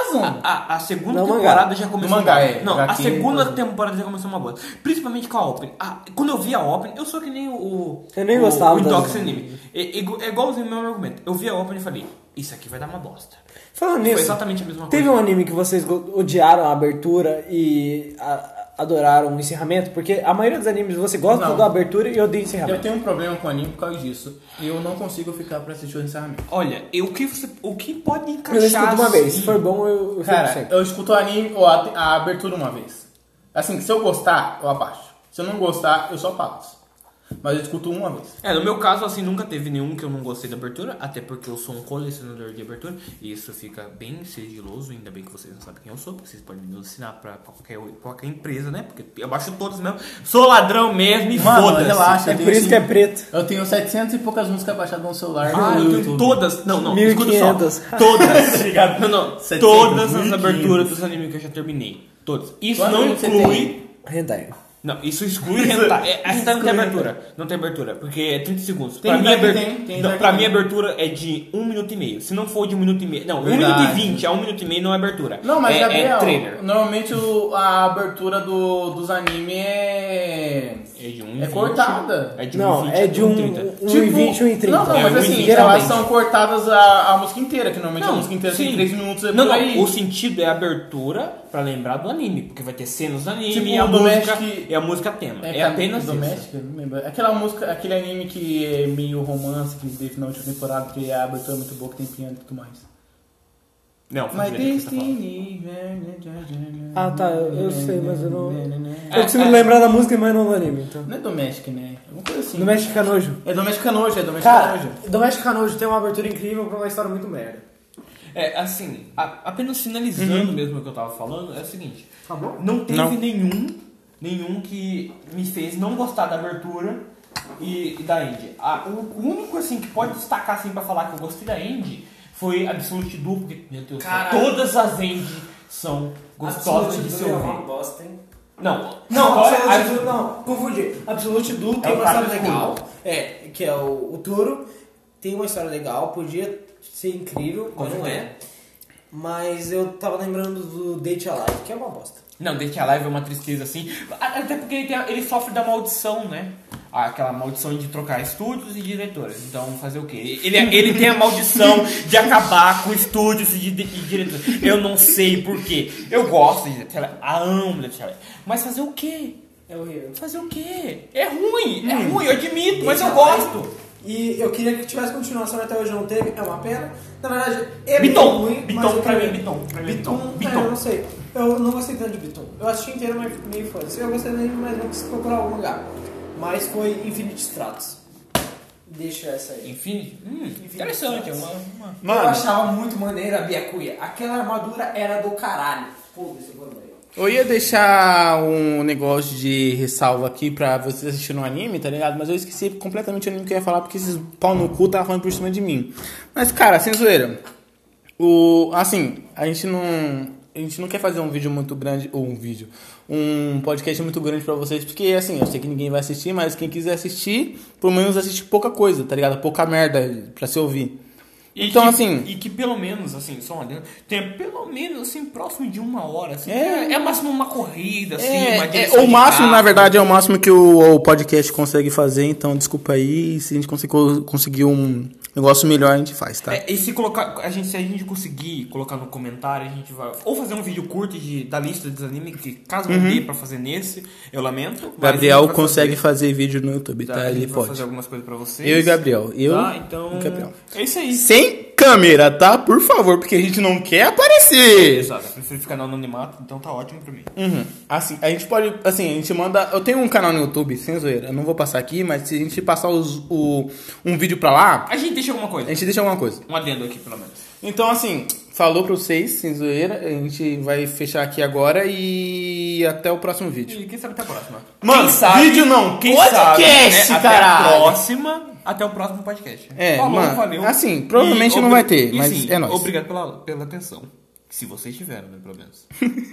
[SPEAKER 1] A, a segunda
[SPEAKER 3] No
[SPEAKER 1] temporada
[SPEAKER 3] mangá.
[SPEAKER 1] já
[SPEAKER 5] No
[SPEAKER 1] começou
[SPEAKER 5] mangá,
[SPEAKER 1] uma
[SPEAKER 5] é.
[SPEAKER 1] Não, a
[SPEAKER 5] HQ,
[SPEAKER 1] segunda
[SPEAKER 5] então.
[SPEAKER 1] temporada já começou uma boa. Principalmente com a Open. A- quando eu vi a Open, eu sou que nem o- o.
[SPEAKER 3] Eu nem
[SPEAKER 1] o,
[SPEAKER 3] gostava
[SPEAKER 1] O Intox
[SPEAKER 3] das-
[SPEAKER 1] Anime. É, é igu- é igualzinho o meu argumento. Eu vi a Open e falei: Isso aqui vai dar uma bosta.
[SPEAKER 3] Falando
[SPEAKER 1] Foi
[SPEAKER 3] nisso,
[SPEAKER 1] exatamente a mesma
[SPEAKER 3] teve um
[SPEAKER 1] coisa.
[SPEAKER 3] anime que vocês go- odiaram a abertura e a- adoraram o encerramento? Porque a maioria dos animes você gosta
[SPEAKER 5] Não.
[SPEAKER 3] da abertura e odeia o
[SPEAKER 1] ah,
[SPEAKER 5] Eu
[SPEAKER 3] encerramento.
[SPEAKER 5] tenho um problema com anime por causa disso. Eu não consigo ficar pra assistir o encerramento.
[SPEAKER 1] Olha, e o que, você- o que pode
[SPEAKER 3] Eu,
[SPEAKER 1] encaixar.
[SPEAKER 3] escuto uma vez,
[SPEAKER 1] assim-
[SPEAKER 3] se for bom eu, eu fico
[SPEAKER 5] Cara,
[SPEAKER 3] sempre.
[SPEAKER 5] eu escuto o anime ou a, a abertura uma vez. Assim, se eu gostar, eu abaixo. Se eu não gostar, eu só passo. Mas eu escuto uma vez.
[SPEAKER 1] É, no meu caso, assim, nunca teve nenhum que eu não gostei da abertura, até porque eu sou um colecionador de abertura, e isso fica bem sigiloso, ainda bem que vocês não sabem quem eu sou, porque vocês podem me assinar pra qualquer, qualquer empresa, né? Porque eu baixo todos mesmo, sou ladrão mesmo e
[SPEAKER 5] Mano,
[SPEAKER 1] foda-se.
[SPEAKER 5] relaxa.
[SPEAKER 3] É por isso que é preto.
[SPEAKER 5] Eu tenho 700 e poucas músicas baixadas no celular.
[SPEAKER 1] Ah,
[SPEAKER 5] no
[SPEAKER 1] eu tenho
[SPEAKER 5] YouTube.
[SPEAKER 1] todas, não, não, escuta
[SPEAKER 3] 1500.
[SPEAKER 1] só, todas, não, não,
[SPEAKER 5] 700,
[SPEAKER 1] todas as
[SPEAKER 5] 1500.
[SPEAKER 1] aberturas dos animes que eu já terminei, todas. Isso
[SPEAKER 5] Quantos
[SPEAKER 1] não
[SPEAKER 5] animes você
[SPEAKER 1] inclui
[SPEAKER 5] tem?
[SPEAKER 3] Hentai.
[SPEAKER 1] Não, isso exclui hentai. É, hentai não tem abertura. Não tem abertura, porque é 30 segundos.
[SPEAKER 5] Tem
[SPEAKER 1] pra mim,
[SPEAKER 5] hentai que
[SPEAKER 1] abertura,
[SPEAKER 5] tem, tem
[SPEAKER 1] não,
[SPEAKER 5] hentai
[SPEAKER 1] pra
[SPEAKER 5] que
[SPEAKER 1] mim
[SPEAKER 5] tem.
[SPEAKER 1] abertura é de 1 minuto e meio. Se não for de 1 minuto e meio. Não, 1
[SPEAKER 5] Verdade.
[SPEAKER 1] minuto e 20 a 1 minuto e meio não é abertura.
[SPEAKER 5] Não, mas
[SPEAKER 1] é,
[SPEAKER 5] Gabriel,
[SPEAKER 1] é trailer.
[SPEAKER 5] normalmente o- a abertura do, dos animes é.
[SPEAKER 1] É de 1
[SPEAKER 5] É um cortada.
[SPEAKER 1] É de 1
[SPEAKER 9] Não, é de 1
[SPEAKER 1] 1
[SPEAKER 9] um, um e 20 1 e 30.
[SPEAKER 5] Não, não,
[SPEAKER 1] É,
[SPEAKER 5] mas
[SPEAKER 1] um e
[SPEAKER 5] assim,
[SPEAKER 1] vinte,
[SPEAKER 5] elas
[SPEAKER 1] geralmente.
[SPEAKER 5] são cortadas a, a música inteira, que normalmente a música inteira tem 3 minutos. é
[SPEAKER 1] Não,
[SPEAKER 5] por
[SPEAKER 1] não,
[SPEAKER 5] aí.
[SPEAKER 1] o sentido é a abertura pra lembrar do anime, porque vai ter cenas do anime
[SPEAKER 5] Tipo,
[SPEAKER 1] e a
[SPEAKER 5] o
[SPEAKER 1] música
[SPEAKER 5] Domestic-
[SPEAKER 1] é a música tema. É,
[SPEAKER 5] que a-
[SPEAKER 1] apenas isso.
[SPEAKER 5] doméstica, não lembro. Aquela música, aquele anime que é meio romance que teve na última temporada, que a abertura é muito boa, que tem piano e tudo mais.
[SPEAKER 1] Não, foi
[SPEAKER 5] My
[SPEAKER 1] direito que você tá falando.
[SPEAKER 5] Destiny.
[SPEAKER 1] né,
[SPEAKER 9] Ah, tá, eu- eu sei, mas eu não-
[SPEAKER 5] Não
[SPEAKER 9] Eu consigo lembrar da música, mas não do anime, então.
[SPEAKER 5] é doméstica, né? É uma coisa assim.
[SPEAKER 9] Do México Canojo.
[SPEAKER 5] É doméstica nojo, é doméstica
[SPEAKER 9] Cara,
[SPEAKER 5] nojo.
[SPEAKER 9] do México Canojo tem uma abertura incrível pra uma história muito merda.
[SPEAKER 1] É, assim, a- apenas finalizando
[SPEAKER 5] Uhum.
[SPEAKER 1] mesmo o que eu tava falando, é o seguinte.
[SPEAKER 9] Tá bom?
[SPEAKER 1] Não teve
[SPEAKER 10] Não.
[SPEAKER 1] nenhum, nenhum que me fez não gostar da abertura e, e da Indy. A- o único, assim, que pode destacar, assim, pra falar que eu gostei da Indy foi Absolute Duo, porque, meu Deus, do céu,
[SPEAKER 4] Caralho.
[SPEAKER 1] todas as Indy são gostosas de se
[SPEAKER 4] é uma
[SPEAKER 1] ouvir.
[SPEAKER 4] bosta, hein?
[SPEAKER 1] Não,
[SPEAKER 3] Não,
[SPEAKER 9] é
[SPEAKER 1] Só-
[SPEAKER 3] Absolute Duo, não, confundi. Absolute Duo tem
[SPEAKER 1] É o
[SPEAKER 3] uma história
[SPEAKER 1] cara
[SPEAKER 3] legal, é, que é o, o Turo, tem uma história legal, podia ser incrível, mas não é. Mas eu tava lembrando do Date Alive, que é uma bosta.
[SPEAKER 1] Não, Dead Alive é uma tristeza assim. A- Até porque ele, tem a- ele sofre da maldição, né? Aquela maldição de trocar estúdios e diretores. Então, fazer o quê? Ele, ele tem a maldição de acabar com estúdios e, di- e diretores. Eu não sei porquê. Eu gosto de Dead Alive. a Amo Dead Alive. Mas fazer o quê?
[SPEAKER 3] É horrível.
[SPEAKER 1] Fazer o quê? É ruim. É ruim, eu admito, mas eu gosto.
[SPEAKER 3] E eu queria que tivesse continuação até hoje não teve, é uma pena. Na verdade, é bem
[SPEAKER 1] Biton.
[SPEAKER 3] ruim, mas
[SPEAKER 1] Biton
[SPEAKER 3] eu
[SPEAKER 1] pra mim, é
[SPEAKER 3] queria-
[SPEAKER 1] Biton. Pra mim,
[SPEAKER 3] Biton,
[SPEAKER 1] Biton.
[SPEAKER 3] É, eu não
[SPEAKER 1] Biton.
[SPEAKER 3] sei. Eu não gostei tanto de Biton. Eu assisti inteiro, mas meio foda Eu gostei dele, mas não quis procurar algum lugar. Mas foi Infinite Stratos. Deixa essa aí.
[SPEAKER 1] Enfim, hum, interessante. É uma, uma...
[SPEAKER 4] Eu achava muito maneiro a Biacuia. Aquela armadura era do caralho. Foda-se, eu gostei.
[SPEAKER 5] Eu ia deixar um negócio de ressalva aqui pra vocês assistirem um anime, tá ligado? Mas eu esqueci completamente o anime que eu ia falar porque esses pau no cu tava falando por cima de mim. Mas, cara, sem zoeira. O, assim, a gente não. A gente não quer fazer um vídeo muito grande, ou um vídeo, um podcast muito grande pra vocês, porque assim, eu sei que ninguém vai assistir, mas quem quiser assistir, pelo menos assiste pouca coisa, tá ligado? Pouca merda pra se ouvir.
[SPEAKER 1] E
[SPEAKER 5] então,
[SPEAKER 1] que-
[SPEAKER 5] assim.
[SPEAKER 1] E que pelo menos, assim, só uma dentro, tem pelo menos, assim, próximo de uma hora, assim.
[SPEAKER 5] É.
[SPEAKER 1] É, é máximo uma corrida, assim, uma
[SPEAKER 5] É,
[SPEAKER 1] direção
[SPEAKER 5] o
[SPEAKER 1] de
[SPEAKER 5] máximo,
[SPEAKER 1] carro.
[SPEAKER 5] na verdade, é o máximo que o, o podcast consegue fazer, então desculpa aí, se a gente conseguiu, conseguir um negócio melhor, a gente faz, tá?
[SPEAKER 1] É, e se colocar, a gente, se a gente conseguir colocar no comentário, a gente vai. Ou fazer um vídeo curto de, da lista dos animes, que caso não dê pra fazer nesse, eu lamento. mas a
[SPEAKER 5] Uhum. Gabriel
[SPEAKER 1] gente vai
[SPEAKER 5] consegue
[SPEAKER 1] fazer,
[SPEAKER 5] fazer. vídeo no YouTube, tá?
[SPEAKER 1] tá? A gente
[SPEAKER 5] Ele
[SPEAKER 1] vai
[SPEAKER 5] pode.
[SPEAKER 1] fazer algumas coisas pra vocês.
[SPEAKER 5] Eu e Gabriel. Eu
[SPEAKER 1] Tá, então.
[SPEAKER 5] e Gabriel.
[SPEAKER 1] É isso aí.
[SPEAKER 5] Sem câmera, tá? Por favor, porque a gente não quer aparecer.
[SPEAKER 1] Exato, eu prefiro ficar no anonimato, então tá ótimo pra mim.
[SPEAKER 5] Uhum. Assim, a gente pode. Assim, a gente manda. Eu tenho um canal no YouTube, sem zoeira. Eu não vou passar aqui, mas se a gente passar os- o, um vídeo pra lá,
[SPEAKER 1] A gente deixa alguma
[SPEAKER 5] a
[SPEAKER 1] coisa.
[SPEAKER 5] gente deixa alguma coisa.
[SPEAKER 1] Um adendo aqui, pelo menos.
[SPEAKER 5] Então, assim, falou pra vocês, sem zoeira. A gente vai fechar aqui agora e até o próximo vídeo.
[SPEAKER 1] E quem sabe até a próxima.
[SPEAKER 5] Mano, vídeo não,
[SPEAKER 1] quem
[SPEAKER 5] podcast,
[SPEAKER 1] sabe, né? Até a
[SPEAKER 5] caralho.
[SPEAKER 1] próxima, até o próximo podcast.
[SPEAKER 5] É,
[SPEAKER 1] Falou,
[SPEAKER 5] mano,
[SPEAKER 1] valeu.
[SPEAKER 5] assim, provavelmente não
[SPEAKER 1] obri-
[SPEAKER 5] vai ter,
[SPEAKER 1] e
[SPEAKER 5] mas
[SPEAKER 1] sim,
[SPEAKER 5] é nóis.
[SPEAKER 1] Obrigado pela, pela atenção. Se vocês tiveram, né, pelo menos.